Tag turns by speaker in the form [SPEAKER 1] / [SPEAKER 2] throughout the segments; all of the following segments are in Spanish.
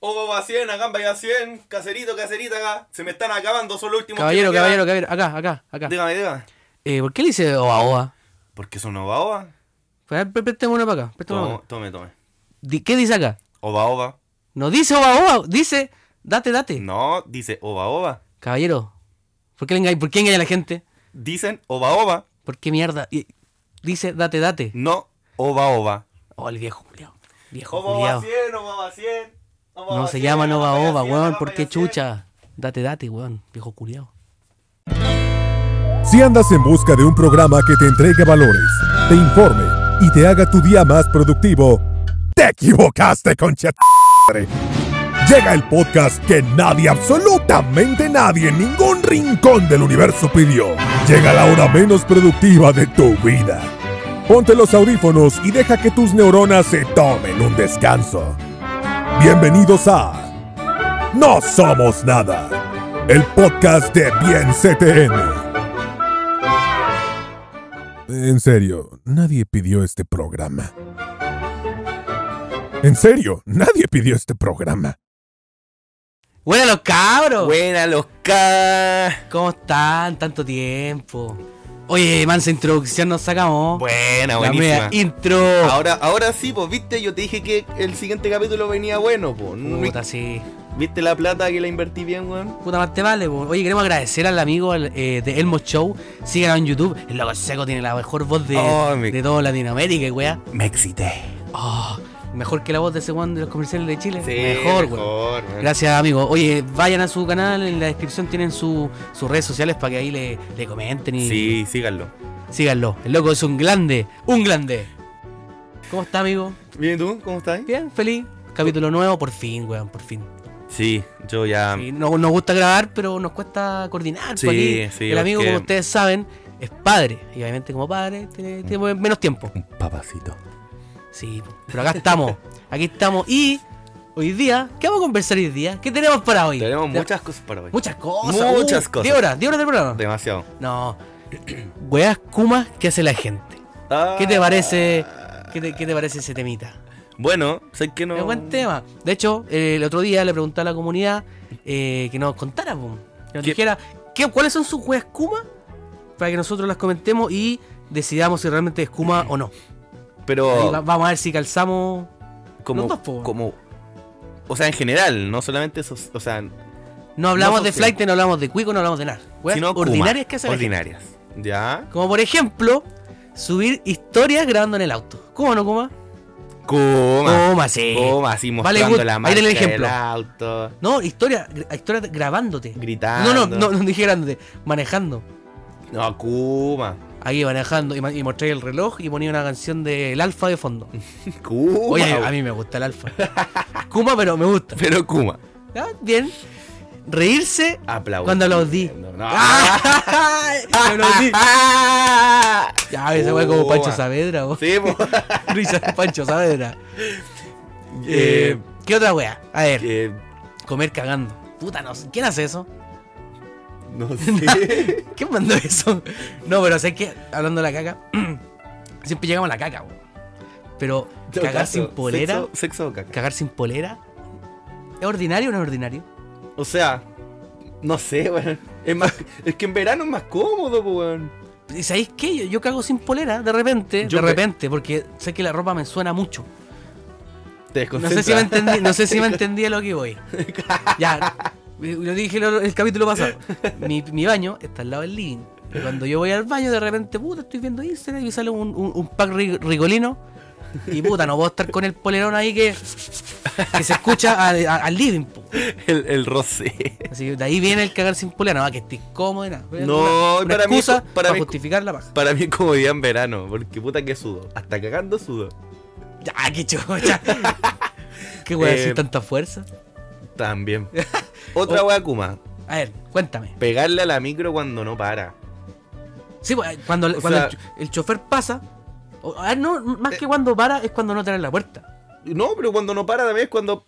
[SPEAKER 1] Oba va 100, Agamba ya 100, caserito, caserita acá. Se me están acabando, son los últimos. que
[SPEAKER 2] Caballero,
[SPEAKER 1] me quedan.
[SPEAKER 2] caballero, caballero. Acá, acá, acá.
[SPEAKER 1] Dígame, dígame.
[SPEAKER 2] Eh, ¿Por qué le dice oa oa?
[SPEAKER 1] Porque son oba oba.
[SPEAKER 2] Pues, a ver, pré- préstame una para acá. préstame una
[SPEAKER 1] Tome,
[SPEAKER 2] pa' acá.
[SPEAKER 1] tome, tome.
[SPEAKER 2] Di- ¿Qué dice acá?
[SPEAKER 1] Oba oba.
[SPEAKER 2] No dice oa oa, dice date, date.
[SPEAKER 1] No, dice oba oba.
[SPEAKER 2] Caballero, ¿por qué le engaña, ¿por qué engaña a la gente?
[SPEAKER 1] Dicen oba oba.
[SPEAKER 2] ¿Por qué mierda? Y- Dice date, date.
[SPEAKER 1] No, oba oba.
[SPEAKER 2] Oh, el viejo culiao. Viejo
[SPEAKER 1] Oba
[SPEAKER 2] culiao.
[SPEAKER 1] va 100, oba va 100. Oba
[SPEAKER 2] No
[SPEAKER 1] va
[SPEAKER 2] se
[SPEAKER 1] 100,
[SPEAKER 2] llama Nova
[SPEAKER 1] Agamba ya
[SPEAKER 2] Oba,
[SPEAKER 1] 100,
[SPEAKER 2] weón.
[SPEAKER 1] Agamba
[SPEAKER 2] ¿Por qué
[SPEAKER 1] ya 100.
[SPEAKER 2] chucha? Date, date, weón. Viejo culiao.
[SPEAKER 3] Si andas en busca de un programa que te entregue valores, te informe y te haga tu día más productivo, te equivocaste, concha. tu madre. Llega el podcast que nadie, absolutamente nadie, en ningún rincón del universo pidió. Llega la hora menos productiva de tu vida. Ponte los audífonos y deja que tus neuronas se tomen un descanso. Bienvenidos a No Somos Nada, el podcast de Bien CTN. En serio, nadie pidió este programa. En serio, nadie pidió este programa.
[SPEAKER 2] Bueno, los cabros.
[SPEAKER 1] Buena los K.
[SPEAKER 2] ¿Cómo están? Tanto tiempo. Oye, mansa introducción nos sacamos.
[SPEAKER 1] Buena,
[SPEAKER 2] La
[SPEAKER 1] buenísima.
[SPEAKER 2] mea intro.
[SPEAKER 1] Ahora, ahora sí, pues viste, yo te dije que el siguiente capítulo venía bueno, pues.
[SPEAKER 2] Puta, sí.
[SPEAKER 1] ¿Viste la plata que la invertí bien, weón?
[SPEAKER 2] Puta, más te vale, po. Oye, queremos agradecer al amigo al, eh, de Elmo Show. Síganos en YouTube. El loco seco tiene la mejor voz de,
[SPEAKER 1] Ay, me-
[SPEAKER 2] de toda Latinoamérica, weá.
[SPEAKER 1] Me excité.
[SPEAKER 2] Oh, mejor que la voz de ese weón de los comerciales de Chile.
[SPEAKER 1] Sí,
[SPEAKER 2] mejor, weón.
[SPEAKER 1] mejor, weón.
[SPEAKER 2] Gracias, amigo. Oye, vayan a su canal, en la descripción tienen su- sus redes sociales para que ahí le, le comenten y
[SPEAKER 1] Sí, síganlo.
[SPEAKER 2] síganlo. El loco es un grande, un grande. ¿Cómo está, amigo?
[SPEAKER 1] Bien, ¿tú? ¿Cómo estás?
[SPEAKER 2] Bien, feliz. Capítulo nuevo, por fin, weón, por fin.
[SPEAKER 1] Sí, yo ya.
[SPEAKER 2] Sí, no- nos gusta grabar, pero nos cuesta coordinar.
[SPEAKER 1] Sí,
[SPEAKER 2] pues, aquí
[SPEAKER 1] sí,
[SPEAKER 2] el amigo,
[SPEAKER 1] porque-
[SPEAKER 2] como ustedes saben, es padre. Y obviamente, como padre,
[SPEAKER 1] Mm.
[SPEAKER 2] tiene, tiene menos tiempo.
[SPEAKER 1] Un papacito.
[SPEAKER 2] Sí, pero acá estamos. Aquí estamos. Y hoy día, ¿qué vamos a conversar hoy día? ¿Qué tenemos para hoy?
[SPEAKER 1] Tenemos
[SPEAKER 2] Te-
[SPEAKER 1] muchas cosas para hoy.
[SPEAKER 2] Muchas cosas. Uh,
[SPEAKER 1] Muchas cosas.
[SPEAKER 2] 10 horas, 10 horas del programa.
[SPEAKER 1] Demasiado.
[SPEAKER 2] No. Weas Kumas que hace la gente. ¿Qué te
[SPEAKER 1] Ah,
[SPEAKER 2] parece? ¿Qué te, qué te parece ese temita?
[SPEAKER 1] Bueno, sé que no.
[SPEAKER 2] Es buen tema. De hecho, eh, el otro día le pregunté a la comunidad eh, que nos contara, pum, que nos
[SPEAKER 1] ¿Qué?
[SPEAKER 2] dijera ¿qué, cuáles son sus weas Kuma para que nosotros las comentemos y decidamos si realmente es Kuma o no. Ahí
[SPEAKER 1] Pero
[SPEAKER 2] va- vamos a ver si calzamos.
[SPEAKER 1] como,
[SPEAKER 2] los dos, po.
[SPEAKER 1] como. O sea, en general, no solamente esos. O sea,
[SPEAKER 2] No hablamos
[SPEAKER 1] No
[SPEAKER 2] de
[SPEAKER 1] son
[SPEAKER 2] flight, no hablamos de cuico, no hablamos de nada. Weas
[SPEAKER 1] sino Kuma.
[SPEAKER 2] ordinarias que hace la gente.
[SPEAKER 1] Ordinarias. ¿Ya?
[SPEAKER 2] Como por ejemplo, subir historias grabando en el auto. ¿Cómo no, Kuma?
[SPEAKER 1] Kuma.
[SPEAKER 2] Kuma, sí.
[SPEAKER 1] Kuma, así
[SPEAKER 2] Vale,
[SPEAKER 1] mostrando
[SPEAKER 2] good.
[SPEAKER 1] la
[SPEAKER 2] Ahí
[SPEAKER 1] marca
[SPEAKER 2] tenés el ejemplo.
[SPEAKER 1] del auto.
[SPEAKER 2] No, historia, gra- historia grabándote.
[SPEAKER 1] Gritando.
[SPEAKER 2] No, no, no, no dije grabándote, manejando.
[SPEAKER 1] No, Kuma.
[SPEAKER 2] Ahí manejando y, ma- y mostré el reloj y ponía una canción del Alfa de fondo.
[SPEAKER 1] Kuma.
[SPEAKER 2] Oye, a mí me gusta el Alfa. Kuma, pero me gusta.
[SPEAKER 1] Pero Kuma.
[SPEAKER 2] Ah, Bien. Reírse
[SPEAKER 1] Aplausos.
[SPEAKER 2] cuando aplaudí.
[SPEAKER 1] No, no.
[SPEAKER 2] ¡Ah! aplaudí. Ya, ese fue como
[SPEAKER 1] Kuma.
[SPEAKER 2] Pancho Saavedra. vos.
[SPEAKER 1] Oh. Sí, po.
[SPEAKER 2] Risa de Pancho Saavedra.
[SPEAKER 1] Eh,
[SPEAKER 2] Eh, ¿Qué otra wea? A ver,
[SPEAKER 1] eh,
[SPEAKER 2] comer cagando. Puta, no sé. ¿Quién hace eso?
[SPEAKER 1] no sé.
[SPEAKER 2] ¿Quién mandó eso? No, pero sé que, hablando de la caca, siempre llegamos a la caca, weón. Pero cagar
[SPEAKER 1] Caso,
[SPEAKER 2] sin polera,
[SPEAKER 1] Sexo, sexo o caca.
[SPEAKER 2] cagar sin polera, ¿es ordinario o no es ordinario?
[SPEAKER 1] O sea, no sé, weón. Es, más, es que en verano es más cómodo, po, weón.
[SPEAKER 2] ¿Y sabéis qué? Yo, yo cago sin polera, de repente,
[SPEAKER 1] Yo
[SPEAKER 2] de
[SPEAKER 1] pe-
[SPEAKER 2] repente, porque sé que la ropa me suena mucho.
[SPEAKER 1] Te
[SPEAKER 2] No sé
[SPEAKER 1] desconcentras.
[SPEAKER 2] si me entendí, no sé si me entendí a lo que voy. Ya, lo dije el, el capítulo pasado. Mi, mi baño está al lado del living. Y cuando yo voy al baño, de repente, puta, estoy viendo Instagram y me sale un, un- un pack ri- rigolino. Y puta, no puedo estar con el polerón ahí que, que se escucha al, a- al living. po.
[SPEAKER 1] El, el roce.
[SPEAKER 2] Así que de ahí viene el cagar sin polera. No, va, que estoy cómodo y nada.
[SPEAKER 1] No,
[SPEAKER 2] una
[SPEAKER 1] para mí
[SPEAKER 2] excusa
[SPEAKER 1] eso- para
[SPEAKER 2] para
[SPEAKER 1] mí-
[SPEAKER 2] justificar la paja.
[SPEAKER 1] Para mí es como día en verano, porque puta que sudo. Hasta cagando sudo.
[SPEAKER 2] Ya, qué chucha. Qué weón,
[SPEAKER 1] Eh,
[SPEAKER 2] sin tanta fuerza.
[SPEAKER 1] También. Otra wea Kuma.
[SPEAKER 2] A ver, cuéntame.
[SPEAKER 1] Pegarle a la micro cuando no para.
[SPEAKER 2] Sí, pues, cuando,
[SPEAKER 1] O
[SPEAKER 2] cuando
[SPEAKER 1] sea- Eh.
[SPEAKER 2] el, cho- el chofer pasa. o- ah, no, más que cuando para es cuando no te abren la puerta.
[SPEAKER 1] No, pero cuando no para también es cuando.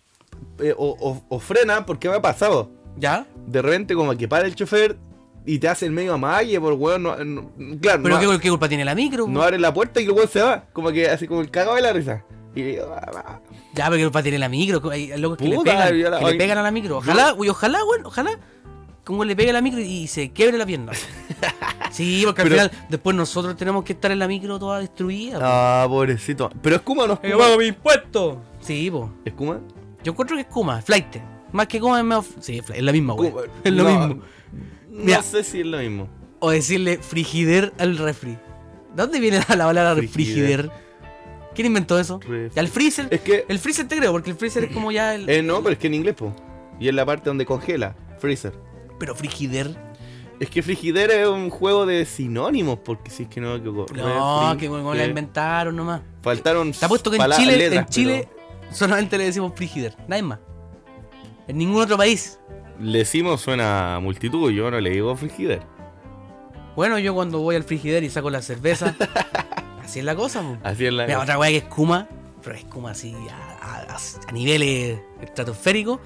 [SPEAKER 1] eh, o, o- o frena, porque me ha pasado.
[SPEAKER 2] ¿Ya?
[SPEAKER 1] De repente, como que para el chofer y te hace el medio amague, por weón. No, no- claro,
[SPEAKER 2] Pero
[SPEAKER 1] no,
[SPEAKER 2] ¿qué, qué culpa tiene la micro?
[SPEAKER 1] no abre la puerta y el weón se va. Como que así como el cagado de la risa. Y digo, ah, ah.
[SPEAKER 2] Ya, porque los patines en la micro, hay locos que le
[SPEAKER 1] Puta,
[SPEAKER 2] pegan,
[SPEAKER 1] yo la-
[SPEAKER 2] que le pegan a la micro. Ojalá, uy, ojalá, weón, ojalá, como le pegue a la micro y se quiebre la pierna. Sí, porque
[SPEAKER 1] Pero-
[SPEAKER 2] al final, después nosotros tenemos que estar en la micro toda destruida.
[SPEAKER 1] Ah, pobrecito. Pero es Kuma, ¿no es
[SPEAKER 2] ¡Que
[SPEAKER 1] Kuma?
[SPEAKER 2] Eh, mi impuesto! Sí, po.
[SPEAKER 1] ¿Es Kuma?
[SPEAKER 2] Yo encuentro que es Kuma, flight. Más que Kuma es medio... Sí, flight, es la misma, weón.
[SPEAKER 1] Kuma.
[SPEAKER 2] Es lo
[SPEAKER 1] No,
[SPEAKER 2] mismo.
[SPEAKER 1] No
[SPEAKER 2] Mira.
[SPEAKER 1] sé si es lo mismo.
[SPEAKER 2] O decirle frigider al refri. ¿De dónde viene la palabra
[SPEAKER 1] Frigider.
[SPEAKER 2] frigider? ¿Quién inventó eso?
[SPEAKER 1] Refri-
[SPEAKER 2] Al freezer.
[SPEAKER 1] Es que,
[SPEAKER 2] El freezer te creo, porque el freezer es como ya el.
[SPEAKER 1] eh, no, pero es que en inglés, po. Y es la parte donde congela, freezer.
[SPEAKER 2] Pero frigider.
[SPEAKER 1] Es que frigidera es un juego de sinónimos, porque si es que no, que
[SPEAKER 2] No,
[SPEAKER 1] refri- Eh.
[SPEAKER 2] que como la inventaron nomás.
[SPEAKER 1] Faltaron.
[SPEAKER 2] Te apuesto que en
[SPEAKER 1] pala-
[SPEAKER 2] Chile, en
[SPEAKER 1] letras,
[SPEAKER 2] Chile solamente le decimos frigider, nadie más. En ningún otro país.
[SPEAKER 1] pero Le decimos suena a multitud, yo no le digo frigider.
[SPEAKER 2] Bueno, yo cuando voy al frigider y saco la cerveza, así es la cosa. po.
[SPEAKER 1] Así es la.
[SPEAKER 2] Mira, otra weá que es Kuma, pero es Kuma así a, a- a niveles estratosféricos.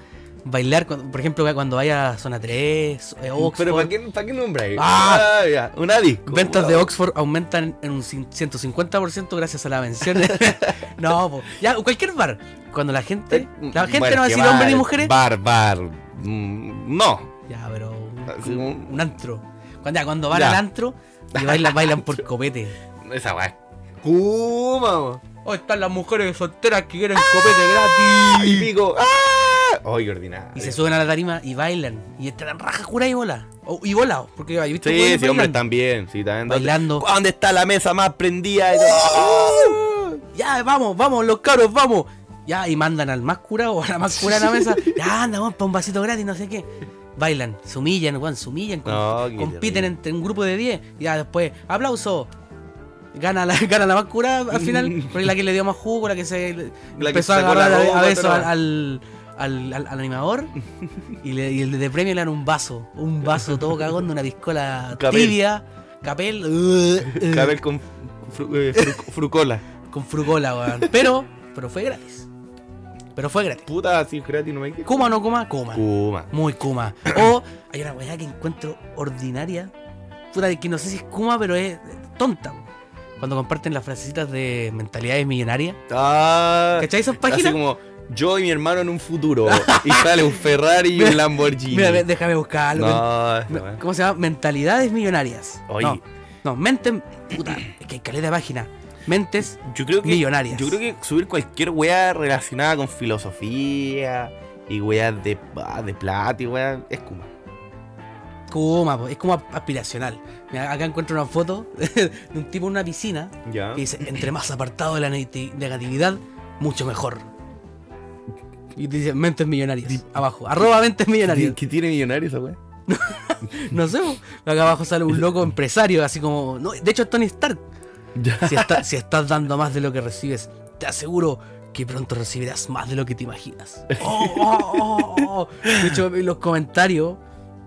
[SPEAKER 2] Bailar, cuando- por ejemplo, cuando vaya a zona 3, eh, Oxford.
[SPEAKER 1] Pero ¿para qué, para qué nombráis?
[SPEAKER 2] Ah.
[SPEAKER 1] Ah, ya, una disco.
[SPEAKER 2] Ventas de
[SPEAKER 1] weón.
[SPEAKER 2] Oxford aumentan en un cin- 150% gracias a la mención. no, po. ya cualquier bar. Cuando la gente, la gente
[SPEAKER 1] Eh, Bueno,
[SPEAKER 2] no va
[SPEAKER 1] que
[SPEAKER 2] a decir
[SPEAKER 1] bar,
[SPEAKER 2] hombres ni mujeres.
[SPEAKER 1] Bar, bar. Mm, No.
[SPEAKER 2] Ya, pero un,
[SPEAKER 1] Así
[SPEAKER 2] un-
[SPEAKER 1] como-
[SPEAKER 2] un antro. Cuando, ya, cuando van
[SPEAKER 1] Ah, Ya.
[SPEAKER 2] al antro y bailan, bailan por copete.
[SPEAKER 1] Esa weá. Kuma, weón.
[SPEAKER 2] Oh, están las mujeres solteras que quieren copete
[SPEAKER 1] Y pico. ¡Ah! ¡Ay, ordinario!
[SPEAKER 2] Y se suben a la tarima y bailan. Y están raja cura y bola. O- y bola, porque yo he visto
[SPEAKER 1] Sí,
[SPEAKER 2] weones
[SPEAKER 1] sí, hombre,
[SPEAKER 2] bailando.
[SPEAKER 1] también. Sí, también. ¿Dónde-
[SPEAKER 2] Bailando. Uh.
[SPEAKER 1] ¿Dónde está la mesa más prendida? Y-
[SPEAKER 2] Ya, vamos, vamos, los cabros, vamos. Ya, y mandan al más curado o a la más curada en la mesa. Ya, anda, vamos, para un vasito gratis, no sé qué. Bailan, se humillan, weón, se humillan. com-
[SPEAKER 1] No, qué
[SPEAKER 2] compiten
[SPEAKER 1] terrible.
[SPEAKER 2] entre un grupo de 10. Ya, después, aplauso. Gana la, gana la más curada al final, porque es la que le dio más jugo, la que se
[SPEAKER 1] que
[SPEAKER 2] empezó a
[SPEAKER 1] sacó la
[SPEAKER 2] agarrar a- a,
[SPEAKER 1] bomba,
[SPEAKER 2] besos
[SPEAKER 1] todo.
[SPEAKER 2] al, al, al- al- al animador. Y, le, y el de premio le dan un vaso, un vaso todo cagón de una piscola
[SPEAKER 1] Capel.
[SPEAKER 2] tibia, capel. uh, uh,
[SPEAKER 1] Cabel con fru- eh, fru- frucola.
[SPEAKER 2] con frucola, weón. Pero, pero fue gratis. Pero fue gratis.
[SPEAKER 1] Puta, así gratis no me queda.
[SPEAKER 2] Kuma o no coma, coma.
[SPEAKER 1] Kuma.
[SPEAKER 2] Muy coma. O hay una weá que encuentro ordinaria. Puta, que no sé si es coma, pero es tonta. weón. Cuando comparten las frasecitas de mentalidades millonarias.
[SPEAKER 1] Ah,
[SPEAKER 2] ¿Cachai esas
[SPEAKER 1] así
[SPEAKER 2] páginas?
[SPEAKER 1] como yo y mi hermano en un futuro. y sale un Ferrari y un Lamborghini.
[SPEAKER 2] Mira, ve- déjame buscarlo. weón.
[SPEAKER 1] no, esa
[SPEAKER 2] Me-
[SPEAKER 1] weá.
[SPEAKER 2] ¿Cómo se llama? Mentalidades millonarias.
[SPEAKER 1] Oye.
[SPEAKER 2] No, no mentes. Puta, es que hay caleta de página. Mentes.
[SPEAKER 1] yo creo que,
[SPEAKER 2] millonarias.
[SPEAKER 1] Yo creo que subir cualquier weá relacionada con filosofía y weá de, ah, de plata y weá es Kuma.
[SPEAKER 2] Coma, po, es como aspiracional. Mira, acá encuentro una foto de un tipo en una piscina
[SPEAKER 1] Ya.
[SPEAKER 2] que dice, entre más apartado de la neti- negatividad, mucho mejor. Y dice, mentes millonarias. Abajo, arroba mentes millonarias.
[SPEAKER 1] ¿Qué tiene millonario esa weá?
[SPEAKER 2] No sé, po. acá abajo sale un loco empresario, así como... No, de hecho, es Tony Stark.
[SPEAKER 1] Ya.
[SPEAKER 2] Si, está- si estás dando más de lo que recibes, te aseguro que pronto recibirás más de lo que te imaginas. Oh, oh, oh, oh, oh. De hecho, en los comentarios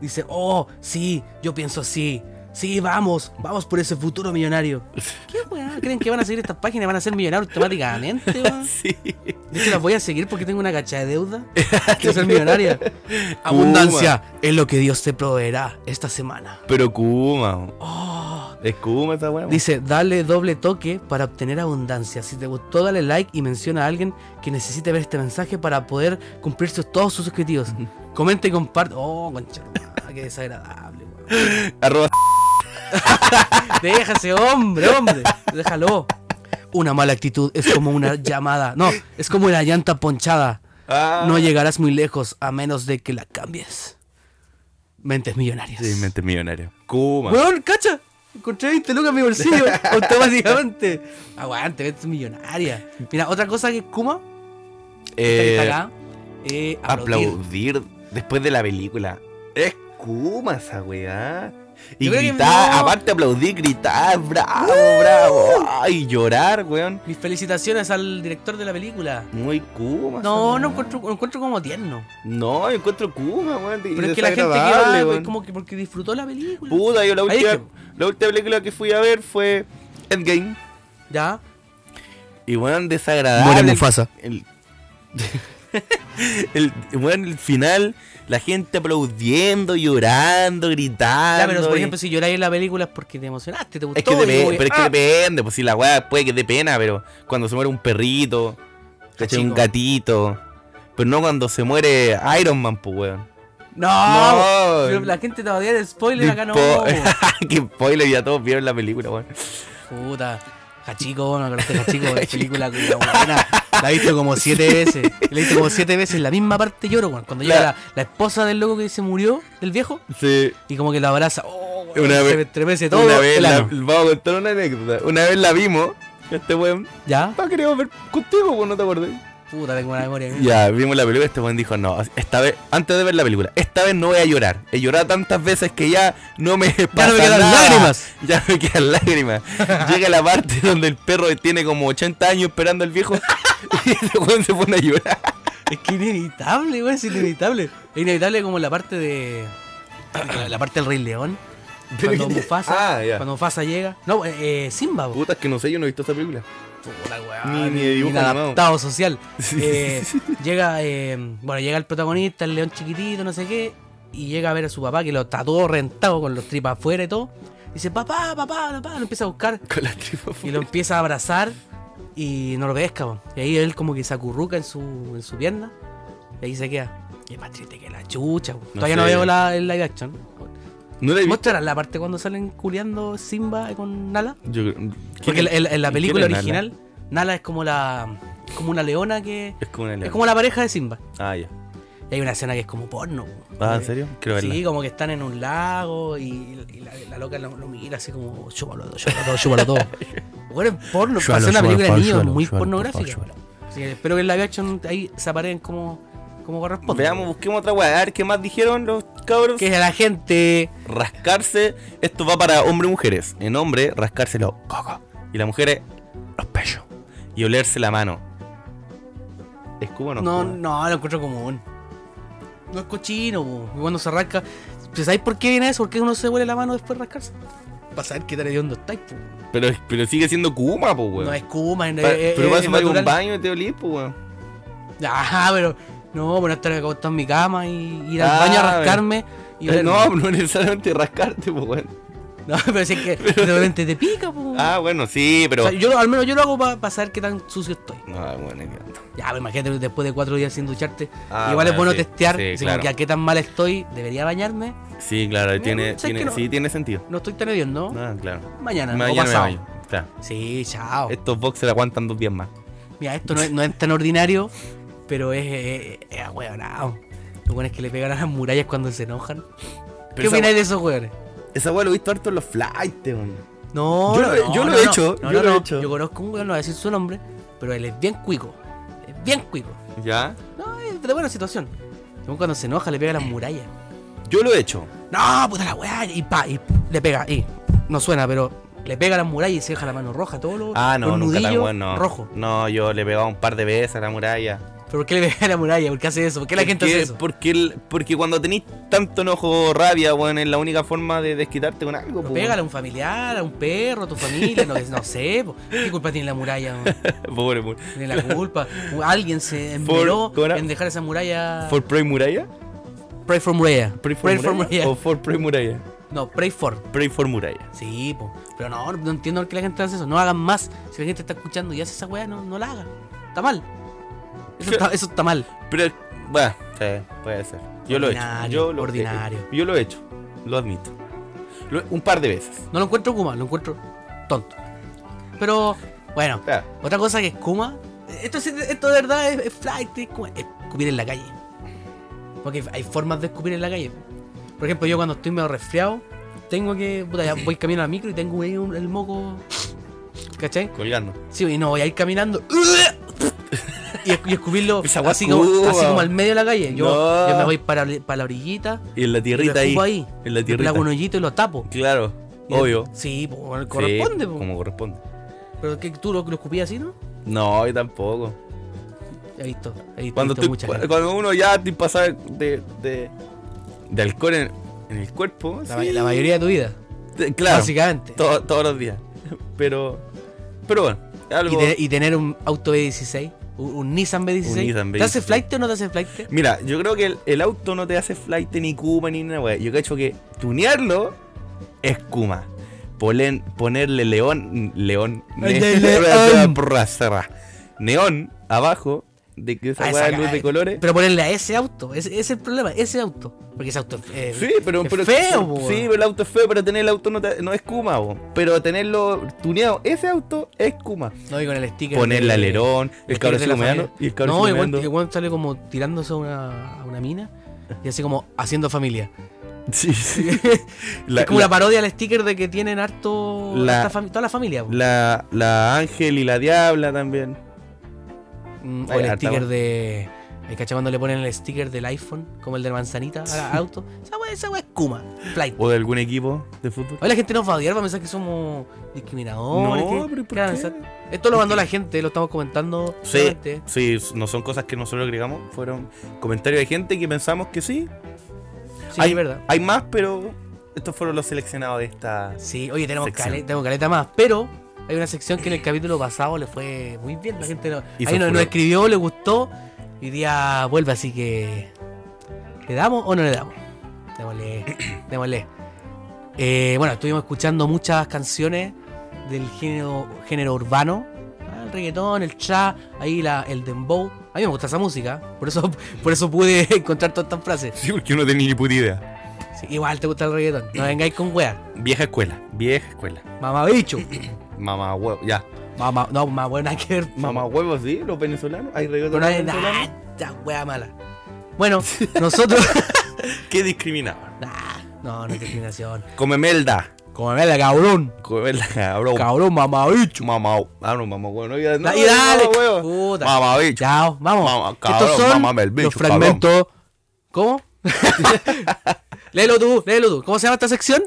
[SPEAKER 2] dice, oh, sí, yo pienso así. Sí, vamos, vamos por ese futuro millonario. ¿Qué weá? ¿Creen que van a seguir estas páginas? ¿Van a ser millonarios automáticamente? weón?
[SPEAKER 1] Sí.
[SPEAKER 2] De hecho, las voy a seguir porque tengo una cacha de deuda. Quiero ser millonaria. Abundancia es lo que Dios te proveerá esta semana.
[SPEAKER 1] Pero Kuma.
[SPEAKER 2] Oh,
[SPEAKER 1] Es Kuma esa weá.
[SPEAKER 2] Dice, dale doble toque para obtener abundancia. Si te gustó, dale like y menciona a alguien que necesite ver este mensaje para poder cumplir sus- todos sus objetivos. Comenta y comparte. Oh, concha, tu madre, qué desagradable, weón.
[SPEAKER 1] Arroba
[SPEAKER 2] Deja ese hombre, hombre. Déjalo. Una mala actitud es como una llamada. No, es como una llanta ponchada.
[SPEAKER 1] Ah.
[SPEAKER 2] No llegarás muy lejos a menos de que la cambies. Mentes millonarias.
[SPEAKER 1] Sí, mente millonaria. Kuma.
[SPEAKER 2] Weón, cacha. Encontré 20 lucas en mi bolsillo automáticamente. Aguante, vete millonaria. Mira, otra cosa que es Kuma, que
[SPEAKER 1] Eh,
[SPEAKER 2] está acá, eh, aplaudir.
[SPEAKER 1] aplaudir después de la película. Es Kuma esa weá. Y
[SPEAKER 2] Yo creo que
[SPEAKER 1] gritar,
[SPEAKER 2] no. Uh.
[SPEAKER 1] aparte aplaudir, gritar, bravo, bravo. Ay, llorar, weón.
[SPEAKER 2] Mis felicitaciones al director de la película.
[SPEAKER 1] Muy Kuma. esa
[SPEAKER 2] No,
[SPEAKER 1] weá.
[SPEAKER 2] no encuentro, lo encuentro como tierno.
[SPEAKER 1] No, encuentro Kuma, weón. y
[SPEAKER 2] Pero es que la gente que va,
[SPEAKER 1] desagradable,
[SPEAKER 2] pues,
[SPEAKER 1] weón.
[SPEAKER 2] como que porque disfrutó la película.
[SPEAKER 1] Puta, yo la
[SPEAKER 2] Ahí
[SPEAKER 1] última,
[SPEAKER 2] es que-
[SPEAKER 1] la última película que fui a ver fue Endgame.
[SPEAKER 2] Ya.
[SPEAKER 1] Y weón, desagradable.
[SPEAKER 2] Muere Mufasa.
[SPEAKER 1] El, el, weón, el final, la gente aplaudiendo, llorando, gritando.
[SPEAKER 2] Ya, pero por
[SPEAKER 1] y-
[SPEAKER 2] ejemplo, si lloráis en la película es porque te emocionaste, te gustó.
[SPEAKER 1] Es que,
[SPEAKER 2] y
[SPEAKER 1] depe-
[SPEAKER 2] como que,
[SPEAKER 1] pero es que
[SPEAKER 2] ah,
[SPEAKER 1] depende, pues si la weá puede que dé pena, pero cuando se muere un perrito, ¿Cachai?
[SPEAKER 2] Chico.
[SPEAKER 1] Un gatito. Pero no cuando se muere Iron Man, pues, weón.
[SPEAKER 2] No, pero Ah, la gente te va a odiar el spoiler acá no.
[SPEAKER 1] Tipo-
[SPEAKER 2] weón.
[SPEAKER 1] Qué spoiler, ya todos vieron la película, weón.
[SPEAKER 2] Puta. Hachico, weón, me acordaste de Hachico, es película que la buena. La he visto como siete veces. La he visto como siete veces. La misma parte lloro, weón. Cuando llega
[SPEAKER 1] La-
[SPEAKER 2] la, la esposa del loco que se murió, del viejo,
[SPEAKER 1] Sí.
[SPEAKER 2] y como que la abraza. Oh, weón,
[SPEAKER 1] Una
[SPEAKER 2] se
[SPEAKER 1] vez-
[SPEAKER 2] me estremece todo.
[SPEAKER 1] una vez
[SPEAKER 2] el
[SPEAKER 1] la-
[SPEAKER 2] ano.
[SPEAKER 1] vamos a contar una anécdota. Una vez la vimos, este weón.
[SPEAKER 2] ¿Ya?
[SPEAKER 1] Ah, queríamos ver contigo, weón, no te acordás.
[SPEAKER 2] Puta, tengo una memoria.
[SPEAKER 1] Ya, vimos la película y este weón dijo, no, esta vez, antes de ver la película, esta vez no voy a llorar. He llorado tantas veces que ya no me
[SPEAKER 2] Ya no me quedan
[SPEAKER 1] nada.
[SPEAKER 2] lágrimas.
[SPEAKER 1] Ya me quedan lágrimas. Llega la parte donde el perro tiene como 80 años esperando al viejo y este weón se pone a llorar.
[SPEAKER 2] Es que inevitable, weón, es inevitable. Es inevitable como la parte de. La, la parte del Rey León. Cuando Mufasa,
[SPEAKER 1] Ah, ya.
[SPEAKER 2] cuando Mufasa llega. No, eh, eh, Simba, weón.
[SPEAKER 1] Puta, es que no sé, yo no he visto esta película.
[SPEAKER 2] Puta,
[SPEAKER 1] Ni-
[SPEAKER 2] weón.
[SPEAKER 1] ni de dibujo animado.
[SPEAKER 2] adaptado social.
[SPEAKER 1] Sí,
[SPEAKER 2] Eh, llega, eh, bueno, llega el protagonista, el león chiquitito, no sé qué, y llega a ver a su papá que lo está todo rentado con los tripas afuera y todo. Dice, papá, papá, papá, lo empieza a buscar
[SPEAKER 1] Con la tripa
[SPEAKER 2] y lo empieza a abrazar y no lo pesca, po. Y ahí él como que se acurruca en su, en su pierna y ahí se queda. Qué más triste que la chucha, po. Todavía no
[SPEAKER 1] sé.
[SPEAKER 2] veo la, el live action.
[SPEAKER 1] No la he visto.
[SPEAKER 2] ¿Mostrarás la parte cuando salen culeando Simba con Nala?
[SPEAKER 1] Yo creo-
[SPEAKER 2] Porque
[SPEAKER 1] ¿Quién
[SPEAKER 2] en,
[SPEAKER 1] es-
[SPEAKER 2] la- en la
[SPEAKER 1] quién
[SPEAKER 2] película
[SPEAKER 1] es Nala?
[SPEAKER 2] original, Nala? es como la es como una leona que
[SPEAKER 1] Es como una
[SPEAKER 2] es como la pareja de Simba.
[SPEAKER 1] Ah, ya.
[SPEAKER 2] Y hay una escena que es como porno. po.
[SPEAKER 1] Ah, ¿en serio? Quiero verla.
[SPEAKER 2] Sí, como que están en un lago y, y la, la loca lo, lo mira así como, chúpalo todo, chúpalo todo, chúpalo todo. Bueno, es porno,
[SPEAKER 1] Chúpalo,
[SPEAKER 2] para ser una
[SPEAKER 1] chúpalo,
[SPEAKER 2] película
[SPEAKER 1] por
[SPEAKER 2] de niños
[SPEAKER 1] favor,
[SPEAKER 2] muy
[SPEAKER 1] chúpalo, por favor,
[SPEAKER 2] pornográfica. Así que espero que en live action ahí se apareen como, como corresponde.
[SPEAKER 1] Veamos, busquemos otra weá. A ver qué más dijeron los cabros.
[SPEAKER 2] Que es a la gente.
[SPEAKER 1] Rascarse. Esto va para hombres y mujeres. En hombre, rascarse los cocos. Y las mujeres, los pechos. Y olerse la mano. ¿Es cubo o no? es
[SPEAKER 2] No,
[SPEAKER 1] cubo?
[SPEAKER 2] no, lo encuentro común. No es cochino, po. Y cuando se rasca. pues, ¿Sabéis por qué viene eso? ¿Por qué uno se huele la mano después de rascarse? Para saber qué tal hediondo estáis, po.
[SPEAKER 1] Pero, pero sigue siendo Kuma, pues, weón.
[SPEAKER 2] No es Kuma, no
[SPEAKER 1] Pa-
[SPEAKER 2] es.
[SPEAKER 1] pero
[SPEAKER 2] eh, es-
[SPEAKER 1] vas a
[SPEAKER 2] es
[SPEAKER 1] tomar un
[SPEAKER 2] natural.
[SPEAKER 1] baño y te olís, pues, weón.
[SPEAKER 2] Ajá, pero no, bueno, estar acostado en mi cama y ir al
[SPEAKER 1] Ah,
[SPEAKER 2] baño a rascarme. Y
[SPEAKER 1] Eh,
[SPEAKER 2] oler-
[SPEAKER 1] No, no necesariamente rascarte, pues, weón.
[SPEAKER 2] no, pero si es que de repente te pica, po.
[SPEAKER 1] Ah, bueno, sí, pero.
[SPEAKER 2] O sea, yo lo- al menos yo lo hago para saber qué tan sucio estoy.
[SPEAKER 1] No, bueno, idiota.
[SPEAKER 2] Ya, pero imagínate después de cuatro días sin ducharte.
[SPEAKER 1] Ah,
[SPEAKER 2] igual es
[SPEAKER 1] bueno,
[SPEAKER 2] bueno
[SPEAKER 1] sí,
[SPEAKER 2] testear,
[SPEAKER 1] sí,
[SPEAKER 2] así como
[SPEAKER 1] claro.
[SPEAKER 2] que a qué tan mal estoy, debería bañarme.
[SPEAKER 1] Sí, claro,
[SPEAKER 2] Mira,
[SPEAKER 1] tiene,
[SPEAKER 2] ¿sabes
[SPEAKER 1] tiene,
[SPEAKER 2] que no?
[SPEAKER 1] sí, tiene sentido.
[SPEAKER 2] No estoy tan hediondo.
[SPEAKER 1] Ah, claro.
[SPEAKER 2] Mañana, o
[SPEAKER 1] Mañana me
[SPEAKER 2] pasado.
[SPEAKER 1] baño. Eh, Claro.
[SPEAKER 2] Sí, chao.
[SPEAKER 1] Estos boxers aguantan dos días más.
[SPEAKER 2] Mira, esto no es, no es tan ordinario, pero es, es, es ahueonado. Lo bueno es que le pegan a las murallas cuando se enojan.
[SPEAKER 1] Pero
[SPEAKER 2] ¿Qué
[SPEAKER 1] esa-
[SPEAKER 2] opináis de esos weones?
[SPEAKER 1] Esa weá lo he visto harto en los flights, weón.
[SPEAKER 2] No,
[SPEAKER 1] Yo
[SPEAKER 2] no,
[SPEAKER 1] lo-
[SPEAKER 2] no,
[SPEAKER 1] yo lo
[SPEAKER 2] no,
[SPEAKER 1] he
[SPEAKER 2] no.
[SPEAKER 1] hecho,
[SPEAKER 2] No,
[SPEAKER 1] yo
[SPEAKER 2] no,
[SPEAKER 1] lo he
[SPEAKER 2] no.
[SPEAKER 1] hecho.
[SPEAKER 2] Yo conozco un weón, no voy a decir su nombre, pero él es bien cuico. Es bien cuico.
[SPEAKER 1] ¿Ya?
[SPEAKER 2] No, es de buena situación. Según cuando se enoja, le pega a las murallas.
[SPEAKER 1] Yo lo he hecho.
[SPEAKER 2] No, puta la weá. Y pa, y le pega. Y no suena, pero le pega a las murallas y se deja la mano roja. Todo lo.
[SPEAKER 1] Ah, no,
[SPEAKER 2] los
[SPEAKER 1] nunca tan
[SPEAKER 2] nudillos
[SPEAKER 1] bueno.
[SPEAKER 2] Rojo.
[SPEAKER 1] No, yo le pegaba un par de veces a la muralla.
[SPEAKER 2] ¿Pero por qué le pega a la muralla? ¿Por qué hace eso? ¿Por qué la gente hace eso?
[SPEAKER 1] Porque, el- porque cuando tenéis tanto enojo o rabia, weón, es la única forma de desquitarte con algo, pues,
[SPEAKER 2] No,
[SPEAKER 1] po,
[SPEAKER 2] pégale a un familiar, a un perro, a tu familia, no, no sé. po. ¿Qué culpa tiene la muralla? no?
[SPEAKER 1] weón. Pobre, pobre.
[SPEAKER 2] Tiene la culpa. Alguien se enveló
[SPEAKER 1] ¿cómo era?
[SPEAKER 2] en dejar esa muralla.
[SPEAKER 1] ¿For Pray Muralla?
[SPEAKER 2] Pray for Muralla.
[SPEAKER 1] ¿Pray for, Muralla? ¿O For Pray Muralla?
[SPEAKER 2] No, pray for.
[SPEAKER 1] Pray for Muralla.
[SPEAKER 2] Sí, po. pero no, no entiendo por qué la gente hace eso. No hagan más. Si la gente está escuchando y hace esa weá, no, no la haga. Está mal. Eso está, eso está mal.
[SPEAKER 1] Pero, bueno, sí, puede ser. Yo lo he hecho.
[SPEAKER 2] Ordinario,
[SPEAKER 1] Yo lo,
[SPEAKER 2] ordinario.
[SPEAKER 1] eh, yo lo he hecho. Lo admito. Lo- un par de veces.
[SPEAKER 2] No lo encuentro Kuma, lo encuentro tonto. Pero, bueno,
[SPEAKER 1] Claro.
[SPEAKER 2] otra cosa que es Kuma. Esto, sí- esto de verdad es, es flight, es, Kuma, es escupir en la calle. Porque hay formas de escupir en la calle. Por ejemplo, yo cuando estoy medio resfriado, tengo que. Puta, ya voy camino al micro y tengo ahí un- el moco. ¿Cachai?
[SPEAKER 1] Colgando.
[SPEAKER 2] Sí, y no voy a ir caminando. Y, es- y escupirlo
[SPEAKER 1] Esa weá
[SPEAKER 2] así como,
[SPEAKER 1] escupa,
[SPEAKER 2] así como
[SPEAKER 1] weón.
[SPEAKER 2] al medio de la calle. Yo,
[SPEAKER 1] No.
[SPEAKER 2] yo me voy para, la- para la orillita.
[SPEAKER 1] Y en la
[SPEAKER 2] y lo
[SPEAKER 1] tierrita ahí.
[SPEAKER 2] escupo ahí.
[SPEAKER 1] En la
[SPEAKER 2] Le
[SPEAKER 1] tierrita.
[SPEAKER 2] hago un hoyito y lo tapo.
[SPEAKER 1] Claro,
[SPEAKER 2] Y-
[SPEAKER 1] obvio.
[SPEAKER 2] Sí, po, corresponde.
[SPEAKER 1] Sí,
[SPEAKER 2] po.
[SPEAKER 1] Como corresponde.
[SPEAKER 2] Pero que tú lo, lo escupías así, ¿no?
[SPEAKER 1] No, yo tampoco.
[SPEAKER 2] He visto, he visto,
[SPEAKER 1] Cuando,
[SPEAKER 2] he visto
[SPEAKER 1] estoy-
[SPEAKER 2] mucha
[SPEAKER 1] cu-
[SPEAKER 2] gente.
[SPEAKER 1] cuando uno ya te pasa de, de, de alcohol en, en el cuerpo.
[SPEAKER 2] La,
[SPEAKER 1] sí,
[SPEAKER 2] la mayoría de tu vida,
[SPEAKER 1] te- claro,
[SPEAKER 2] básicamente.
[SPEAKER 1] to- todos los días. Pero, pero bueno,
[SPEAKER 2] Y,
[SPEAKER 1] algo.
[SPEAKER 2] te- y tener un auto B16, un, un Nissan B16.
[SPEAKER 1] Un Nissan
[SPEAKER 2] ¿Te hace
[SPEAKER 1] B16.
[SPEAKER 2] flight o no te hace flight?
[SPEAKER 1] Mira, yo creo que el, el auto no te hace flight ni Kuma ni nada, wey. Yo cacho que tunearlo es Kuma. Polen- ponerle león. León.
[SPEAKER 2] Ay, de
[SPEAKER 1] ne-
[SPEAKER 2] león.
[SPEAKER 1] porra, serra. Neón abajo de que esa
[SPEAKER 2] Ah,
[SPEAKER 1] weá de
[SPEAKER 2] esa
[SPEAKER 1] luz
[SPEAKER 2] ca-
[SPEAKER 1] de colores.
[SPEAKER 2] Pero ponerle a ese auto, ese ese es el problema, ese auto. Porque ese auto es, eh,
[SPEAKER 1] Sí, pero,
[SPEAKER 2] es
[SPEAKER 1] pero
[SPEAKER 2] feo, po.
[SPEAKER 1] Sí, pero el auto es feo, pero tener el auto no, te- no es Kuma, bo. pero tenerlo tuneado, ese auto es Kuma.
[SPEAKER 2] No, y con el sticker.
[SPEAKER 1] Ponerle
[SPEAKER 2] de-
[SPEAKER 1] alerón, el
[SPEAKER 2] sticker
[SPEAKER 1] cabrón
[SPEAKER 2] de la
[SPEAKER 1] sigue meando
[SPEAKER 2] familia.
[SPEAKER 1] y el cabrón
[SPEAKER 2] No,
[SPEAKER 1] sigue
[SPEAKER 2] igual
[SPEAKER 1] meando.
[SPEAKER 2] que Juan sale como tirándose a una, a una mina y así como haciendo familia.
[SPEAKER 1] Sí, sí.
[SPEAKER 2] es
[SPEAKER 1] La,
[SPEAKER 2] como una
[SPEAKER 1] la,
[SPEAKER 2] parodia al sticker de que tienen harto.
[SPEAKER 1] La-
[SPEAKER 2] harta fami- toda la familia. po.
[SPEAKER 1] la- la Ángel y la Diabla también.
[SPEAKER 2] Mm, o
[SPEAKER 1] Hay
[SPEAKER 2] el
[SPEAKER 1] harta,
[SPEAKER 2] sticker
[SPEAKER 1] weón.
[SPEAKER 2] de. ¿Me cachai cuando le ponen el sticker del iPhone? Como el de la manzanita al auto. Esa wea, esa wea es Kuma. Flight.
[SPEAKER 1] O de algún equipo de fútbol.
[SPEAKER 2] Hoy la gente nos va a odiar, va a pensar que somos discriminadores.
[SPEAKER 1] No,
[SPEAKER 2] que-
[SPEAKER 1] pero ¿y por
[SPEAKER 2] que van a
[SPEAKER 1] qué?
[SPEAKER 2] pensar- Esto lo mandó la gente, lo estamos comentando.
[SPEAKER 1] Sí,
[SPEAKER 2] solamente.
[SPEAKER 1] sí, no son cosas que nosotros agregamos, fueron comentarios de gente que pensamos que sí.
[SPEAKER 2] Sí,
[SPEAKER 1] hay,
[SPEAKER 2] es verdad.
[SPEAKER 1] Hay más, pero estos fueron los seleccionados de esta.
[SPEAKER 2] Sí, oye, tenemos,
[SPEAKER 1] Sección.
[SPEAKER 2] cale- tenemos caleta más, pero hay una sección que en el capítulo pasado le fue muy bien. La gente no-
[SPEAKER 1] Hizo
[SPEAKER 2] ahí nos,
[SPEAKER 1] furor.
[SPEAKER 2] nos escribió, le gustó. Y día vuelve, así que. ¿Le damos o no le damos? Démosle. démosle. Eh, bueno, estuvimos escuchando muchas canciones del género, género urbano. Ah, El reggaetón, el trap, ahí la, el dembow. A mí me gusta esa música, por eso, por eso pude encontrar todas estas frases.
[SPEAKER 1] Sí, porque uno tenía ni puta idea.
[SPEAKER 2] Sí, igual te gusta el reggaetón, no vengáis con wea.
[SPEAKER 1] Vieja escuela, vieja escuela.
[SPEAKER 2] Mamá bicho.
[SPEAKER 1] Mamá huevo, ya.
[SPEAKER 2] Mamá, no, más buena que ver.
[SPEAKER 1] Mamá huevo, sí, los venezolanos. Hay reggaetón
[SPEAKER 2] Pero no hay
[SPEAKER 1] venezolano.
[SPEAKER 2] nada, esta wea mala. Bueno, nosotros.
[SPEAKER 1] Qué discriminaban.
[SPEAKER 2] Nah, no, no es discriminación.
[SPEAKER 1] Come melda.
[SPEAKER 2] Comeme cabrón.
[SPEAKER 1] Come melda, cabrón.
[SPEAKER 2] Cabrón, mamá, bicho.
[SPEAKER 1] Mamá, ah, no, mamá huevo. No, ya- no,
[SPEAKER 2] y dale,
[SPEAKER 1] mamá huevo.
[SPEAKER 2] puta.
[SPEAKER 1] Mamá bicho.
[SPEAKER 2] Chao, vamos.
[SPEAKER 1] Mamá, cabrón,
[SPEAKER 2] Estos son
[SPEAKER 1] mámame el bicho,
[SPEAKER 2] los fragmentos. ¿Cómo? léelo tú, léelo tú. ¿Cómo se llama esta sección?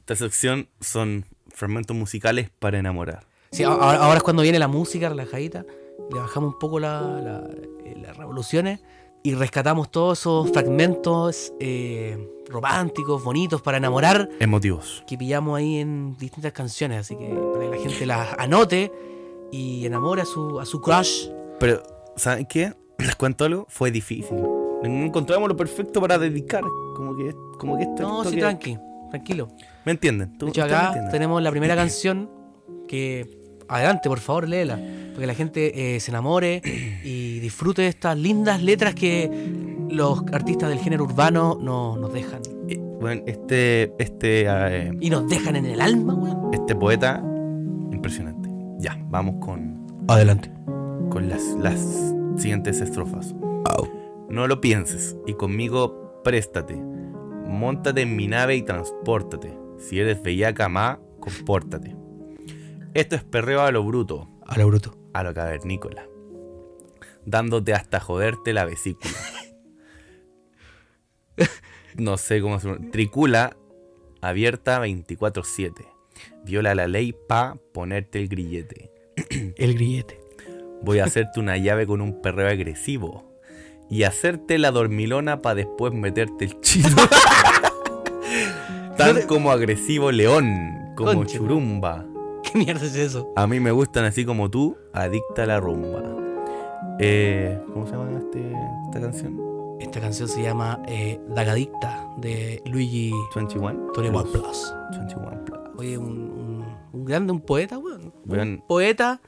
[SPEAKER 1] Esta sección son fragmentos musicales para enamorar.
[SPEAKER 2] Sí, a- ahora, ahora es cuando viene la música relajadita. Le bajamos un poco la- la- eh, las revoluciones y rescatamos todos esos fragmentos eh, románticos, bonitos para enamorar.
[SPEAKER 1] Emotivos.
[SPEAKER 2] que pillamos ahí en distintas canciones, así que para que la gente las anote y enamore a su, a su crush.
[SPEAKER 1] Pero, ¿saben qué? Les cuento algo, fue difícil. No encontramos lo perfecto para dedicar. Como que, como que esto.
[SPEAKER 2] No,
[SPEAKER 1] esto
[SPEAKER 2] sí,
[SPEAKER 1] que-
[SPEAKER 2] tranqui, tranquilo.
[SPEAKER 1] ¿Me entienden? ¿Tú-
[SPEAKER 2] De hecho,
[SPEAKER 1] ustedes me
[SPEAKER 2] acá
[SPEAKER 1] entienden?
[SPEAKER 2] tenemos la primera canción que. Adelante, por favor, léela. Para que la gente eh, se enamore y disfrute de estas lindas letras que los artistas del género urbano no- nos dejan.
[SPEAKER 1] Eh, Bueno, este, este, eh,
[SPEAKER 2] Y nos dejan en el alma, weón.
[SPEAKER 1] este poeta, impresionante. Ya, vamos con,
[SPEAKER 2] Adelante.
[SPEAKER 1] con las, las siguientes estrofas. No lo pienses y conmigo préstate. Móntate en mi nave y transpórtate. Si eres bellaca ma, compórtate. Esto es perreo a lo bruto,
[SPEAKER 2] A lo bruto.
[SPEAKER 1] a lo cavernícola. Dándote hasta joderte la vesícula. No sé cómo se Tricula abierta 24-7. Viola la ley pa ponerte el grillete.
[SPEAKER 2] El grillete.
[SPEAKER 1] Voy a hacerte una llave con un perreo agresivo. Y hacerte la dormilona pa después meterte el chino. Tan como agresivo león, como
[SPEAKER 2] Conche.
[SPEAKER 1] churumba.
[SPEAKER 2] ¿Qué mierda es eso?
[SPEAKER 1] A mí me gustan así como tú, adicta a la rumba. Eh, ¿Cómo se llama este- esta canción?
[SPEAKER 2] Esta canción se llama eh, Dagadicta de Luigi
[SPEAKER 1] 21.
[SPEAKER 2] 21 Plus.
[SPEAKER 1] 21 Plus.
[SPEAKER 2] Oye, un, un- un grande, un poeta, weón.
[SPEAKER 1] Weón.
[SPEAKER 2] Un poeta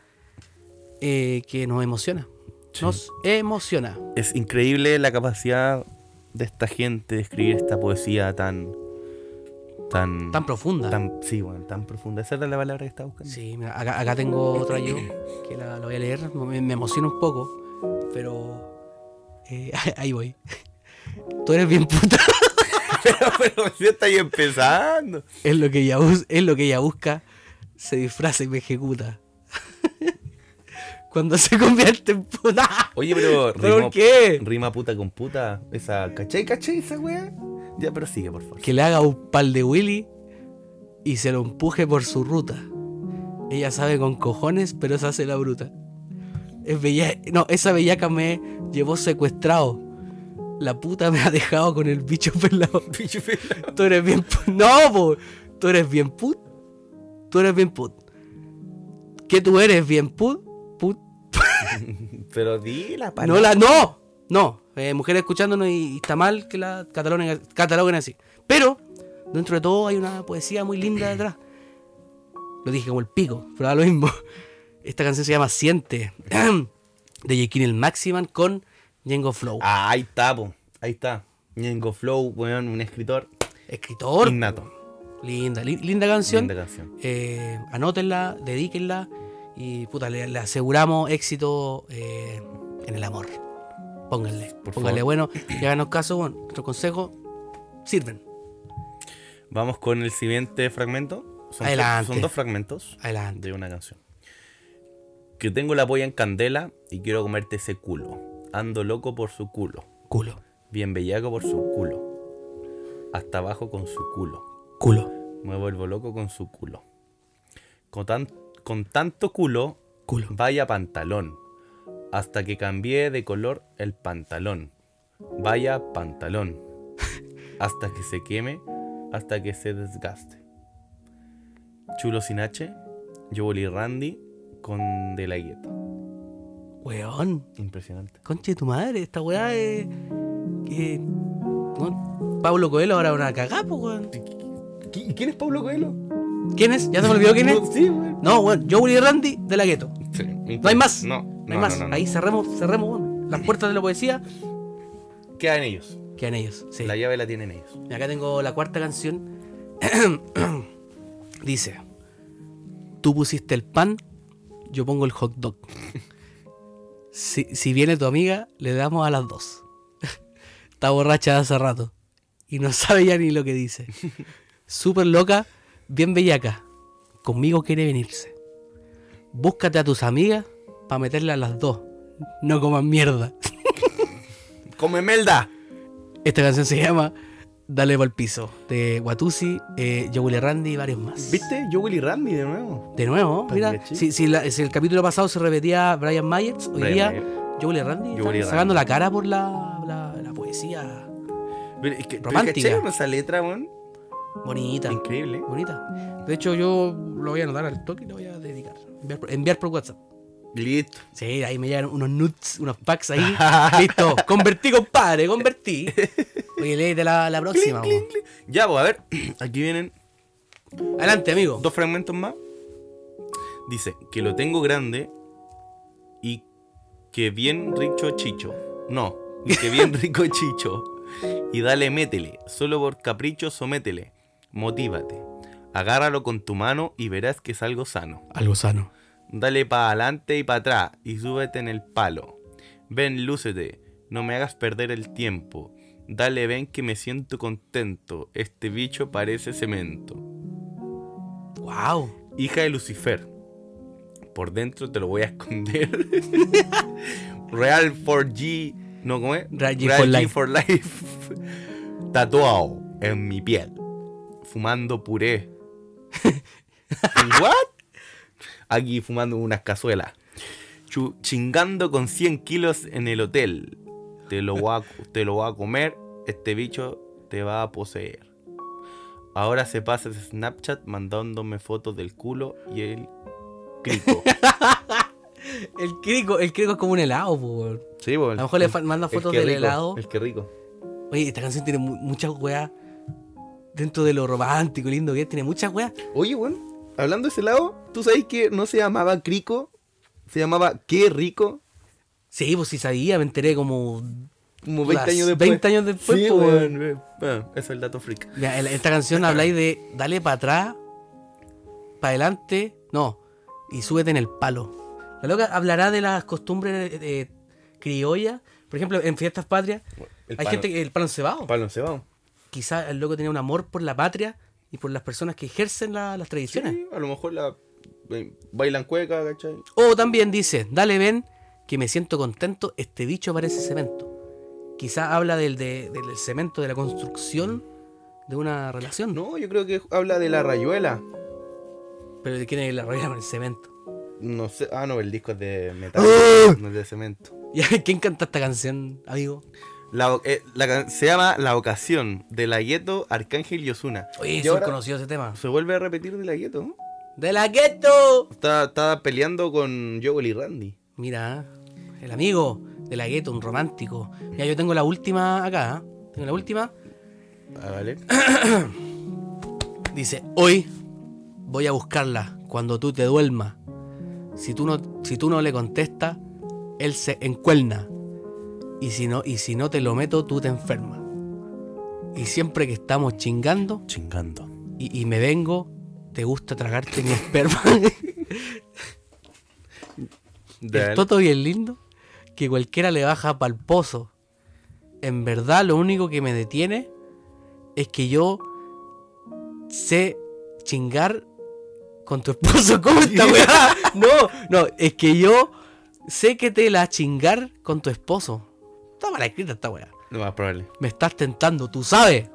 [SPEAKER 2] eh, que nos emociona. Nos emociona.
[SPEAKER 1] Es increíble la capacidad de esta gente de escribir esta poesía tan. tan.
[SPEAKER 2] Tan profunda.
[SPEAKER 1] tan- sí, bueno, tan profunda. Esa era la palabra que estaba buscando.
[SPEAKER 2] Sí, mira, acá, acá tengo otra yo que la, la voy a leer. Me, me emociona un poco, pero eh, ahí voy. Tú eres bien puta.
[SPEAKER 1] pero, pero si está ahí empezando.
[SPEAKER 2] Es lo que ella, bus- es lo que ella busca, se disfraza y me ejecuta. Cuando se convierte en puta.
[SPEAKER 1] Oye, pero.
[SPEAKER 2] ¿Por
[SPEAKER 1] rimó-
[SPEAKER 2] qué?
[SPEAKER 1] Rima puta con puta. Esa. ¿Cachai, cachai esa weá? Ya, pero sigue, por favor.
[SPEAKER 2] que le haga un pal de Willy y se lo empuje por su ruta. Ella sabe con cojones, pero se hace la bruta. Es bella... No, esa bellaca me llevó secuestrado. La puta me ha dejado con el bicho pelado. Tú eres bien put. No, po. Tú eres bien put. Tú eres bien put. ¿Qué tú eres bien put? Put.
[SPEAKER 1] Pero di la palabra.
[SPEAKER 2] No la. ¡No! No. Eh, mujeres escuchándonos y, y está mal que la cataloguen, cataloguen así. Pero, dentro de todo hay una poesía muy linda detrás. Lo dije como el pico, pero da lo mismo. Esta canción se llama Siente. de Jekyll el Maximan con Django Flow.
[SPEAKER 1] Ah, ahí está, po. Ahí está. Ñengo Flow, weón, un escritor
[SPEAKER 2] Escritor.
[SPEAKER 1] innato.
[SPEAKER 2] Linda, li- linda canción.
[SPEAKER 1] Linda canción.
[SPEAKER 2] Eh, anótenla, dedíquenla y puta, le, le aseguramos éxito eh, en el amor. Pónganle,
[SPEAKER 1] Por
[SPEAKER 2] pónganle
[SPEAKER 1] favor.
[SPEAKER 2] bueno y háganos caso, bueno, nuestros consejos sirven.
[SPEAKER 1] Vamos con el siguiente fragmento. Son,
[SPEAKER 2] Adelante.
[SPEAKER 1] son dos fragmentos
[SPEAKER 2] Adelante.
[SPEAKER 1] de una canción. Que tengo la polla en candela y quiero comerte ese culo. Ando loco por su culo.
[SPEAKER 2] Culo,
[SPEAKER 1] Bien bellaco por su culo. Hasta abajo con su culo.
[SPEAKER 2] culo,
[SPEAKER 1] Me vuelvo loco con su culo. Con, tan- con tanto culo,
[SPEAKER 2] culo.
[SPEAKER 1] vaya pantalón. Hasta que cambié de color el pantalón. Vaya pantalón. Hasta que se queme, hasta que se desgaste. Chulo sin H, yo volví Randy con De la Guieta.
[SPEAKER 2] Weón,
[SPEAKER 1] Impresionante.
[SPEAKER 2] conche tu madre, esta weá es. que- weón, Pablo Coelho ahora una cagá, po, weón.
[SPEAKER 1] ¿Y quién es Pablo Coelho?
[SPEAKER 2] ¿Quién es? ¿Ya se me olvidó quién es?
[SPEAKER 1] Sí, weón.
[SPEAKER 2] No, weón, yo y Randy de la gueto. No hay más.
[SPEAKER 1] No,
[SPEAKER 2] No, hay más. Ahí cerremos, cerremos weón, las puertas de la poesía.
[SPEAKER 1] Quedan ellos.
[SPEAKER 2] Quedan ellos. Sí.
[SPEAKER 1] La llave la tienen ellos.
[SPEAKER 2] Y Acá tengo la cuarta canción. Dice: Tú pusiste el pan, yo pongo el hot dog. Si, si viene tu amiga, le damos a las dos. Está borracha de hace rato y no sabe ya ni lo que dice. Súper loca, bien bellaca. Conmigo quiere venirse. Búscate a tus amigas para meterle a las dos. No coman mierda.
[SPEAKER 1] ¡Como Emelda!
[SPEAKER 2] Esta canción se llama Dale pa'l piso de Watusi, eh, Yogule Randy y varios más.
[SPEAKER 1] ¿Viste? Yo Willy Randy de nuevo.
[SPEAKER 2] De nuevo,
[SPEAKER 1] Para
[SPEAKER 2] mira,
[SPEAKER 1] que chique.
[SPEAKER 2] si, si la- si el capítulo pasado se repetía Brian Myers, hoy
[SPEAKER 1] Brian
[SPEAKER 2] día
[SPEAKER 1] Myers.
[SPEAKER 2] Yogule Randy
[SPEAKER 1] Yogule
[SPEAKER 2] está
[SPEAKER 1] Randy.
[SPEAKER 2] sacando la cara por la, la- la poesía
[SPEAKER 1] Pero es que, pero
[SPEAKER 2] Romántica.
[SPEAKER 1] ¿cachai? esa letra, weón.
[SPEAKER 2] bonita.
[SPEAKER 1] Increíble.
[SPEAKER 2] Bonita. De hecho, yo lo voy a anotar al toque y lo voy a dedicar. Enviar por, enviar por WhatsApp.
[SPEAKER 1] Listo.
[SPEAKER 2] Sí, ahí me llegan unos nuts, unos packs ahí. Listo. Convertí, compadre, convertí. Oye, léete la, la próxima.
[SPEAKER 1] Clink,
[SPEAKER 2] po.
[SPEAKER 1] clink, clink. Ya, pues a ver, aquí vienen
[SPEAKER 2] Adelante, amigo.
[SPEAKER 1] dos fragmentos más. Dice que lo tengo grande y que bien rico chicho. No, y que bien rico chicho. Y dale, métele. Solo por capricho, sométele. Motívate. Agárralo con tu mano y verás que es algo sano.
[SPEAKER 2] Algo sano.
[SPEAKER 1] Dale para adelante y para atrás y súbete en el palo. Ven, lúcete, no me hagas perder el tiempo. Dale, ven que me siento contento. Este bicho parece cemento.
[SPEAKER 2] ¡Wow!
[SPEAKER 1] Hija de Lucifer. Por dentro te lo voy a esconder. Real 4G. No, ¿cómo es?
[SPEAKER 2] Real G
[SPEAKER 1] Real
[SPEAKER 2] for
[SPEAKER 1] G
[SPEAKER 2] life.
[SPEAKER 1] for life. Tatuado en mi piel. Fumando puré. ¿What? Aquí fumando unas cazuelas. Chu- chingando con 100 kilos en el hotel. Te lo, va a, te lo va a comer. Este bicho te va a poseer. Ahora se pasa de Snapchat mandándome fotos del culo y el crico.
[SPEAKER 2] El crico, el crico es como un helado, po, weón.
[SPEAKER 1] Sí, bo, el-
[SPEAKER 2] A lo mejor le
[SPEAKER 1] el-
[SPEAKER 2] fa- manda
[SPEAKER 1] el
[SPEAKER 2] fotos
[SPEAKER 1] que
[SPEAKER 2] del
[SPEAKER 1] rico,
[SPEAKER 2] helado.
[SPEAKER 1] El que rico.
[SPEAKER 2] Oye, esta canción tiene mu- muchas weas. Dentro de lo romántico y lindo que es, tiene muchas weas.
[SPEAKER 1] Oye, weón, hablando de ese helado, ¿tú sabes que no se llamaba crico? Se llamaba qué rico.
[SPEAKER 2] Sí, pues sí sabía, me enteré como.
[SPEAKER 1] Como
[SPEAKER 2] Puta,
[SPEAKER 1] 20 años después.
[SPEAKER 2] 20 años después,
[SPEAKER 1] sí,
[SPEAKER 2] po,
[SPEAKER 1] weón. weón. Bueno, eso es el dato freak.
[SPEAKER 2] Mira, el- esta canción habláis de dale para atrás, para adelante, no, y súbete en el palo. La loca hablará de las costumbres eh, criollas. Por ejemplo, en fiestas patrias,
[SPEAKER 1] El
[SPEAKER 2] hay
[SPEAKER 1] palo-
[SPEAKER 2] gente que el palo encebado.
[SPEAKER 1] Palo encebado.
[SPEAKER 2] Quizás el loco tenía un amor por la patria y por las personas que ejercen la- las tradiciones.
[SPEAKER 1] Sí, a lo mejor la eh, bailan cueca, ¿cachai?
[SPEAKER 2] O también dice, dale ven, que me siento contento, este bicho parece cemento. Quizá habla del, de- del cemento, de la construcción de una relación,
[SPEAKER 1] No, yo creo que habla de la rayuela.
[SPEAKER 2] Pero de quién es la regla con el cemento.
[SPEAKER 1] No sé. Ah, no, el disco es de metal.
[SPEAKER 2] ¡Ah!
[SPEAKER 1] no es de cemento.
[SPEAKER 2] ¿Y a quién canta esta canción, amigo?
[SPEAKER 1] La, eh, la can- se llama La Ocasión de la Gueto, Arcángel y Osuna.
[SPEAKER 2] Oye,
[SPEAKER 1] Y
[SPEAKER 2] sí
[SPEAKER 1] ahora
[SPEAKER 2] conocido ese tema.
[SPEAKER 1] se vuelve a repetir de la Gueto. ¿no?
[SPEAKER 2] ¡De la gueto!
[SPEAKER 1] Está, está peleando con Joel y Randy.
[SPEAKER 2] Mira, el amigo de la gueto, un romántico. Ya yo tengo la última acá, ¿eh? tengo la última.
[SPEAKER 1] Ah, vale.
[SPEAKER 2] Dice, hoy voy a buscarla cuando tú te duermas. Si tú no, si tú no le contestas, él se encuerna. Y si no, y si no te lo meto, tú te enfermas. Y siempre que estamos chingando
[SPEAKER 1] Chingando.
[SPEAKER 2] y, y me vengo, te gusta tragarte mi esperma. El toto bien lindo, que cualquiera le baja pa'l pozo. En verdad, lo único que me detiene es que yo sé chingar con tu esposo. ¿Cómo esta weá? No, no, es que yo sé que te la chingar con tu esposo. Está mal escrita esta weá.
[SPEAKER 1] Lo más probable.
[SPEAKER 2] Me estás tentando, tú sabes.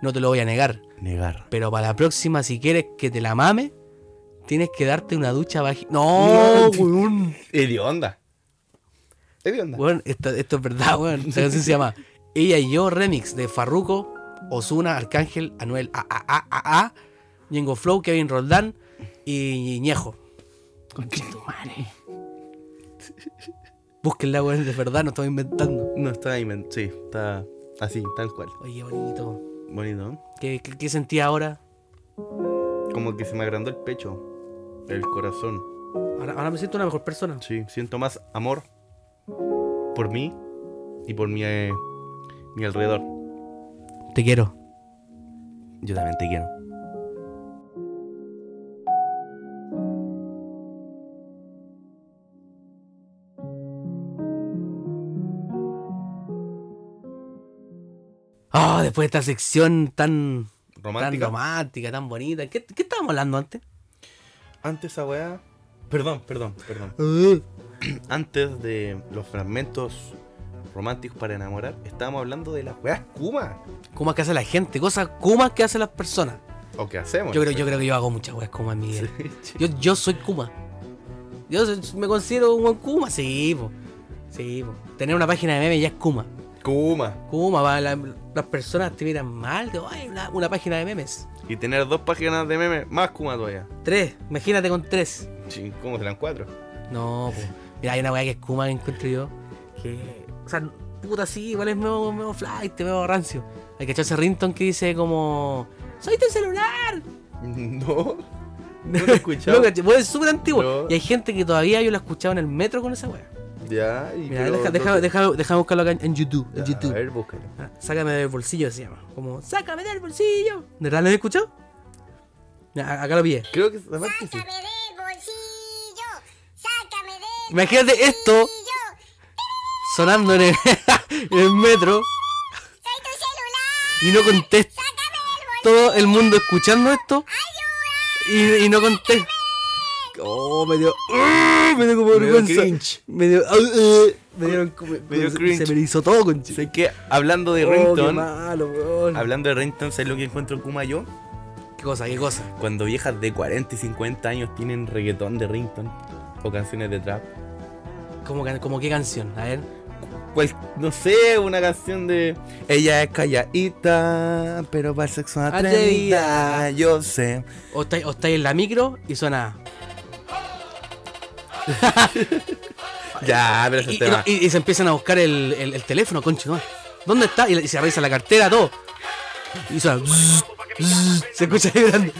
[SPEAKER 2] No te lo voy a negar.
[SPEAKER 1] Negar.
[SPEAKER 2] Pero para la próxima, si quieres que te la mame, tienes que darte una ducha baji. No, weón.
[SPEAKER 1] Hedionda. Hedionda.
[SPEAKER 2] Weón, esto, esto es verdad, weón. Esa canción se llama Ella y yo, remix de Farruko, Osuna, Arcángel, Anuel, A, A, A, A, A, Ñengo Flow, Kevin Roldán y Ñejo. Conche tu madre. Búsquenla, weón, de verdad, no estoy inventando.
[SPEAKER 1] No está ahí, men- sí, está así, tal cual.
[SPEAKER 2] Oye, bonito.
[SPEAKER 1] Bonito, ¿no?
[SPEAKER 2] ¿Qué, qué, qué sentí ahora?
[SPEAKER 1] Como que se me agrandó el pecho, el corazón.
[SPEAKER 2] ahora? Ahora me siento una mejor persona.
[SPEAKER 1] Sí, siento más amor por mí y por mi, eh, mi alrededor.
[SPEAKER 2] Te quiero.
[SPEAKER 1] Yo también te quiero.
[SPEAKER 2] Ah, después de esta sección tan
[SPEAKER 1] Romántica.
[SPEAKER 2] tan romántica, tan bonita. ¿Qué, qué estábamos hablando antes?
[SPEAKER 1] Antes esa weá. Perdón, perdón, perdón.
[SPEAKER 2] Eh.
[SPEAKER 1] Antes de los fragmentos románticos para enamorar, estábamos hablando de las weas Kuma.
[SPEAKER 2] Kumas que hace la gente, cosas Kumas que hacen las personas.
[SPEAKER 1] ¿O qué hacemos?
[SPEAKER 2] Yo creo, yo creo que yo hago muchas weas Kumas en mi vida.
[SPEAKER 1] Sí.
[SPEAKER 2] Yo, yo soy Kuma. Yo so- me considero un buen Kuma, sí, po. Sí, po. Tener una página de memes ya es Kuma.
[SPEAKER 1] Kuma.
[SPEAKER 2] Kuma, va, la- las personas te miran mal, te- ay, una, una página de memes.
[SPEAKER 1] Y tener dos páginas de memes, más Kuma todavía.
[SPEAKER 2] Tres, imagínate con tres.
[SPEAKER 1] Sí, ¿Cómo serán cuatro?
[SPEAKER 2] No, po. Mira, hay una wea que es Kuma que encuentro yo. Que. O sea, puta sí, igual es medio, medio flight, medio rancio. Hay que echarse Rinton que dice como. ¡Soy tu celular!
[SPEAKER 1] No. No lo he escuchado.
[SPEAKER 2] Loco, che, bueno, es súper antiguo.
[SPEAKER 1] No.
[SPEAKER 2] Y hay gente que todavía yo la escuchaba en el metro con esa wea.
[SPEAKER 1] Ya, y
[SPEAKER 2] Mira,
[SPEAKER 1] pero-
[SPEAKER 2] deja, deja, deja, deja buscarlo acá en, en YouTube. En
[SPEAKER 1] Ya, A
[SPEAKER 2] YouTube.
[SPEAKER 1] ver, búscalo.
[SPEAKER 2] Ah, Sácame del bolsillo se llama. Como, sácame del bolsillo. ¿De verdad lo has escuchado? Ya, acá lo pillé.
[SPEAKER 1] Creo que la parte sí.
[SPEAKER 4] Sácame del bolsillo, sácame del
[SPEAKER 2] Imagínate esto
[SPEAKER 4] bolsillo.
[SPEAKER 2] sonando en el, en el metro
[SPEAKER 4] Soy tu celular,
[SPEAKER 2] y no contesta.
[SPEAKER 4] sácame del bolsillo.
[SPEAKER 2] todo el mundo escuchando esto y, y no conté. Oh, me dio. ¡Ah! me dio como
[SPEAKER 1] Me dio
[SPEAKER 2] vergüenza.
[SPEAKER 1] cringe.
[SPEAKER 2] Me dio. ah, eh, me dieron como-
[SPEAKER 1] Me dio
[SPEAKER 2] se-
[SPEAKER 1] cringe.
[SPEAKER 2] Se me hizo todo con
[SPEAKER 1] Sé que hablando
[SPEAKER 2] Oh,
[SPEAKER 1] de Rington,
[SPEAKER 2] malo, weón.
[SPEAKER 1] hablando de Rington, ¿sabes lo que encuentro en Kuma yo?
[SPEAKER 2] ¿Qué cosa? ¿Qué cosa?
[SPEAKER 1] Cuando viejas de 40 y 50 años tienen reggaetón de Rington o canciones de trap.
[SPEAKER 2] ¿Cómo, can- cómo qué canción? A ver.
[SPEAKER 1] Pues, no sé, una canción de. Ella es calladita, pero para el sexo es atrevida. Yo sé.
[SPEAKER 2] O estáis, o estáis en la micro y suena.
[SPEAKER 1] Ya, pero ese
[SPEAKER 2] Y, y
[SPEAKER 1] tema.
[SPEAKER 2] no, y- y se empiezan a buscar el, el- el teléfono, conche, no. ¿Dónde está? Y, la- y se revisa la cartera, todo. Y suena. zzz, zzz, se escucha vibrando.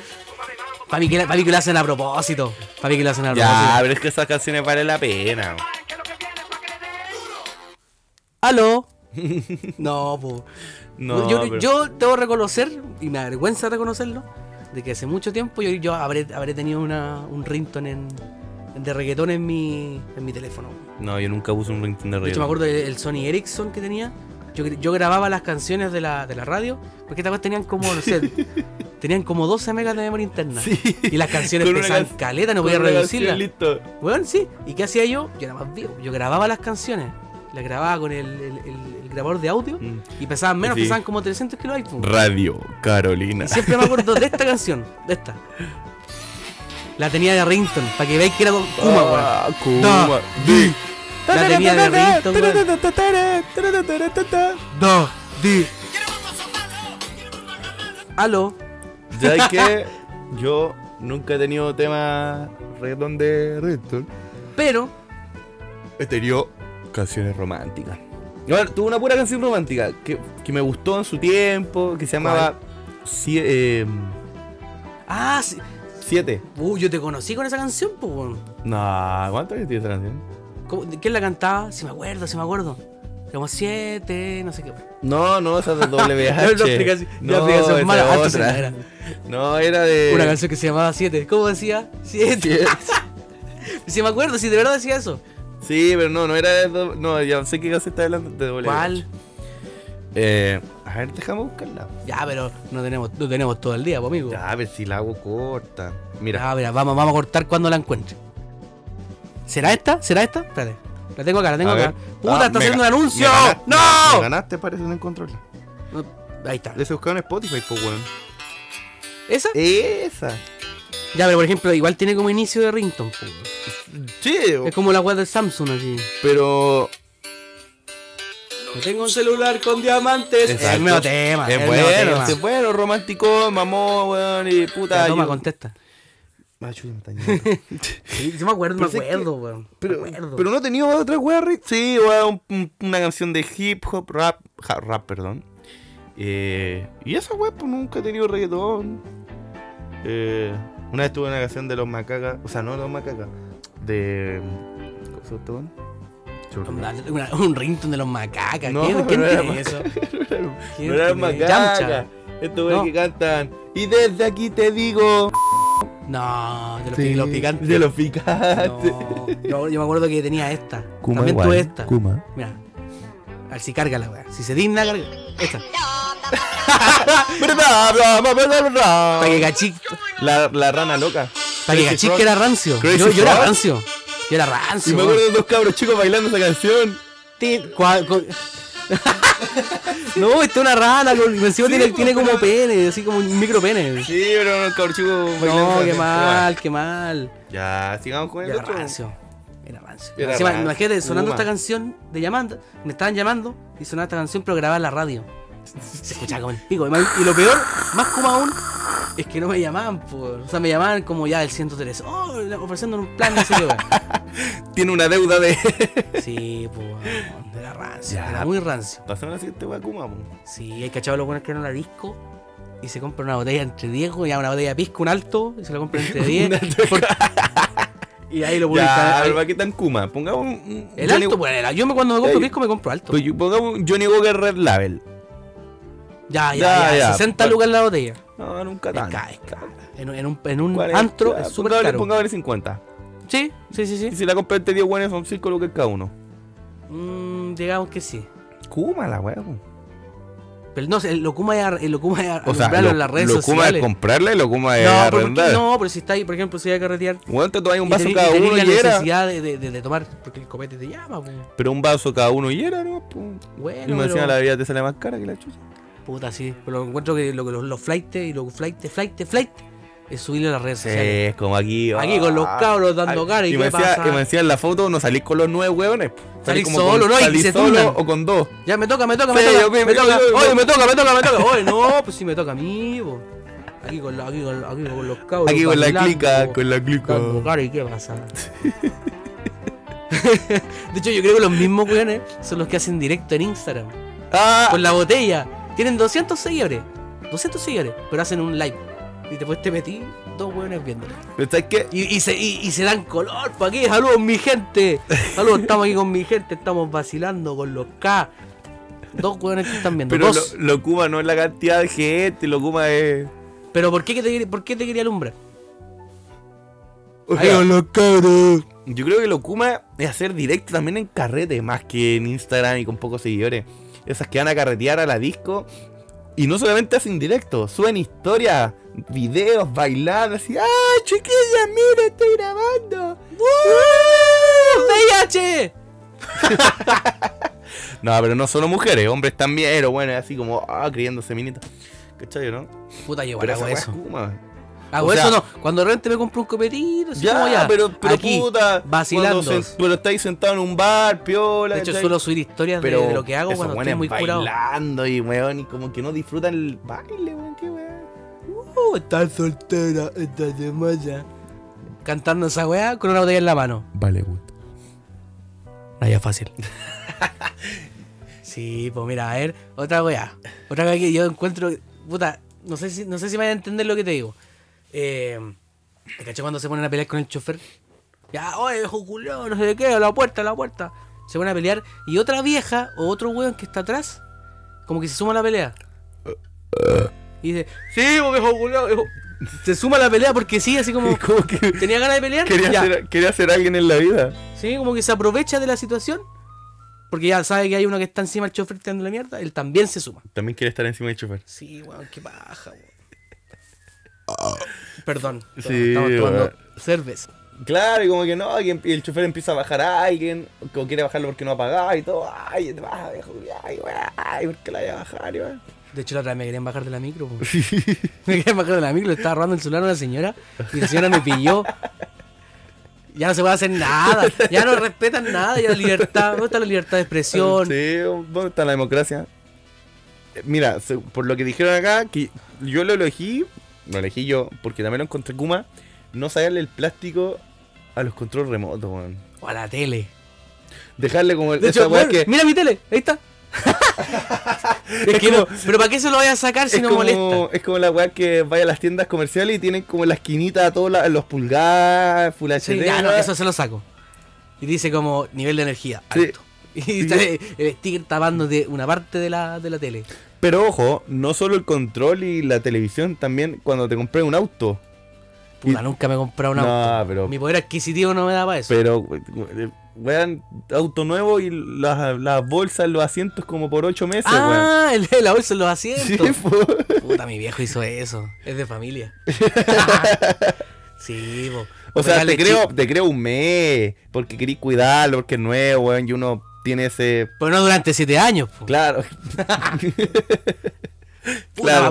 [SPEAKER 2] Para mí, que la- pa' mí que lo hacen a propósito. Para mí que lo hacen a propósito.
[SPEAKER 1] ya, pero es que esas canciones valen la pena.
[SPEAKER 2] ¡Aló! no, po.
[SPEAKER 1] No,
[SPEAKER 2] yo,
[SPEAKER 1] pero-
[SPEAKER 2] yo debo reconocer, y me avergüenza reconocerlo, de que hace mucho tiempo yo, yo habré, habré tenido una, un rington en, de reggaetón en mi, en mi teléfono.
[SPEAKER 1] No, yo nunca puse un ringtone de
[SPEAKER 2] De hecho,
[SPEAKER 1] reggaetón.
[SPEAKER 2] me acuerdo del Sony Ericsson que tenía. Yo, yo grababa las canciones de la, de la radio, porque esta vez tenían como, no sé, tenían como 12 megas de memoria interna. Y las canciones
[SPEAKER 1] Con una
[SPEAKER 2] pesaban
[SPEAKER 1] can-
[SPEAKER 2] caleta, no podía
[SPEAKER 1] Con una
[SPEAKER 2] reducirlas.
[SPEAKER 1] canción, Listo.
[SPEAKER 2] Bueno, sí. ¿Y qué hacía yo? Yo era más vivo. Yo grababa las canciones. Las grababa con el, el- el- el grabador de audio.
[SPEAKER 1] Mm.
[SPEAKER 2] Y pesaban menos,
[SPEAKER 1] Sí.
[SPEAKER 2] pesaban como 300 kilos iPhone.
[SPEAKER 1] Radio Carolina.
[SPEAKER 2] Y siempre me acuerdo de esta canción. De esta. La tenía de Rington. Para que veáis que era con Kuma, weón.
[SPEAKER 1] Ah, Kuma. Di.
[SPEAKER 2] La tenía de Rington, weón. Do, di. Aló.
[SPEAKER 1] Ya que yo nunca he tenido tema reggaetón de reggaetón.
[SPEAKER 2] Pero,
[SPEAKER 1] He tenido canciones románticas. Bueno, tuve una pura canción romántica que, que me gustó en su tiempo, que se llamaba Si- eh,
[SPEAKER 2] ah, sí.
[SPEAKER 1] Siete.
[SPEAKER 2] Uh, yo te conocí con esa canción, pues, weón.
[SPEAKER 1] No, ¿cuántos años tiene esa canción?
[SPEAKER 2] ¿Cómo- de ¿Quién la cantaba? Si me acuerdo, si me acuerdo. Como siete, no sé qué.
[SPEAKER 1] No, no, esa es de
[SPEAKER 2] Ya
[SPEAKER 1] WH.
[SPEAKER 2] es una aplicación- ya aplicación
[SPEAKER 1] esa es
[SPEAKER 2] mala, antes
[SPEAKER 1] otra.
[SPEAKER 2] era.
[SPEAKER 1] No, era de.
[SPEAKER 2] Una canción que se llamaba Siete. ¿Cómo decía? Siete. Si me acuerdo, si de verdad decía eso.
[SPEAKER 1] Sí, pero no, no era de. do- No, ya sé qué canción está hablando de WH.
[SPEAKER 2] ¿Cuál?
[SPEAKER 1] Eh, a ver, déjame buscarla.
[SPEAKER 2] Ya, pero no tenemos, no tenemos todo el día, pues, amigo.
[SPEAKER 1] Ya, a ver si la hago corta. Mira,
[SPEAKER 2] Ya, mira, vamos, vamos a cortar cuando la encuentre. ¿Será esta? ¿Será esta? Espérate. La tengo acá, la tengo
[SPEAKER 1] A
[SPEAKER 2] acá.
[SPEAKER 1] ver.
[SPEAKER 2] ¡Puta,
[SPEAKER 1] Ah,
[SPEAKER 2] está
[SPEAKER 1] me
[SPEAKER 2] haciendo un
[SPEAKER 1] ga-
[SPEAKER 2] anuncio!
[SPEAKER 1] me gana-
[SPEAKER 2] ¡No!
[SPEAKER 1] Me ganaste, parece, no encontrarla.
[SPEAKER 2] No, Ahí está.
[SPEAKER 1] Le he buscado en Spotify, pues, weón.
[SPEAKER 2] ¿Esa?
[SPEAKER 1] Esa.
[SPEAKER 2] Ya, pero por ejemplo, igual tiene como inicio de ringtone. po.
[SPEAKER 1] Sí,
[SPEAKER 2] Es como la web de Samsung así.
[SPEAKER 1] pero.
[SPEAKER 2] No tengo un celular con diamantes. Es
[SPEAKER 1] Exacto.
[SPEAKER 2] el nuevo tema.
[SPEAKER 1] Es
[SPEAKER 2] el nuevo
[SPEAKER 1] bueno,
[SPEAKER 2] tema.
[SPEAKER 1] es bueno, romántico, mamó, weón, y puta.
[SPEAKER 2] Ya, toma,
[SPEAKER 1] yo-
[SPEAKER 2] contesta.
[SPEAKER 1] Ah, chuta, me está llamando.
[SPEAKER 2] Sí, sí me acuerdo, me
[SPEAKER 1] Pero sé que-
[SPEAKER 2] acuerdo, weón.
[SPEAKER 1] Pero,
[SPEAKER 2] me acuerdo.
[SPEAKER 1] pero no tenía otra wea, Rick. Sí, wea, un- un- una canción de hip hop, rap, ja, rap, perdón. Eh, y esa wea, pues nunca he tenido reggaetón. Eh, una vez tuve una canción de los macacas, o sea, no los macacas, de. ¿Cómo se llama este weón?
[SPEAKER 2] Onda, una- un ringtone de los macacas.
[SPEAKER 1] No,
[SPEAKER 2] ¿Quién,
[SPEAKER 1] no
[SPEAKER 2] quién
[SPEAKER 1] era
[SPEAKER 2] tiene
[SPEAKER 1] macaca.
[SPEAKER 2] eso? ¿Quién
[SPEAKER 1] No eran
[SPEAKER 2] tiene-
[SPEAKER 1] macacas.
[SPEAKER 2] Yamcha.
[SPEAKER 1] Estos weones
[SPEAKER 2] No.
[SPEAKER 1] que cantan. Y desde aquí te digo.
[SPEAKER 2] No, de los,
[SPEAKER 1] Sí,
[SPEAKER 2] pi- los picantes.
[SPEAKER 1] De los picantes.
[SPEAKER 2] No, yo, yo me acuerdo que tenía esta.
[SPEAKER 1] Kuma
[SPEAKER 2] También
[SPEAKER 1] igual,
[SPEAKER 2] tuve esta.
[SPEAKER 1] Kuma.
[SPEAKER 2] Mira. A ver si carga la weá. Si se digna, carga. Esta.
[SPEAKER 1] Verdad, bla, bla, bla, bla, bla.
[SPEAKER 2] Para que cachí.
[SPEAKER 1] La, la rana loca.
[SPEAKER 2] Para que
[SPEAKER 1] Crazy
[SPEAKER 2] cachí
[SPEAKER 1] Frog.
[SPEAKER 2] que era rancio.
[SPEAKER 1] Crazy
[SPEAKER 2] Yo, yo era
[SPEAKER 1] Frog.
[SPEAKER 2] rancio. Yo era rancio.
[SPEAKER 1] Y me
[SPEAKER 2] weón.
[SPEAKER 1] acuerdo de dos cabros chicos bailando esa canción.
[SPEAKER 2] Tin, cua- co- no, esta es una rana. con- Encima
[SPEAKER 1] Sí,
[SPEAKER 2] tiene,
[SPEAKER 1] pues,
[SPEAKER 2] tiene como
[SPEAKER 1] pero-
[SPEAKER 2] pene, así como un micro pene.
[SPEAKER 1] Sí, pero unos cabros chicos bailando.
[SPEAKER 2] No,
[SPEAKER 1] esa
[SPEAKER 2] qué
[SPEAKER 1] canción.
[SPEAKER 2] mal, qué mal.
[SPEAKER 1] Ya, sigamos con el
[SPEAKER 2] Era
[SPEAKER 1] otro.
[SPEAKER 2] rancio. Era rancio.
[SPEAKER 1] Era
[SPEAKER 2] Encima,
[SPEAKER 1] rancio.
[SPEAKER 2] imagínate, sonando
[SPEAKER 1] Puma.
[SPEAKER 2] esta canción de llamando. Me estaban llamando y sonaba esta canción, pero grababa en la radio. Se escuchaba como el pico. Y más- y lo peor, más como aún, es que no me llamaban, por, o sea, me llamaban como ya del 103. Oh, le- ofreciendo un plan, no sé qué, weón.
[SPEAKER 1] Tiene una deuda de.
[SPEAKER 2] Sí, pues, era rancio,
[SPEAKER 1] Ya.
[SPEAKER 2] era muy rancio.
[SPEAKER 1] Pasamos a la siguiente wea, Kuma, po.
[SPEAKER 2] Sí, hay cachado los buenos que no la disco. Y se compra una botella entre 10, ya una botella de pisco, un alto, y se la compra entre 10. por- y ahí lo publican.
[SPEAKER 1] Ya,
[SPEAKER 2] ahí-
[SPEAKER 1] pero ¿para qué tan Kuma? Pongamos un. un
[SPEAKER 2] El
[SPEAKER 1] Johnny-
[SPEAKER 2] alto, pues, el- yo me, cuando me compro
[SPEAKER 1] Ya,
[SPEAKER 2] pisco me compro alto.
[SPEAKER 1] pues, Pongamos un Johnny Walker Red Label.
[SPEAKER 2] Ya, ya,
[SPEAKER 1] ya,
[SPEAKER 2] ya.
[SPEAKER 1] ya,
[SPEAKER 2] 60
[SPEAKER 1] pues.
[SPEAKER 2] lucas la botella.
[SPEAKER 1] No, nunca
[SPEAKER 2] Es
[SPEAKER 1] tan.
[SPEAKER 2] ca- es caro. En, un- en un, en un
[SPEAKER 1] 40,
[SPEAKER 2] antro
[SPEAKER 1] ya, pues,
[SPEAKER 2] es súper
[SPEAKER 1] pongámosle-
[SPEAKER 2] caro.
[SPEAKER 1] Pongámosle 50.
[SPEAKER 2] Sí, sí, sí,
[SPEAKER 1] Y
[SPEAKER 2] sí.
[SPEAKER 1] si la compré entre 10 buenas son 5 lucas cada uno.
[SPEAKER 2] Mm, digamos que sí.
[SPEAKER 1] Kuma la wea, po.
[SPEAKER 2] Pero no, el Locuma es, ar- el Locuma es ar-
[SPEAKER 1] O sea,
[SPEAKER 2] alumbrarlo
[SPEAKER 1] lo,
[SPEAKER 2] en las redes
[SPEAKER 1] lo Kuma es
[SPEAKER 2] sociales.
[SPEAKER 1] comprarla y lo Kuma es
[SPEAKER 2] no, pero ¿por
[SPEAKER 1] arrendar.
[SPEAKER 2] qué no, pero si está ahí, por ejemplo, si hay que carretear.
[SPEAKER 1] Bueno, te tomáis un
[SPEAKER 2] y
[SPEAKER 1] vaso
[SPEAKER 2] tení-
[SPEAKER 1] cada
[SPEAKER 2] y tení
[SPEAKER 1] uno
[SPEAKER 2] la
[SPEAKER 1] y era.
[SPEAKER 2] necesidad de, de- de- de tomar, porque el copete te llama, pues.
[SPEAKER 1] Pero un vaso cada uno y era, ¿no? Po. y
[SPEAKER 2] Bueno,
[SPEAKER 1] me encima
[SPEAKER 2] pero-
[SPEAKER 1] la vida te sale más cara que la chucha.
[SPEAKER 2] puta, sí. Pero encuentro que lo, que los, los flightes y los flightes, flightes, flightes, es subirlo a las redes sociales.
[SPEAKER 1] es como aquí. ah,
[SPEAKER 2] Aquí con los cabros dando
[SPEAKER 1] Ay,
[SPEAKER 2] cara, ¿y
[SPEAKER 1] y me
[SPEAKER 2] qué pasa?
[SPEAKER 1] decía, y me decía en la foto, no salís con los nueve hueones. po.
[SPEAKER 2] Salís
[SPEAKER 1] como
[SPEAKER 2] solo,
[SPEAKER 1] con-
[SPEAKER 2] ¿no? Y
[SPEAKER 1] Salís
[SPEAKER 2] se
[SPEAKER 1] solo
[SPEAKER 2] turnan.
[SPEAKER 1] o con dos.
[SPEAKER 2] Ya, me toca, me toca, me
[SPEAKER 1] Sí,
[SPEAKER 2] toca.
[SPEAKER 1] yo me-
[SPEAKER 2] me toca.
[SPEAKER 1] yo-
[SPEAKER 2] Oye, me toca, me toca, me toca. Oye, no, pues sí me toca a mí, po. Aquí con, la- aquí con, aquí con los cabros.
[SPEAKER 1] Aquí con la
[SPEAKER 2] bailando,
[SPEAKER 1] clica,
[SPEAKER 2] po.
[SPEAKER 1] con la clica.
[SPEAKER 2] Dando cara, ¿y qué pasa? De hecho, yo creo que los mismos weones son los que hacen directo en Instagram.
[SPEAKER 1] Ah,
[SPEAKER 2] Con la botella. Tienen 200 seguidores. 200 seguidores, pero hacen un live. Y después te metí dos weones viéndolo.
[SPEAKER 1] pero ¿sabes qué?
[SPEAKER 2] Y, y se, y, y se dan color, pa' aquí, saludos mi gente. Saludos, estamos aquí con mi gente, estamos vacilando con los K. Dos hueones que están viendo.
[SPEAKER 1] Pero lo,
[SPEAKER 2] dos.
[SPEAKER 1] lo Kuma no es la cantidad de gente, lo Kuma es.
[SPEAKER 2] Pero ¿por qué, que te, por qué te quería alumbrar?
[SPEAKER 1] O
[SPEAKER 2] Ahí
[SPEAKER 1] sea,
[SPEAKER 2] con los cabros.
[SPEAKER 1] Yo creo que lo Kuma es hacer directo también en carrete, más que en Instagram y con pocos seguidores. Esas que van a carretear a la disco. Y no solamente hacen directo, suben historias, videos, bailadas, así. ¡Ay, chiquilla, mira, estoy grabando! ¡Uh!
[SPEAKER 2] VIH.
[SPEAKER 1] No, pero no solo mujeres, hombres también, pero bueno, así como, ah, creyéndose minita. ¿Cachai, no?
[SPEAKER 2] Puta, yo igual
[SPEAKER 1] Pero esa
[SPEAKER 2] hago
[SPEAKER 1] weá es
[SPEAKER 2] eso.
[SPEAKER 1] Kuma.
[SPEAKER 2] Hago
[SPEAKER 1] o sea-
[SPEAKER 2] eso no. Cuando de repente me compro un copetito, así
[SPEAKER 1] Ya,
[SPEAKER 2] Pues como ya.
[SPEAKER 1] pero, pero
[SPEAKER 2] aquí,
[SPEAKER 1] puta.
[SPEAKER 2] Vacilando.
[SPEAKER 1] cuando se- pero estáis sentado en un bar, piola.
[SPEAKER 2] de hecho,
[SPEAKER 1] ¿cachai?
[SPEAKER 2] suelo subir historias de- de, lo que hago
[SPEAKER 1] esos
[SPEAKER 2] cuando estoy
[SPEAKER 1] weones
[SPEAKER 2] muy curado.
[SPEAKER 1] bailando y weón, y como que no disfrutan el baile, weón, qué weón.
[SPEAKER 2] Uh, estás soltera, estás de moda. Cantando esa weá con una botella en la mano.
[SPEAKER 1] Vale, weón.
[SPEAKER 2] Nadie es fácil. sí, pues mira, a ver, otra weá. Otra weá que yo encuentro. Puta, no sé si, no sé si me vas a entender lo que te digo. Eh, ¿Te caché cuando se ponen a pelear con el chofer? Ya, oye, viejo culón, no sé de qué, a la puerta, a la puerta. Se van a pelear. Y otra vieja o otro weón que está atrás, como que se suma a la pelea. Y dice, sí, vos, viejo culón. viejo". Se suma a la pelea porque sí, así como.
[SPEAKER 1] Como que
[SPEAKER 2] Tenía ganas de pelear.
[SPEAKER 1] quería
[SPEAKER 2] ya.
[SPEAKER 1] ser, quería ser alguien en la vida.
[SPEAKER 2] Sí, como que se aprovecha de la situación. Porque ya sabe que hay uno que está encima del chofer tirando la mierda. Él también se suma.
[SPEAKER 1] También quiere estar encima del chofer.
[SPEAKER 2] Sí, weón, qué paja, weón. Perdón,
[SPEAKER 1] Sí,
[SPEAKER 2] estamos tomando
[SPEAKER 1] weón.
[SPEAKER 2] cerveza.
[SPEAKER 1] Claro, y como que no, y em- y el chofer empieza a bajar a alguien, como quiere bajarlo porque no ha pagado y todo. Ay, te baja, viejo, ay, güey, ay, ¿por qué la voy a bajar, güey?
[SPEAKER 2] De hecho, la otra vez me querían bajar de la micro. po. Me querían bajar de la micro, le estaba robando el celular a una señora y la señora me pilló. Ya no se puede hacer nada, ya no respetan nada, ya la libertad, ¿dónde está la libertad de expresión?
[SPEAKER 1] Sí, ¿dónde está la democracia? Eh, Mira, se- por lo que dijeron acá, que yo lo elegí, lo elegí yo, porque también lo encontré Kuma, no sacarle el plástico a los controles remotos, weón.
[SPEAKER 2] O a la tele.
[SPEAKER 1] Dejarle como el,
[SPEAKER 2] De hecho,
[SPEAKER 1] esa weá
[SPEAKER 2] weón,
[SPEAKER 1] que
[SPEAKER 2] mira mi tele, ahí está. es que no, pero ¿para qué se lo vaya a sacar si
[SPEAKER 1] es
[SPEAKER 2] no
[SPEAKER 1] como,
[SPEAKER 2] molesta?
[SPEAKER 1] es como la weá que vaya a las tiendas comerciales y tienen como en la esquinita todos la- los pulgadas, full
[SPEAKER 2] Sí,
[SPEAKER 1] HD,
[SPEAKER 2] ya, no,
[SPEAKER 1] weá.
[SPEAKER 2] eso se lo saco. Y dice como nivel de energía,
[SPEAKER 1] Sí.
[SPEAKER 2] alto. Y está el el sticker tapando de una parte de la, de la tele.
[SPEAKER 1] Pero ojo, no solo el control y la televisión, también cuando te compré un auto.
[SPEAKER 2] Puta,
[SPEAKER 1] Y-
[SPEAKER 2] nunca me he comprado una.
[SPEAKER 1] No, pero
[SPEAKER 2] Mi poder adquisitivo no me da para eso.
[SPEAKER 1] Pero, eh, weón, auto nuevo y las, las bolsas, los asientos como por ocho meses, weón.
[SPEAKER 2] ah, el de la bolsa en los asientos.
[SPEAKER 1] Sí, po.
[SPEAKER 2] Puta, mi viejo hizo eso. Es de familia. sí, po.
[SPEAKER 1] O sea,
[SPEAKER 2] Pegarle
[SPEAKER 1] te creo,
[SPEAKER 2] chi-
[SPEAKER 1] te creo un mes, porque querí cuidarlo, porque es nuevo, weón, y uno tiene ese...
[SPEAKER 2] Pero no durante siete años, po.
[SPEAKER 1] Claro.
[SPEAKER 2] Puta,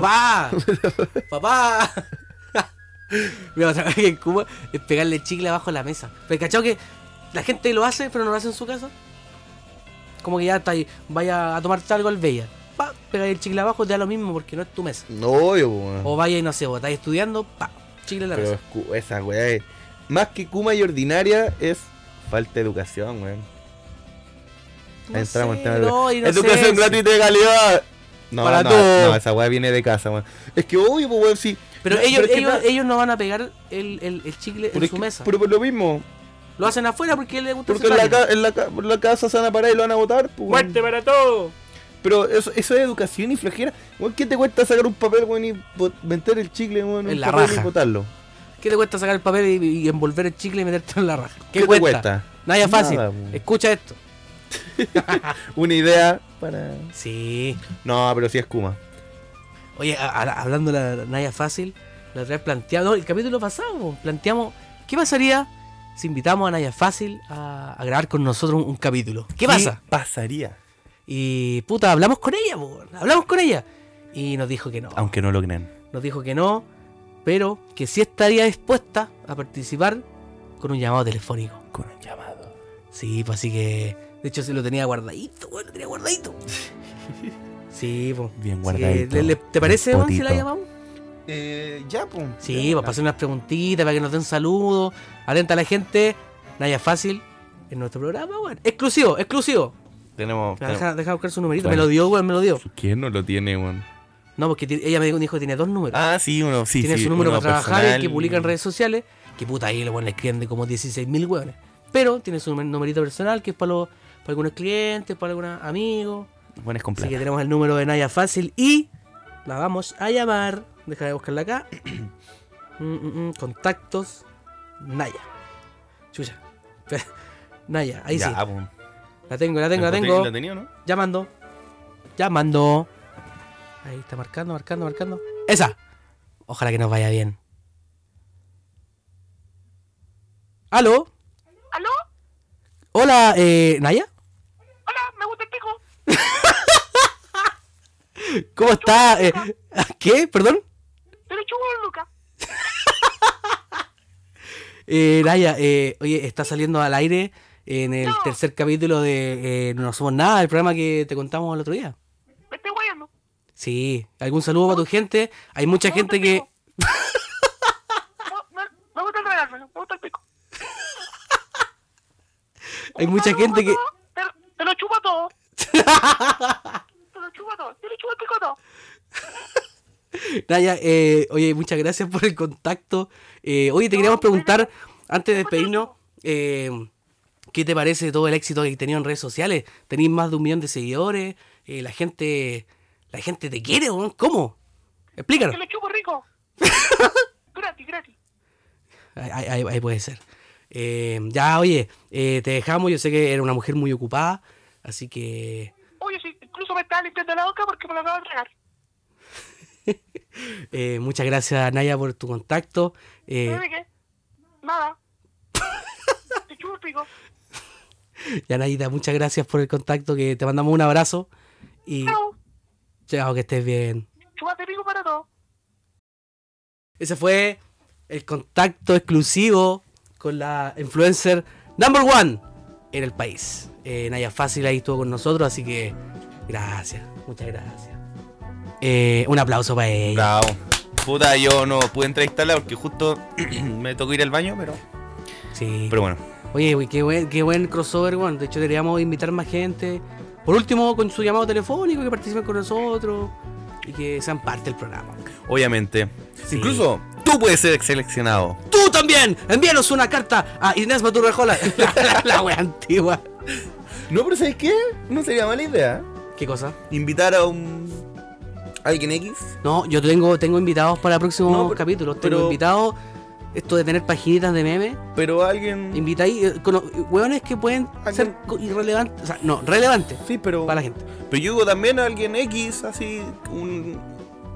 [SPEAKER 1] claro.
[SPEAKER 2] papá. papá. Mira, otra vez que en Cuba es pegarle chicle abajo de la mesa. Pero cachado que la gente lo hace, pero no lo hace en su casa. Como que ya está ahí, vaya a tomarte algo al bella. Pa, pegar el chicle abajo te da lo mismo porque no es tu mesa.
[SPEAKER 1] No, yo, weón.
[SPEAKER 2] O vaya y no sé, vos estás estudiando, pa, chicle en Oh, la
[SPEAKER 1] Pero
[SPEAKER 2] mesa.
[SPEAKER 1] es cu- esa, weá es- Más que Kuma y ordinaria, es falta de educación, weón.
[SPEAKER 2] No
[SPEAKER 1] Entramos
[SPEAKER 2] sé,
[SPEAKER 1] en tema de
[SPEAKER 2] no,
[SPEAKER 1] educación.
[SPEAKER 2] inocencia.
[SPEAKER 1] Educación gratuita de calidad. No,
[SPEAKER 2] Para
[SPEAKER 1] no,
[SPEAKER 2] todos.
[SPEAKER 1] no, esa weá viene de casa, weón. Es que obvio, pues, weón, sí.
[SPEAKER 2] Pero
[SPEAKER 1] No,
[SPEAKER 2] ellos,
[SPEAKER 1] es que
[SPEAKER 2] ellos,
[SPEAKER 1] pa-
[SPEAKER 2] ellos no van a pegar el, el, el chicle
[SPEAKER 1] pero
[SPEAKER 2] en
[SPEAKER 1] es
[SPEAKER 2] su
[SPEAKER 1] que-
[SPEAKER 2] mesa.
[SPEAKER 1] Pero por lo mismo.
[SPEAKER 2] Lo hacen afuera porque les gusta
[SPEAKER 1] Porque
[SPEAKER 2] ese
[SPEAKER 1] en la,
[SPEAKER 2] patio.
[SPEAKER 1] ca- en la ca- en la casa se van a parar y lo van a votar, pues. weón.
[SPEAKER 2] para todos!
[SPEAKER 1] Pero eso, eso es educación y flojera. Weón, ¿qué te cuesta sacar un papel, weón, y bot- meter el chicle, weón,
[SPEAKER 2] En
[SPEAKER 1] un
[SPEAKER 2] la
[SPEAKER 1] papel
[SPEAKER 2] raja.
[SPEAKER 1] y botarlo?
[SPEAKER 2] ¿Qué te cuesta sacar el papel y, y envolver el chicle y meterte en la raja?
[SPEAKER 1] ¿Qué te cuesta?
[SPEAKER 2] Nada es fácil.
[SPEAKER 1] Nada, po.
[SPEAKER 2] Escucha esto.
[SPEAKER 1] Una idea para.
[SPEAKER 2] Sí.
[SPEAKER 1] No, pero sí es Kuma.
[SPEAKER 2] Oye, a- a- hablando de la Naya Fácil, la otra vez planteamos, no, el capítulo pasado, po, planteamos, ¿qué pasaría si invitamos a Naya Fácil a, a grabar con nosotros un, un capítulo? ¿Qué pasa?
[SPEAKER 1] Pasaría.
[SPEAKER 2] Y puta, hablamos con ella, po, hablamos con ella. Y nos dijo que no.
[SPEAKER 1] Aunque no lo crean.
[SPEAKER 2] Nos dijo que no, pero que sí estaría dispuesta a participar con un llamado telefónico.
[SPEAKER 1] Con un llamado.
[SPEAKER 2] Sí, pues así que. De hecho, se lo tenía guardadito, weón, lo tenía guardadito. Sí, pues.
[SPEAKER 1] Bien
[SPEAKER 2] Así que,
[SPEAKER 1] guardadito,
[SPEAKER 2] le- le- ¿Te parece,
[SPEAKER 1] bien
[SPEAKER 2] weón, si la
[SPEAKER 1] potito.
[SPEAKER 2] llamamos?
[SPEAKER 1] Eh, ya, pues.
[SPEAKER 2] Sí, pues para hacer unas preguntitas, para que nos den saludos. Atenta a la gente. Naya Fácil en nuestro programa, weón. Exclusivo, exclusivo.
[SPEAKER 1] Tenemos.
[SPEAKER 2] Me Deja, deja buscar su numerito.
[SPEAKER 1] Bueno.
[SPEAKER 2] Me lo dio, weón, me lo dio.
[SPEAKER 1] ¿Quién no lo tiene, weón?
[SPEAKER 2] No, porque ti- ella me dijo- dijo que tiene dos números.
[SPEAKER 1] Ah, sí, uno, sí.
[SPEAKER 2] tiene
[SPEAKER 1] sí,
[SPEAKER 2] su número
[SPEAKER 1] uno
[SPEAKER 2] para trabajar y el que
[SPEAKER 1] personal.
[SPEAKER 2] publica en redes sociales. Que puta, ahí bueno, le escriben de como 16.000 hueones. Pero tiene su numer- numerito personal que es para, los, para algunos clientes, para algunos amigos.
[SPEAKER 1] Buenas con
[SPEAKER 2] Así que
[SPEAKER 1] plata.
[SPEAKER 2] tenemos el número de Naya Fácil y la vamos a llamar. Deja de buscarla acá. Mm, mm, mm, contactos. Naya. Chucha. Espera. Naya, ahí
[SPEAKER 1] Ya,
[SPEAKER 2] sí.
[SPEAKER 1] po.
[SPEAKER 2] La tengo, la tengo, la
[SPEAKER 1] ¿Lo te-
[SPEAKER 2] tengo.
[SPEAKER 1] ¿Lo tenía o no?
[SPEAKER 2] Llamando. Llamando. Ahí está marcando, marcando, marcando. ¡Esa! Ojalá que nos vaya bien. ¿Aló?
[SPEAKER 5] ¿Aló?
[SPEAKER 2] Hola, eh, Naya.
[SPEAKER 5] Hola, me gusta el pico.
[SPEAKER 2] ¿Cómo está? Eh, ¿Qué? ¿Perdón?
[SPEAKER 5] Te lo chupo, Luca.
[SPEAKER 2] Eh, Naya, eh, oye, está saliendo al aire en el tercer capítulo de eh, No Somos Nada, el programa que te contamos el otro día.
[SPEAKER 5] Me estoy guayando.
[SPEAKER 2] Sí, algún saludo para tu gente. Hay mucha
[SPEAKER 5] No,
[SPEAKER 2] gente que...
[SPEAKER 5] tampoco. Me, me- me gusta el regalarme, me gusta el pico.
[SPEAKER 2] Hay mucha
[SPEAKER 5] Te lo
[SPEAKER 2] gente que...
[SPEAKER 5] chupo todo, Te, te lo chupo todo. te lo chupo todo. Te lo chupo el pico todo.
[SPEAKER 2] Naya, eh, oye, muchas gracias por el contacto. Eh, oye, te queríamos preguntar, antes de despedirnos, eh, ¿qué te parece todo el éxito que tenías en redes sociales? Tenéis más de un millón de seguidores, eh, la gente la gente te quiere, weón. ¿cómo? Explícanos.
[SPEAKER 5] Que lo chupo rico. gratis, gratis.
[SPEAKER 2] Ahí, ahí- ahí puede ser. Eh, ya, oye, eh, te dejamos. Yo sé que era una mujer muy ocupada, así que
[SPEAKER 5] Oye, sí, incluso me estaba limpiando la boca porque me lo acabo de tragar.
[SPEAKER 2] eh, muchas gracias, Naya, por tu contacto. Eh,
[SPEAKER 5] ¿Sabes de qué? Nada. Te chupo rico.
[SPEAKER 2] ya, Nayita, muchas gracias por el contacto. Que te mandamos un abrazo y
[SPEAKER 5] Chao.
[SPEAKER 2] chao, que estés bien.
[SPEAKER 5] Chúpate rico para todo.
[SPEAKER 2] Ese fue el contacto exclusivo con la influencer number one en el país. Eh, Naya Fácil ahí estuvo con nosotros, así que gracias, muchas gracias. Eh, un aplauso para ella.
[SPEAKER 1] Bravo. Puta, yo no pude entrevistarla porque justo me tocó ir al baño, pero.
[SPEAKER 2] Sí.
[SPEAKER 1] Pero bueno.
[SPEAKER 2] Oye, güey, qué buen, qué buen crossover, weón. De hecho, deberíamos invitar más gente. Por último, con su llamado telefónico, que participen con nosotros y que sean parte del programa.
[SPEAKER 1] Obviamente.
[SPEAKER 2] Sí.
[SPEAKER 1] Incluso tú puedes ser seleccionado.
[SPEAKER 2] ¡Tú también! Envíanos una carta a Inés Maturrejola. la, la, la wea antigua.
[SPEAKER 1] No, pero ¿sabes qué? No sería mala idea.
[SPEAKER 2] ¿Qué cosa?
[SPEAKER 1] Invitar a un. alguien X.
[SPEAKER 2] No, yo tengo, tengo invitados para próximos
[SPEAKER 1] No, pero-
[SPEAKER 2] capítulos. Tengo
[SPEAKER 1] pero-
[SPEAKER 2] invitados. Esto de tener paginitas de meme.
[SPEAKER 1] Pero alguien.
[SPEAKER 2] Invitáis eh, cono- hueones que pueden
[SPEAKER 1] Mm. Alguien-
[SPEAKER 2] ser co- irrelevantes. O sea, no, relevantes
[SPEAKER 1] Sí, pero.
[SPEAKER 2] para la gente.
[SPEAKER 1] Pero yo digo también a alguien X, así. Un.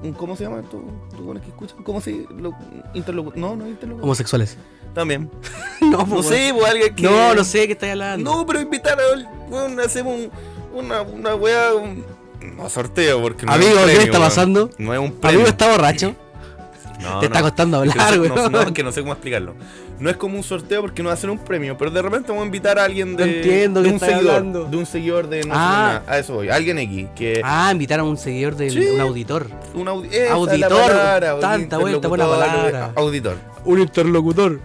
[SPEAKER 1] un- ¿Cómo se llama? ¿Tú, tú bueno, que escuchan? ¿Cómo se.? Lo, interlocu- no, no, interlocutor.
[SPEAKER 2] Homosexuales.
[SPEAKER 1] También.
[SPEAKER 2] no,
[SPEAKER 1] No
[SPEAKER 2] pues,
[SPEAKER 1] sé, pues alguien que.
[SPEAKER 2] No, no sé qué estáis hablando.
[SPEAKER 1] No, pero invitar a weón, hacemos un- una, una weá, un- no sorteo, porque no
[SPEAKER 2] Amigo,
[SPEAKER 1] es un
[SPEAKER 2] ¿qué
[SPEAKER 1] premio,
[SPEAKER 2] está
[SPEAKER 1] weón.
[SPEAKER 2] pasando?
[SPEAKER 1] No es un premio.
[SPEAKER 2] Amigo está borracho.
[SPEAKER 1] No,
[SPEAKER 2] te está
[SPEAKER 1] no.
[SPEAKER 2] costando
[SPEAKER 1] Es que no
[SPEAKER 2] hablar,
[SPEAKER 1] sé- no,
[SPEAKER 2] weón.
[SPEAKER 1] no, es que no sé cómo explicarlo. No es como un sorteo porque no hacen un premio, pero de repente vamos a invitar a alguien de,
[SPEAKER 2] No entiendo
[SPEAKER 1] de
[SPEAKER 2] qué
[SPEAKER 1] un
[SPEAKER 2] estás
[SPEAKER 1] seguidor.
[SPEAKER 2] hablando.
[SPEAKER 1] De un seguidor de no sé
[SPEAKER 2] Ah.
[SPEAKER 1] nada. A eso voy. Alguien X. Que
[SPEAKER 2] Ah, invitaron a un seguidor de
[SPEAKER 1] Sí.
[SPEAKER 2] un auditor.
[SPEAKER 1] un audi- esa es la
[SPEAKER 2] Auditor,
[SPEAKER 1] palabra, un
[SPEAKER 2] tanta vuelta, buena
[SPEAKER 1] interlocutor,
[SPEAKER 2] palabra.
[SPEAKER 1] Auditor.
[SPEAKER 2] Un interlocutor.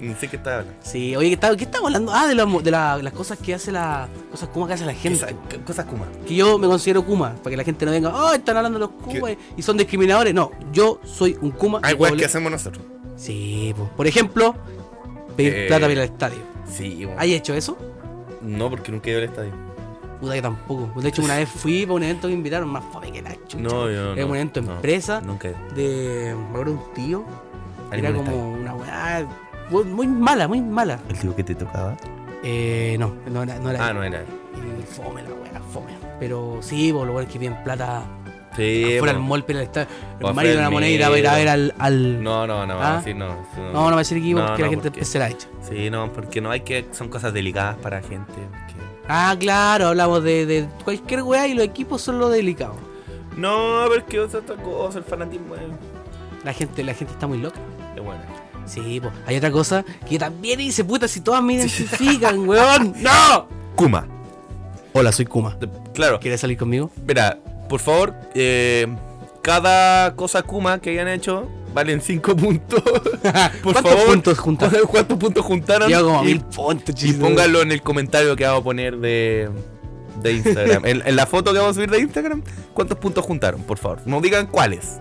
[SPEAKER 1] Ni sé qué está hablando.
[SPEAKER 2] Sí, oye, ¿qué, está- qué estamos hablando? Ah, de, la mo- de la- las cosas que hace la. cosas Kuma que hace la gente.
[SPEAKER 1] Esa- c- Cosas Kuma.
[SPEAKER 2] Que yo me considero Kuma, para que la gente no venga, oh, están hablando los Kuma y- y son discriminadores. No, yo soy un Kuma.
[SPEAKER 1] Hay
[SPEAKER 2] yo
[SPEAKER 1] weas
[SPEAKER 2] hablo-
[SPEAKER 1] que hacemos nosotros.
[SPEAKER 2] Sí, po. por ejemplo, pedir
[SPEAKER 1] Eh.
[SPEAKER 2] plata para ir al estadio.
[SPEAKER 1] Sí, weón.
[SPEAKER 2] ¿Hay hecho eso?
[SPEAKER 1] No, porque nunca he ido al estadio.
[SPEAKER 2] Puta que tampoco. De hecho, una vez fui para un evento que me invitaron, más fome que la chucha.
[SPEAKER 1] No, yo no.
[SPEAKER 2] Era un evento
[SPEAKER 1] no,
[SPEAKER 2] empresa
[SPEAKER 1] Nunca he ido.
[SPEAKER 2] de. me acuerdo, un tío. Era
[SPEAKER 1] Algún
[SPEAKER 2] como
[SPEAKER 1] detalle.
[SPEAKER 2] una weá. muy- Muy mala, muy mala.
[SPEAKER 1] ¿El tío que te tocaba?
[SPEAKER 2] Eh, no, no era. No era
[SPEAKER 1] Ah, no era.
[SPEAKER 2] Y fome la weá, fome. Pero sí, por lugares que piden plata
[SPEAKER 1] Sí.
[SPEAKER 2] fuera el
[SPEAKER 1] po.
[SPEAKER 2] mall, pero está
[SPEAKER 1] Afuera
[SPEAKER 2] el Mario de
[SPEAKER 1] del
[SPEAKER 2] la moneda ir a ver, a ver al. al-
[SPEAKER 1] No, no, no,
[SPEAKER 2] ¿Ah?
[SPEAKER 1] sí, no, sí, no.
[SPEAKER 2] no, no me decir que
[SPEAKER 1] No,
[SPEAKER 2] porque la
[SPEAKER 1] no,
[SPEAKER 2] gente
[SPEAKER 1] porque-
[SPEAKER 2] se la ha hecho.
[SPEAKER 1] Sí, no, porque no hay que. Son cosas delicadas para gente. porque-
[SPEAKER 2] Ah, claro, hablamos de, de cualquier weá y los equipos son lo delicado.
[SPEAKER 1] No, porque es otra cosa. El fanatismo es,
[SPEAKER 2] La gente, la gente está muy loca.
[SPEAKER 1] es bueno.
[SPEAKER 2] Sí, pues. Hay otra cosa que yo también hice, puta, si todas me identifican, weón. ¡No!
[SPEAKER 1] Kuma.
[SPEAKER 2] Hola, soy Kuma.
[SPEAKER 1] De- Claro.
[SPEAKER 2] ¿Quieres salir conmigo?
[SPEAKER 1] Mira, por favor, eh, cada cosa Kuma que hayan hecho valen 5 puntos. Por
[SPEAKER 2] ¿Cuántos
[SPEAKER 1] favor,
[SPEAKER 2] puntos juntaron?
[SPEAKER 1] ¿Cuántos puntos juntaron?
[SPEAKER 2] Llevo como
[SPEAKER 1] Y-
[SPEAKER 2] mil puntos,
[SPEAKER 1] Y
[SPEAKER 2] chiste.
[SPEAKER 1] póngalo en el comentario que vamos a poner de, de Instagram. en, en la foto que vamos a subir de Instagram, ¿cuántos puntos juntaron? Por favor. No digan cuáles.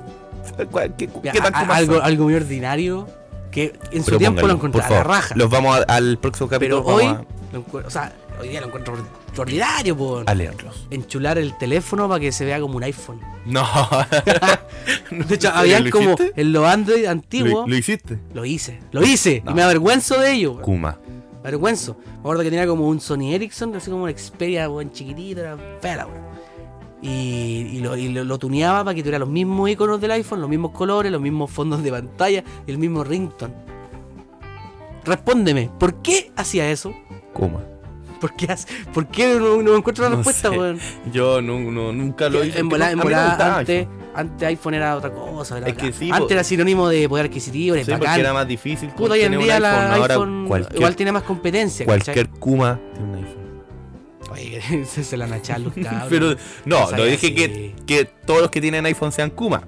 [SPEAKER 1] ¿Cuál- ¿Qué,
[SPEAKER 2] Mira,
[SPEAKER 1] qué tan
[SPEAKER 2] a- a-
[SPEAKER 1] Kuma
[SPEAKER 2] algo,
[SPEAKER 1] son?
[SPEAKER 2] algo muy ordinario que en su
[SPEAKER 1] Pero pónganlo,
[SPEAKER 2] tiempo lo
[SPEAKER 1] por
[SPEAKER 2] encontré a la
[SPEAKER 1] favor.
[SPEAKER 2] raja.
[SPEAKER 1] Los vamos a- al próximo capítulo.
[SPEAKER 2] Pero hoy,
[SPEAKER 1] vamos
[SPEAKER 2] lo encuentro- o sea, hoy día lo encuentro ordinario, po.
[SPEAKER 1] a, a leerlos.
[SPEAKER 2] enchular el teléfono para que se vea como un iPhone.
[SPEAKER 1] No.
[SPEAKER 2] De hecho,
[SPEAKER 1] ¿Lo
[SPEAKER 2] habían como
[SPEAKER 1] hiciste?
[SPEAKER 2] en los Android antiguos.
[SPEAKER 1] ¿Lo, lo hiciste?
[SPEAKER 2] Lo hice, lo hice.
[SPEAKER 1] No.
[SPEAKER 2] Y me avergüenzo de ello. weón.
[SPEAKER 1] Kuma.
[SPEAKER 2] Me avergüenzo. Me acuerdo que tenía como un Sony Ericsson, así como una Xperia, weón, chiquitito, era fea la weón. Y, y lo, y lo- lo tuneaba para que tuviera los mismos iconos del iPhone, los mismos colores, los mismos fondos de pantalla y el mismo ringtone. Respóndeme, ¿por qué hacía eso?
[SPEAKER 1] Kuma.
[SPEAKER 2] ¿Por qué, hace- por qué no, no encuentro la
[SPEAKER 1] No
[SPEAKER 2] respuesta,
[SPEAKER 1] sé.
[SPEAKER 2] weón?
[SPEAKER 1] Yo nu- nu- nunca lo hice.
[SPEAKER 2] en
[SPEAKER 1] porque
[SPEAKER 2] volada,
[SPEAKER 1] no-
[SPEAKER 2] en
[SPEAKER 1] a mí no me
[SPEAKER 2] volada,
[SPEAKER 1] gustaba
[SPEAKER 2] antes,
[SPEAKER 1] eso.
[SPEAKER 2] antes iPhone era otra cosa. bla,
[SPEAKER 1] Es
[SPEAKER 2] bla.
[SPEAKER 1] que sí, po-
[SPEAKER 2] antes era sinónimo de poder adquisitivo, era
[SPEAKER 1] Sí,
[SPEAKER 2] bacán.
[SPEAKER 1] porque era más difícil.
[SPEAKER 2] Puta, hoy en
[SPEAKER 1] tener un
[SPEAKER 2] día la
[SPEAKER 1] Ahora
[SPEAKER 2] iPhone
[SPEAKER 1] cualquier,
[SPEAKER 2] igual tiene más competencia. ¿cachai?
[SPEAKER 1] cualquier Kuma tiene un iPhone.
[SPEAKER 2] Oye, se, se la han achado los cabros.
[SPEAKER 1] Pero no,
[SPEAKER 2] Esa
[SPEAKER 1] no
[SPEAKER 2] idea
[SPEAKER 1] dije
[SPEAKER 2] sí.
[SPEAKER 1] que, que todos los que tienen iPhone sean Kuma,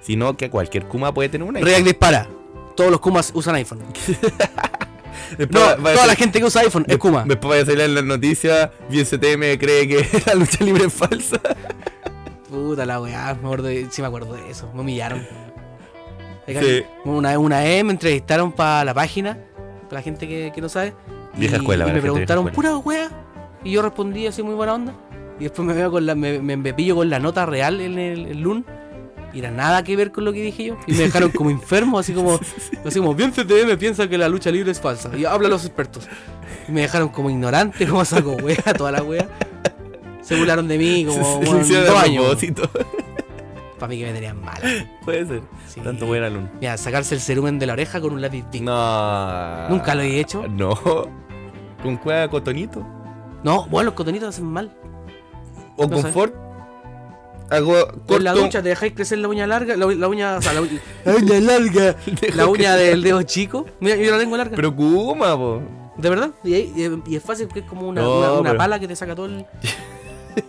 [SPEAKER 1] sino que cualquier Kuma puede tener un iPhone.
[SPEAKER 2] React dispara. Todos los Kumas usan iPhone. No,
[SPEAKER 1] Después va- va a
[SPEAKER 2] toda la
[SPEAKER 1] ser-
[SPEAKER 2] gente que usa iPhone es
[SPEAKER 1] de-
[SPEAKER 2] Kuma.
[SPEAKER 1] Después vaya a salir en las noticias, BSTM cree que la lucha libre es falsa.
[SPEAKER 2] Puta la weá, me acuerdo, de- sí me acuerdo de eso. Me humillaron.
[SPEAKER 1] Sí.
[SPEAKER 2] Una, una vez me entrevistaron para la página para la gente que, que no sabe.
[SPEAKER 1] Vieja
[SPEAKER 2] y,
[SPEAKER 1] escuela, para la
[SPEAKER 2] y me
[SPEAKER 1] gente vieja
[SPEAKER 2] preguntaron
[SPEAKER 1] escuela.
[SPEAKER 2] pura wea. Y yo respondí así muy buena onda. Y después me veo con la, me, me embepillo con la nota real en el, el LUN. Y era nada que ver con lo que dije yo. Y me dejaron como enfermo, así como, así como, bien CTM piensa que la lucha libre es falsa. Y habla los expertos. Y me dejaron como ignorante, como saco wea, toda la wea. Se burlaron de mí como
[SPEAKER 1] Se- se-
[SPEAKER 2] bueno,
[SPEAKER 1] se- se-
[SPEAKER 2] dos
[SPEAKER 1] a
[SPEAKER 2] años.
[SPEAKER 1] propósito.
[SPEAKER 2] Para mí que me tenían mal.
[SPEAKER 1] Puede ser.
[SPEAKER 2] Sí.
[SPEAKER 1] Tanto buen alumno.
[SPEAKER 2] Mira, sacarse el cerumen de la oreja con un lápiz Bic.
[SPEAKER 1] No.
[SPEAKER 2] Nunca lo he hecho.
[SPEAKER 1] No. Con cueva cotonito.
[SPEAKER 2] No, bueno, los cotonitos hacen mal.
[SPEAKER 1] O
[SPEAKER 2] No sé.
[SPEAKER 1] confort. Hago corto.
[SPEAKER 2] Con la ducha te dejáis crecer la uña larga, la, u- la uña, o sea, la, u- la uña larga, la uña del dedo chico. Mira, yo la tengo larga.
[SPEAKER 1] Pero Kuma, po.
[SPEAKER 2] de verdad. Y, ahí- y- y es fácil porque es como una,
[SPEAKER 1] No,
[SPEAKER 2] una, una
[SPEAKER 1] pero-
[SPEAKER 2] pala que te saca todo el.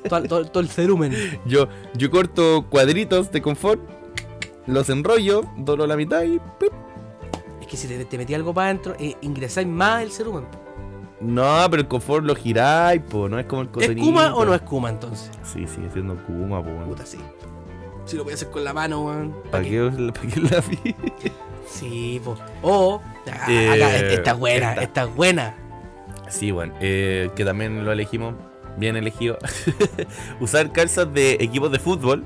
[SPEAKER 2] Todo, todo- todo el cerumen.
[SPEAKER 1] Yo, yo corto cuadritos de confort, los enrollo, dolo la mitad y. ¡pip!
[SPEAKER 2] Es que si te, te metí algo para adentro, eh, ingresáis más el cerumen.
[SPEAKER 1] No, pero el confort lo giráis, po. No es como el
[SPEAKER 2] ¿Es
[SPEAKER 1] cotonito.
[SPEAKER 2] Kuma o no es Kuma entonces?
[SPEAKER 1] Sí, sigue siendo Kuma, po. weón.
[SPEAKER 2] Puta, sí. Si lo voy a hacer con la mano, weón. ¿pa'
[SPEAKER 1] ¿Para
[SPEAKER 2] qué?
[SPEAKER 1] qué, ¿Para qué la vi?
[SPEAKER 2] Sí, po. O. ah,
[SPEAKER 1] Eh,
[SPEAKER 2] acá, esta es buena,
[SPEAKER 1] esta.
[SPEAKER 2] esta es buena.
[SPEAKER 1] Sí, bueno, eh, que también lo elegimos, bien elegido. Usar calzas de equipos de fútbol.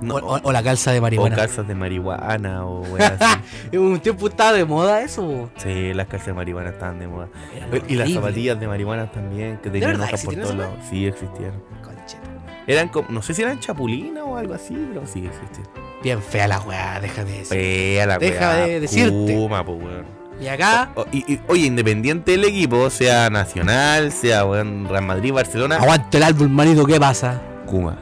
[SPEAKER 1] No,
[SPEAKER 2] O, o- o la calza de
[SPEAKER 1] o
[SPEAKER 2] marihuana.
[SPEAKER 1] calzas de marihuana o weas así.
[SPEAKER 2] En un tiempo estaba de moda eso. po.
[SPEAKER 1] Sí, las calzas de marihuana estaban de moda.
[SPEAKER 2] Era
[SPEAKER 1] Y las
[SPEAKER 2] horrible.
[SPEAKER 1] zapatillas de marihuana también, que tenían
[SPEAKER 2] verdad
[SPEAKER 1] hojas por todos
[SPEAKER 2] existían esas
[SPEAKER 1] lados. Sí, existían.
[SPEAKER 2] Concheta.
[SPEAKER 1] Eran como, no sé si eran chapulina o algo así, pero sí existían.
[SPEAKER 2] Bien fea la weá, déjame decir.
[SPEAKER 1] Fea la
[SPEAKER 2] Deja
[SPEAKER 1] wea,
[SPEAKER 2] de decirte. Ah.
[SPEAKER 1] Puma, po, weón.
[SPEAKER 2] Y acá,
[SPEAKER 1] O- y- y- oye, independiente del equipo, sea nacional, sea weón, Real Madrid, Barcelona,
[SPEAKER 2] aguante el árbol, manito, ¿qué pasa?
[SPEAKER 1] Kuma.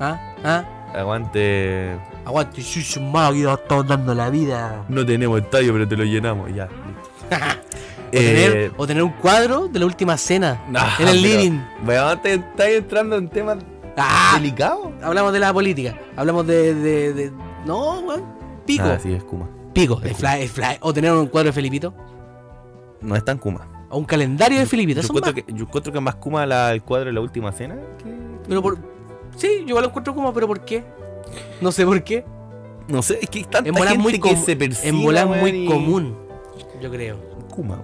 [SPEAKER 2] ¿Ah? ¿Ah?
[SPEAKER 1] Aguante.
[SPEAKER 2] Aguante, sí, sí, malo, yo estamos dando la vida.
[SPEAKER 1] No tenemos estadio, pero te lo llenamos, ya. Eh,
[SPEAKER 2] O, tener, o tener un cuadro de la última cena en el living.
[SPEAKER 1] ah, Weón, te estás entrando en temas
[SPEAKER 2] ¡Ah!
[SPEAKER 1] delicados.
[SPEAKER 2] Hablamos de la política, hablamos de. de, de- No, weón. Pico.
[SPEAKER 1] Ah, sí, es Kuma.
[SPEAKER 2] Pico. es fly- es fly. O tener un cuadro de Felipito.
[SPEAKER 1] No es tan Kuma.
[SPEAKER 2] O un calendario de Felipito.
[SPEAKER 1] Yo
[SPEAKER 2] eso es
[SPEAKER 1] encuentro,
[SPEAKER 2] más.
[SPEAKER 1] que, yo encuentro que más Kuma la- el cuadro de la última cena. que-
[SPEAKER 2] Pero por. Sí, yo igual lo encuentro como, pero ¿por qué? No sé por qué.
[SPEAKER 1] No sé, es que hay tanta
[SPEAKER 2] En volar
[SPEAKER 1] gente
[SPEAKER 2] muy,
[SPEAKER 1] que
[SPEAKER 2] com-
[SPEAKER 1] se percibe.
[SPEAKER 2] en volar muy común, yo creo.
[SPEAKER 1] Kuma.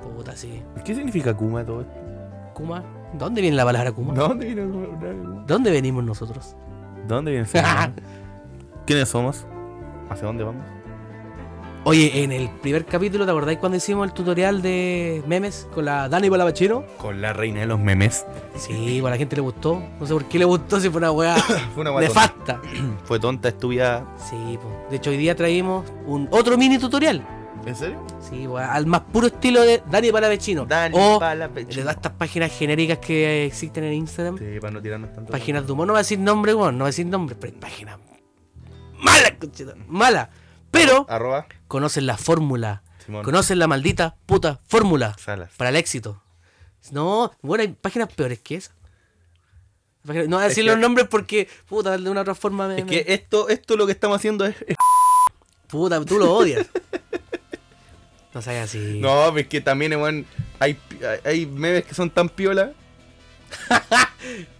[SPEAKER 2] Puta, sí.
[SPEAKER 1] ¿Qué significa Kuma todo esto?
[SPEAKER 2] Kuma, ¿dónde viene la palabra Kuma?
[SPEAKER 1] ¿De dónde viene Kuma?
[SPEAKER 2] ¿De dónde venimos nosotros?
[SPEAKER 1] ¿De dónde viene ese nombre? ¿Quiénes somos? ¿Hacia dónde vamos?
[SPEAKER 2] Oye, en el primer capítulo, ¿te acordáis cuando hicimos el tutorial de memes con la Dani Balabachino?
[SPEAKER 1] Con la reina de los memes.
[SPEAKER 2] Sí, bueno, a la gente le gustó. No sé por qué le gustó si fue una weá
[SPEAKER 1] Fue una guatona.
[SPEAKER 2] nefasta.
[SPEAKER 1] Fue tonta, estúpida.
[SPEAKER 2] Sí, po. de hecho hoy día traímos un otro mini tutorial.
[SPEAKER 1] ¿En serio?
[SPEAKER 2] Sí, po, al más puro estilo de Dani Balabachino. o de todas estas páginas genéricas que existen en Instagram.
[SPEAKER 1] Sí, para no tirarnos tanto.
[SPEAKER 2] Páginas de humor, no va a decir nombre, weón, no va a decir nombre, pero hay páginas malas, conchetumare, malas. Pero
[SPEAKER 1] Arroba.
[SPEAKER 2] conocen la fórmula,
[SPEAKER 1] Ah. Simón.
[SPEAKER 2] conocen la maldita puta fórmula
[SPEAKER 1] Salas.
[SPEAKER 2] para el éxito. No, bueno, hay páginas peores que esa. Páginas- No voy a
[SPEAKER 1] Es
[SPEAKER 2] decir
[SPEAKER 1] que-
[SPEAKER 2] los nombres porque, puta, de una u otra forma me.
[SPEAKER 1] Es
[SPEAKER 2] me-
[SPEAKER 1] que esto, esto lo que estamos haciendo es. es-
[SPEAKER 2] Puta, tú lo odias. no seas así.
[SPEAKER 1] No, es que también, eh, weón, hay, hay memes que son tan piola.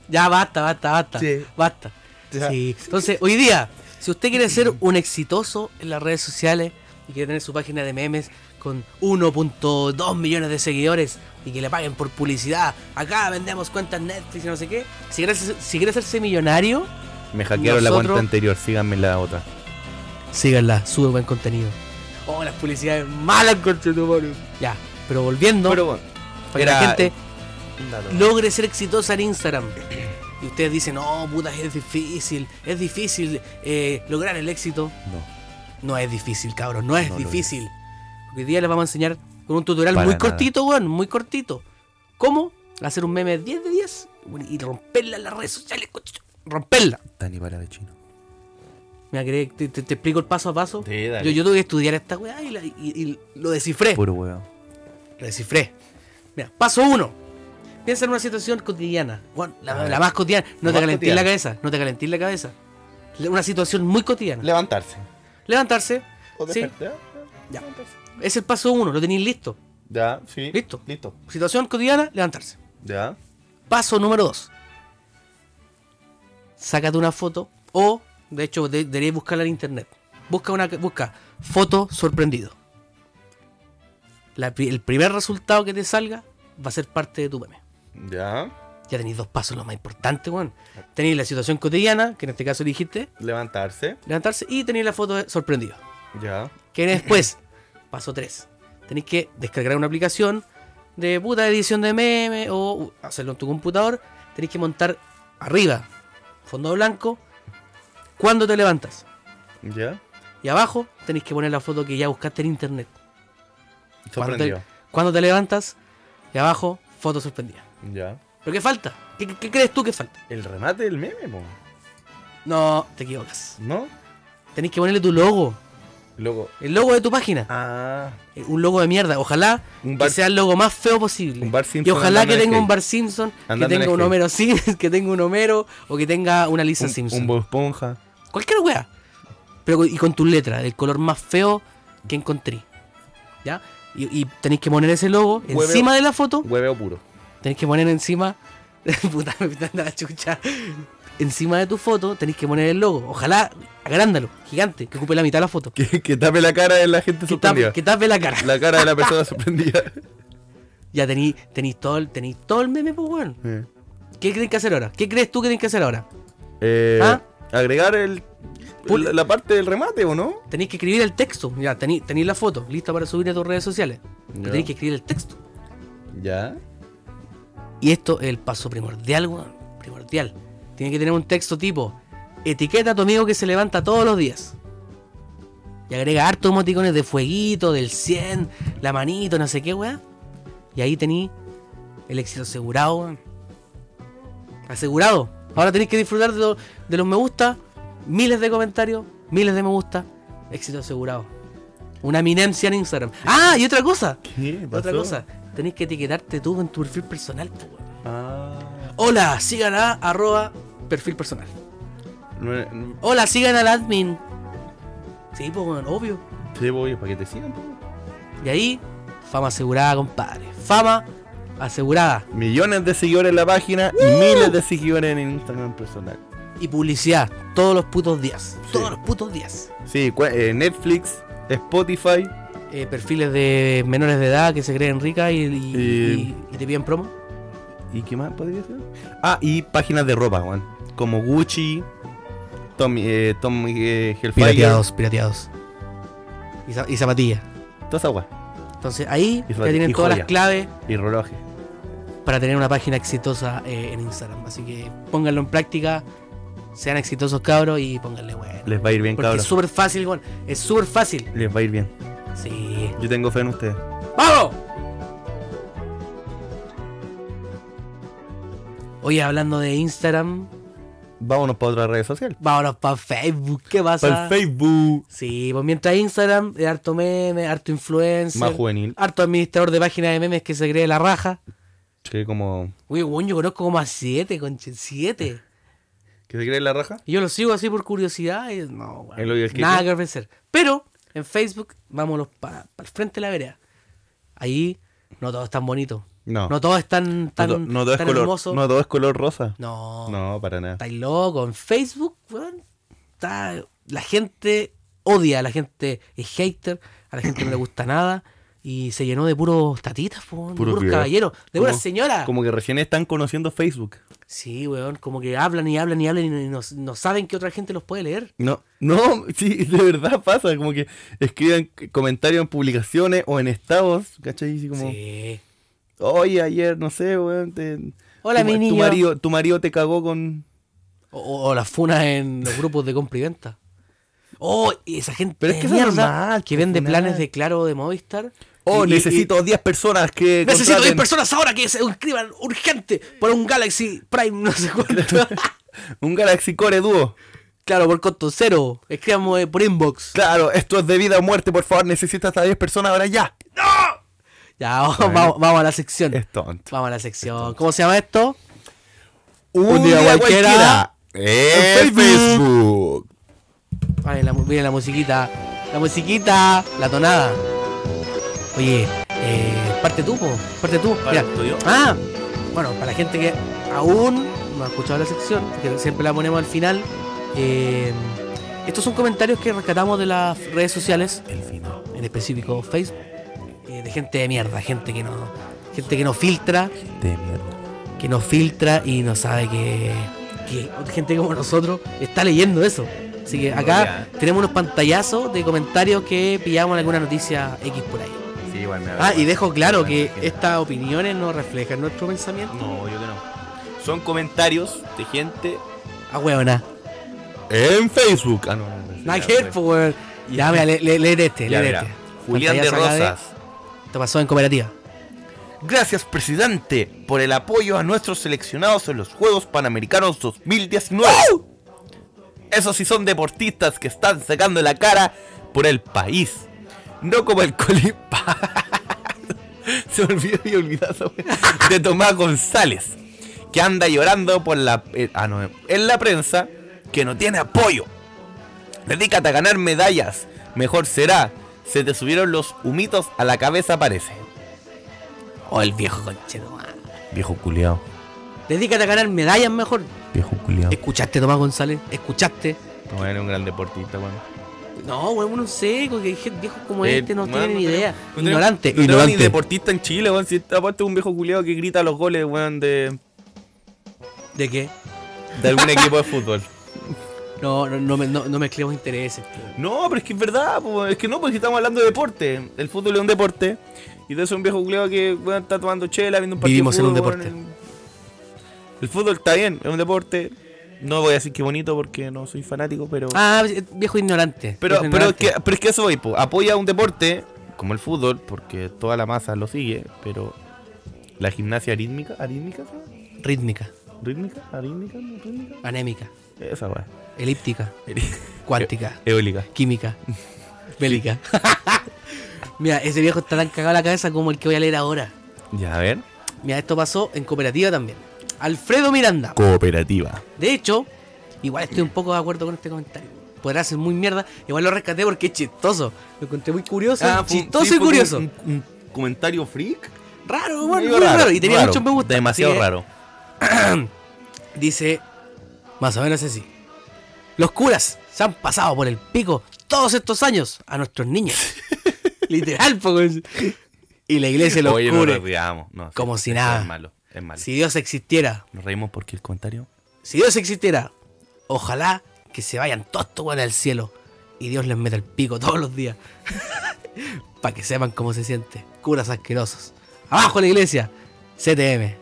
[SPEAKER 2] Ya basta, basta, basta.
[SPEAKER 1] Sí.
[SPEAKER 2] Basta.
[SPEAKER 1] Ya.
[SPEAKER 2] Sí. Entonces, hoy día, si usted quiere ser un exitoso en las redes sociales y quiere tener su página de memes con 1.2 millones de seguidores y que le paguen por publicidad, acá vendemos cuentas Netflix y no sé qué, si quiere, ser- si quiere hacerse millonario,
[SPEAKER 1] Me hackearon la
[SPEAKER 2] Nosotros-
[SPEAKER 1] cuenta anterior, síganme en la otra.
[SPEAKER 2] síganla, sube buen contenido. Oh, las publicidades malas, conchetumare. Ya, pero volviendo,
[SPEAKER 1] Pero bueno,
[SPEAKER 2] para que la
[SPEAKER 1] era-
[SPEAKER 2] gente
[SPEAKER 1] un dato.
[SPEAKER 2] logre ser exitosa en Instagram. Y ustedes dicen, no, puta, es difícil, es difícil eh, lograr el éxito.
[SPEAKER 1] No.
[SPEAKER 2] No es difícil, cabrón, no es
[SPEAKER 1] No lo
[SPEAKER 2] difícil. Hoy día les vamos a enseñar con un tutorial
[SPEAKER 1] Para
[SPEAKER 2] muy
[SPEAKER 1] nada.
[SPEAKER 2] cortito, weón, muy cortito. ¿Cómo hacer un meme 10 de 10 weón, y romperla en las redes sociales? cocho, Romperla.
[SPEAKER 1] Dani para de chino.
[SPEAKER 2] Mira, ¿querés- te, te- te explico el paso a paso.
[SPEAKER 1] Sí, dale.
[SPEAKER 2] yo, yo tuve que estudiar esta weá y, la- y- y lo descifré.
[SPEAKER 1] Puro weón.
[SPEAKER 2] Lo descifré. Mira, paso uno. Piensa en una situación cotidiana. Bueno,
[SPEAKER 1] A
[SPEAKER 2] la,
[SPEAKER 1] ver.
[SPEAKER 2] la más cotidiana. No
[SPEAKER 1] La
[SPEAKER 2] te
[SPEAKER 1] más
[SPEAKER 2] calentís la
[SPEAKER 1] cotidiana.
[SPEAKER 2] cabeza. No te calentís la cabeza. Le- Una situación muy cotidiana.
[SPEAKER 1] Levantarse.
[SPEAKER 2] Levantarse. Sí, Ya. es el paso uno. Lo tenéis listo.
[SPEAKER 1] Ya, sí.
[SPEAKER 2] Listo.
[SPEAKER 1] Listo.
[SPEAKER 2] Situación cotidiana, levantarse.
[SPEAKER 1] Ya.
[SPEAKER 2] Paso número dos. Sácate una foto o, de hecho, de- deberíais buscarla en internet. Busca una, busca foto sorprendido. la pri- el primer resultado que te salga va a ser parte de tu meme.
[SPEAKER 1] Ya.
[SPEAKER 2] Ya tenéis dos pasos, lo más importante, weón. Tenéis la situación cotidiana, que en este caso dijiste,
[SPEAKER 1] Levantarse.
[SPEAKER 2] levantarse, y tenéis la foto de sorprendido.
[SPEAKER 1] Ya.
[SPEAKER 2] Que después, paso 3. Tenéis que descargar una aplicación de puta edición de meme o hacerlo en tu computador. Tenéis que montar arriba, fondo blanco, cuando te levantas.
[SPEAKER 1] Ya.
[SPEAKER 2] Y abajo tenéis que poner la foto que ya buscaste en internet. Cuando te,
[SPEAKER 1] Sorprendido.
[SPEAKER 2] cuando te levantas, y abajo, foto sorprendida.
[SPEAKER 1] Ya.
[SPEAKER 2] ¿Pero qué falta? ¿Qué, qué- qué crees tú que falta?
[SPEAKER 1] El remate del meme, po.
[SPEAKER 2] No, te equivocas.
[SPEAKER 1] ¿no?
[SPEAKER 2] Tenéis que ponerle tu logo.
[SPEAKER 1] Luego.
[SPEAKER 2] El logo de tu página.
[SPEAKER 1] Ah.
[SPEAKER 2] Eh, Un logo de mierda. Ojalá
[SPEAKER 1] Un
[SPEAKER 2] que
[SPEAKER 1] Bart-
[SPEAKER 2] sea el logo más feo posible.
[SPEAKER 1] Un Bart
[SPEAKER 2] y
[SPEAKER 1] Simpson
[SPEAKER 2] ojalá
[SPEAKER 1] andando
[SPEAKER 2] que
[SPEAKER 1] en
[SPEAKER 2] tenga un
[SPEAKER 1] skate.
[SPEAKER 2] Bar Simpson,
[SPEAKER 1] Andando
[SPEAKER 2] que
[SPEAKER 1] en
[SPEAKER 2] tenga un
[SPEAKER 1] skate.
[SPEAKER 2] Homero Simpson, que tenga un Homero o que tenga una Lisa
[SPEAKER 1] Un,
[SPEAKER 2] Simpson.
[SPEAKER 1] un Bob Esponja.
[SPEAKER 2] Cualquier wea. Pero con- y con tus letras, del color más feo que encontré. ¿Ya? Y, y tenéis que poner ese logo
[SPEAKER 1] Hueveo.
[SPEAKER 2] encima de la foto.
[SPEAKER 1] Hueveo puro.
[SPEAKER 2] Tenéis que poner encima. Puta, me pitan la chucha. Encima de tu foto tenéis que poner el logo. Ojalá, agrándalo, gigante, que ocupe la mitad de la foto.
[SPEAKER 1] Que, que tape la cara de la gente
[SPEAKER 2] Que tape,
[SPEAKER 1] sorprendida.
[SPEAKER 2] que tape la cara.
[SPEAKER 1] La cara de la persona sorprendida.
[SPEAKER 2] Ya tenéis tenéis todo, el- tenéis todo el meme, pues, weón.
[SPEAKER 1] Eh.
[SPEAKER 2] ¿Qué tienen que hacer ahora? ¿Qué crees tú que tienen que hacer ahora?
[SPEAKER 1] Eh,
[SPEAKER 2] ¿Ah?
[SPEAKER 1] Agregar el,
[SPEAKER 2] Pul-
[SPEAKER 1] la, la parte del remate, ¿o no?
[SPEAKER 2] Tenéis que escribir el texto. Ya, tenéis tenéis la foto lista para subir a tus redes sociales. Pero
[SPEAKER 1] Ya.
[SPEAKER 2] Tenéis que escribir el texto.
[SPEAKER 1] Ya.
[SPEAKER 2] Y esto es el paso primordial, weón. Primordial. Tiene que tener un texto tipo: etiqueta a tu amigo que se levanta todos los días. Y agrega hartos emoticones de fueguito, del 100, la manito, no sé qué, weón. Y ahí tení el éxito asegurado, weón. Asegurado. Ahora tenéis que disfrutar de, lo- de los me gusta, miles de comentarios, miles de me gusta. Éxito asegurado. Una eminencia en Instagram. ¡Ah! Y otra cosa.
[SPEAKER 1] ¿Qué
[SPEAKER 2] Otra cosa, tenés que etiquetarte tú en tu perfil personal. po, weón.
[SPEAKER 1] Ah.
[SPEAKER 2] Hola, sigan a arroba perfil personal.
[SPEAKER 1] No, no-
[SPEAKER 2] Hola, sigan al admin. Sí, pues, obvio.
[SPEAKER 1] sí, voy, para que te sigan, po.
[SPEAKER 2] Y ahí, fama asegurada, compadre. Fama asegurada.
[SPEAKER 1] Millones de seguidores en la página y miles de seguidores en Instagram personal.
[SPEAKER 2] Y publicidad todos los putos días. Todos los putos días.
[SPEAKER 1] Sí, cua- eh, Netflix, Spotify.
[SPEAKER 2] Eh, perfiles de menores de edad que se creen ricas y, y-
[SPEAKER 1] Y-
[SPEAKER 2] y- y te piden promo.
[SPEAKER 1] ¿Y qué más podría ser? Ah, y páginas de ropa, Juan. Como Gucci, Tom, eh, Tom eh, Hellfire.
[SPEAKER 2] Pirateados, pirateados. Y, za- y zapatillas.
[SPEAKER 1] Toda esa weá.
[SPEAKER 2] Entonces ahí
[SPEAKER 1] Y
[SPEAKER 2] ya
[SPEAKER 1] zapati-
[SPEAKER 2] tienen
[SPEAKER 1] y
[SPEAKER 2] todas las
[SPEAKER 1] joyas.
[SPEAKER 2] claves
[SPEAKER 1] Y relojes.
[SPEAKER 2] para tener una página exitosa eh, en Instagram. Así que pónganlo en práctica, sean exitosos cabros y pónganle bueno.
[SPEAKER 1] Les va a ir bien,
[SPEAKER 2] Porque es
[SPEAKER 1] cabros.
[SPEAKER 2] súper fácil, weón. Es súper fácil.
[SPEAKER 1] Les va a ir bien.
[SPEAKER 2] Sí.
[SPEAKER 1] Yo tengo fe en ustedes.
[SPEAKER 2] ¡Vamos! Oye, hablando de Instagram,
[SPEAKER 1] Vámonos para otra red social.
[SPEAKER 2] vámonos para Facebook. ¿Qué pasa?
[SPEAKER 1] Para el Facebook.
[SPEAKER 2] Sí, pues mientras Instagram es harto meme, harto influencer.
[SPEAKER 1] Más juvenil.
[SPEAKER 2] Harto administrador de páginas de memes que se cree la raja.
[SPEAKER 1] Que como.
[SPEAKER 2] Uy, weón, yo conozco como a siete, conche, siete.
[SPEAKER 1] ¿Que se cree la raja?
[SPEAKER 2] Y yo lo sigo así por curiosidad y no, weón,
[SPEAKER 1] ¿En lo del
[SPEAKER 2] nada
[SPEAKER 1] Kike?
[SPEAKER 2] que ofrecer. Pero en Facebook, vámonos para el frente de la vereda. Ahí no todo es tan bonito.
[SPEAKER 1] No.
[SPEAKER 2] No todo es tan, tan,
[SPEAKER 1] no, to- no todo es
[SPEAKER 2] tan
[SPEAKER 1] color.
[SPEAKER 2] hermoso.
[SPEAKER 1] No todo es color rosa.
[SPEAKER 2] No,
[SPEAKER 1] No, para nada.
[SPEAKER 2] estáis loco. En Facebook, weón, está- la gente odia, la gente es hater, a la gente no le gusta nada. Y se llenó de puros tatitas, po, de
[SPEAKER 1] Puros
[SPEAKER 2] puros
[SPEAKER 1] videos.
[SPEAKER 2] caballeros, de
[SPEAKER 1] Como-
[SPEAKER 2] puras señoras.
[SPEAKER 1] Como que recién están conociendo Facebook.
[SPEAKER 2] Sí, weón, como que hablan y hablan y hablan y no- y no- no saben que otra gente los puede leer.
[SPEAKER 1] No, no, sí, de verdad pasa, como que escriben c- comentarios en publicaciones o en estados, ¿cachai? Así como,
[SPEAKER 2] Sí.
[SPEAKER 1] oye, ayer, no sé, weón, te-
[SPEAKER 2] Hola,
[SPEAKER 1] tu,
[SPEAKER 2] mi
[SPEAKER 1] ma-
[SPEAKER 2] niño.
[SPEAKER 1] Tu marido, tu marido te cagó con...
[SPEAKER 2] O, o- o las funas en los grupos de compra y venta. Oh, y esa gente
[SPEAKER 1] Pero es
[SPEAKER 2] de
[SPEAKER 1] que eso es
[SPEAKER 2] mierda
[SPEAKER 1] normal,
[SPEAKER 2] que vende
[SPEAKER 1] funar.
[SPEAKER 2] planes de Claro o de Movistar.
[SPEAKER 1] Oh,
[SPEAKER 2] Y- y-
[SPEAKER 1] necesito 10 personas que...
[SPEAKER 2] y- necesito
[SPEAKER 1] contraten
[SPEAKER 2] 10 personas ahora que se inscriban urgente por un Galaxy Prime, no sé cuánto.
[SPEAKER 1] Un Galaxy Core Duo.
[SPEAKER 2] claro, por costo cero. Escribamos eh, por inbox.
[SPEAKER 1] Claro, esto es de vida o muerte, por favor, necesito hasta 10 personas ahora ya.
[SPEAKER 2] Ya, vamos, vamos, vamos a la sección.
[SPEAKER 1] Es tonto.
[SPEAKER 2] Vamos a la sección. ¿Cómo se llama esto?
[SPEAKER 1] Un,
[SPEAKER 2] día cualquiera
[SPEAKER 1] en
[SPEAKER 2] en
[SPEAKER 1] Facebook.
[SPEAKER 2] Ay, la, mu- mira la musiquita. La musiquita. La tonada. Oye, eh, parte tú, po, parte tú.
[SPEAKER 1] Parto
[SPEAKER 2] mira.
[SPEAKER 1] yo.
[SPEAKER 2] Ah, bueno, para la gente que aún no ha escuchado la sección, que siempre la ponemos al final. eh, estos son comentarios que rescatamos de las redes sociales, en específico Facebook. eh, de gente de mierda, gente que no, gente que no filtra,
[SPEAKER 1] De mierda.
[SPEAKER 2] que no filtra y no sabe que, que gente como nosotros está leyendo eso. Así que acá tenemos unos pantallazos de comentarios que pillamos en alguna noticia X por ahí.
[SPEAKER 1] Sí, igual me da
[SPEAKER 2] Ah, y
[SPEAKER 1] vergüenza.
[SPEAKER 2] dejo claro
[SPEAKER 1] Me
[SPEAKER 2] que
[SPEAKER 1] imagino.
[SPEAKER 2] estas opiniones no reflejan nuestro pensamiento.
[SPEAKER 1] No, yo que no. Son comentarios de gente
[SPEAKER 2] Ah, huevona.
[SPEAKER 1] en Facebook. Ah, no, no. no,
[SPEAKER 2] Nada
[SPEAKER 1] ya,
[SPEAKER 2] que ver,
[SPEAKER 1] pues.
[SPEAKER 2] po, weón. Ya, mira, le- le- lee este,
[SPEAKER 1] Ya,
[SPEAKER 2] lee
[SPEAKER 1] mira.
[SPEAKER 2] este.
[SPEAKER 1] Julián de
[SPEAKER 2] Pantallazo acá
[SPEAKER 1] Rosas.
[SPEAKER 2] Esto pasó en cooperativa.
[SPEAKER 1] Gracias, presidente, por el apoyo a nuestros seleccionados en los Juegos Panamericanos 2019. Esos sí son deportistas que están sacando la cara por el país. No como el Colipa. Se me olvidó y olvidado esa wea. de Tomás González, que anda llorando por la eh, ah, no, en la prensa que no tiene apoyo. Dedícate a ganar medallas, mejor será. Se te subieron los humitos a la cabeza, parece.
[SPEAKER 2] Oh, el viejo conchetumadre.
[SPEAKER 1] Viejo culiao,
[SPEAKER 2] Dedícate a ganar medallas mejor.
[SPEAKER 1] viejo culiao.
[SPEAKER 2] ¿Escuchaste, Tomás González? ¿Escuchaste?
[SPEAKER 1] No era un gran deportista, weón.
[SPEAKER 2] No, weón, uno seco, que hay viejos como
[SPEAKER 1] Eh,
[SPEAKER 2] este no
[SPEAKER 1] weón,
[SPEAKER 2] tienen ni
[SPEAKER 1] tenemos-
[SPEAKER 2] idea.
[SPEAKER 1] no tenemos-
[SPEAKER 2] Ignorante,
[SPEAKER 1] no tenemos ni
[SPEAKER 2] ignorante.
[SPEAKER 1] deportista en Chile, weón. Si esta- aparte es un viejo culiao que grita los goles, weón, de,
[SPEAKER 2] ¿De qué?
[SPEAKER 1] de algún equipo de fútbol.
[SPEAKER 2] No, no, no, me- no, no mezclemos intereses. tío.
[SPEAKER 1] No, pero es que es verdad, po, es que no, porque estamos hablando de deporte. El fútbol es un deporte. Y de eso un viejo culiao que weón, está tomando chela, viendo un partido. de
[SPEAKER 2] Vivimos en un
[SPEAKER 1] fútbol,
[SPEAKER 2] deporte.
[SPEAKER 1] weón. El fútbol está bien, es un deporte. No voy a decir que bonito porque no soy fanático, pero.
[SPEAKER 2] Ah, eh, viejo ignorante.
[SPEAKER 1] Pero,
[SPEAKER 2] viejo
[SPEAKER 1] pero, es
[SPEAKER 2] ignorante.
[SPEAKER 1] que, pero es que eso voy, po. apoya un deporte como el fútbol, porque toda la masa lo sigue, pero la gimnasia arítmica, arítmica, se llama?
[SPEAKER 2] Rítmica,
[SPEAKER 1] rítmica, arítmica, ¿No? rítmica,
[SPEAKER 2] anémica,
[SPEAKER 1] esa weá, E-,
[SPEAKER 2] elíptica, cuántica,
[SPEAKER 1] eólica.
[SPEAKER 2] química, bélica. Mira, ese viejo está tan cagado en la cabeza como el que voy a leer ahora.
[SPEAKER 1] Ya, a ver,
[SPEAKER 2] Mira, esto pasó en cooperativa también. Alfredo Miranda.
[SPEAKER 1] cooperativa.
[SPEAKER 2] De hecho, igual estoy un poco de acuerdo con este comentario. Podrá ser muy mierda. Igual lo rescaté porque es chistoso. Lo encontré muy curioso.
[SPEAKER 1] Ah,
[SPEAKER 2] chistoso y curioso.
[SPEAKER 1] Un, un comentario freak.
[SPEAKER 2] Raro, bueno,
[SPEAKER 1] Medio
[SPEAKER 2] muy raro, Y tenía
[SPEAKER 1] raro,
[SPEAKER 2] muchos me gusta.
[SPEAKER 1] Demasiado
[SPEAKER 2] Así que
[SPEAKER 1] raro.
[SPEAKER 2] Dice, más o menos así. Los curas se han pasado por el pico todos estos años a nuestros niños. Literal, poco. Y la iglesia los
[SPEAKER 1] Oye, no
[SPEAKER 2] cubre.
[SPEAKER 1] nos riamos. No, sí,
[SPEAKER 2] Como si
[SPEAKER 1] eso
[SPEAKER 2] nada.
[SPEAKER 1] Es malo, es malo.
[SPEAKER 2] si Dios existiera,
[SPEAKER 1] Nos reímos porque el comentario...
[SPEAKER 2] Si Dios existiera, ojalá que se vayan todos estos weones al cielo y Dios les meta el pico todos los días. Para que sepan cómo se siente. Curas asquerosos. Abajo la iglesia. CTM.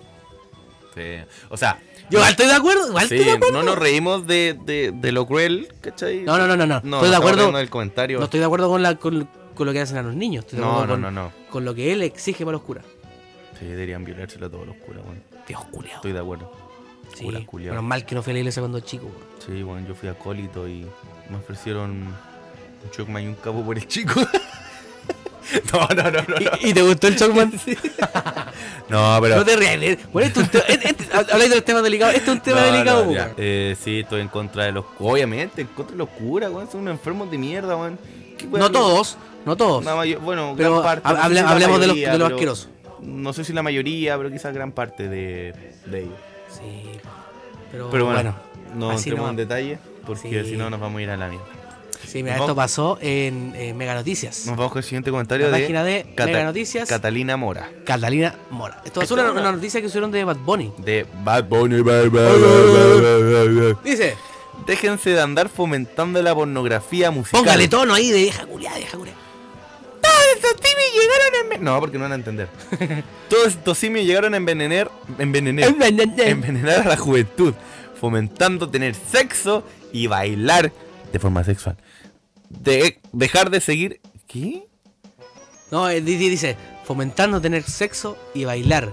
[SPEAKER 1] sí. O sea,
[SPEAKER 2] Yo igual estoy de acuerdo. Igual
[SPEAKER 1] Sí,
[SPEAKER 2] estoy de acuerdo.
[SPEAKER 1] no nos reímos de, de, de lo cruel, ¿cachai?
[SPEAKER 2] No, no, no, no, no. Estoy de
[SPEAKER 1] estamos
[SPEAKER 2] acuerdo.
[SPEAKER 1] riendo del comentario.
[SPEAKER 2] No estoy de acuerdo con, la, con, con lo que hacen a los niños. Estoy de
[SPEAKER 1] no,
[SPEAKER 2] acuerdo
[SPEAKER 1] no,
[SPEAKER 2] con,
[SPEAKER 1] no, no.
[SPEAKER 2] con lo que él exige para los curas.
[SPEAKER 1] Sí, deberían violárselo a todos los curas, weón.
[SPEAKER 2] Dios culiao.
[SPEAKER 1] Estoy de acuerdo.
[SPEAKER 2] Sí,
[SPEAKER 1] curas culiao.
[SPEAKER 2] menos mal que no fui a la iglesia cuando chico. weón.
[SPEAKER 1] Sí, bueno, yo fui a Colito y me ofrecieron un chocma y un capo por el chico. no, no, no, no.
[SPEAKER 2] ¿Y, y te gustó el Chocman?
[SPEAKER 1] No, pero.
[SPEAKER 2] No te rías. eh. Bueno, este es un tema. este- este- habláis de los temas delicados. Este es un tema
[SPEAKER 1] No, no,
[SPEAKER 2] delicado,
[SPEAKER 1] ya.
[SPEAKER 2] weón.
[SPEAKER 1] Eh, sí, estoy en contra de los. Obviamente, en contra de los curas, weón. Son unos enfermos de mierda, weón. ¿Qué weón?
[SPEAKER 2] No todos, no todos.
[SPEAKER 1] La mayo- bueno,
[SPEAKER 2] Pero
[SPEAKER 1] gran parte,
[SPEAKER 2] ha-
[SPEAKER 1] no sé
[SPEAKER 2] hable-
[SPEAKER 1] si la
[SPEAKER 2] hablemos de los- de los
[SPEAKER 1] pero-
[SPEAKER 2] asquerosos.
[SPEAKER 1] No sé si la mayoría, pero quizás gran parte de, de ellos.
[SPEAKER 2] Sí, pero,
[SPEAKER 1] Pero Oh, bueno,
[SPEAKER 2] bueno.
[SPEAKER 1] no
[SPEAKER 2] así
[SPEAKER 1] entremos
[SPEAKER 2] nomás.
[SPEAKER 1] en detalle porque
[SPEAKER 2] Sí.
[SPEAKER 1] si no nos vamos a ir a la mierda.
[SPEAKER 2] Sí, mira,
[SPEAKER 1] Nos
[SPEAKER 2] esto
[SPEAKER 1] vamos-
[SPEAKER 2] pasó en eh, Mega Noticias.
[SPEAKER 1] Nos vamos con el siguiente comentario
[SPEAKER 2] La
[SPEAKER 1] de,
[SPEAKER 2] página de
[SPEAKER 1] Cata-
[SPEAKER 2] Mega Noticias,
[SPEAKER 1] Catalina Mora
[SPEAKER 2] Catalina Mora. Esto pasó una, una noticia que subieron de Bad Bunny.
[SPEAKER 1] de Bad Bunny. bye, bye, bye, bye, bye, bye.
[SPEAKER 2] Dice,
[SPEAKER 1] Déjense de andar fomentando la pornografía musical.
[SPEAKER 2] póngale tono ahí de vieja culiada, vieja culiada.
[SPEAKER 1] estos simios llegaron a enven- No, porque no van a entender. Todos estos simios llegaron a envenenar, envenenar,
[SPEAKER 2] Este.
[SPEAKER 1] envenenar a la juventud, fomentando tener sexo y bailar de forma sexual. De dejar de seguir. ¿Qué?
[SPEAKER 2] No, eh, di- di- dice, fomentando tener sexo y bailar.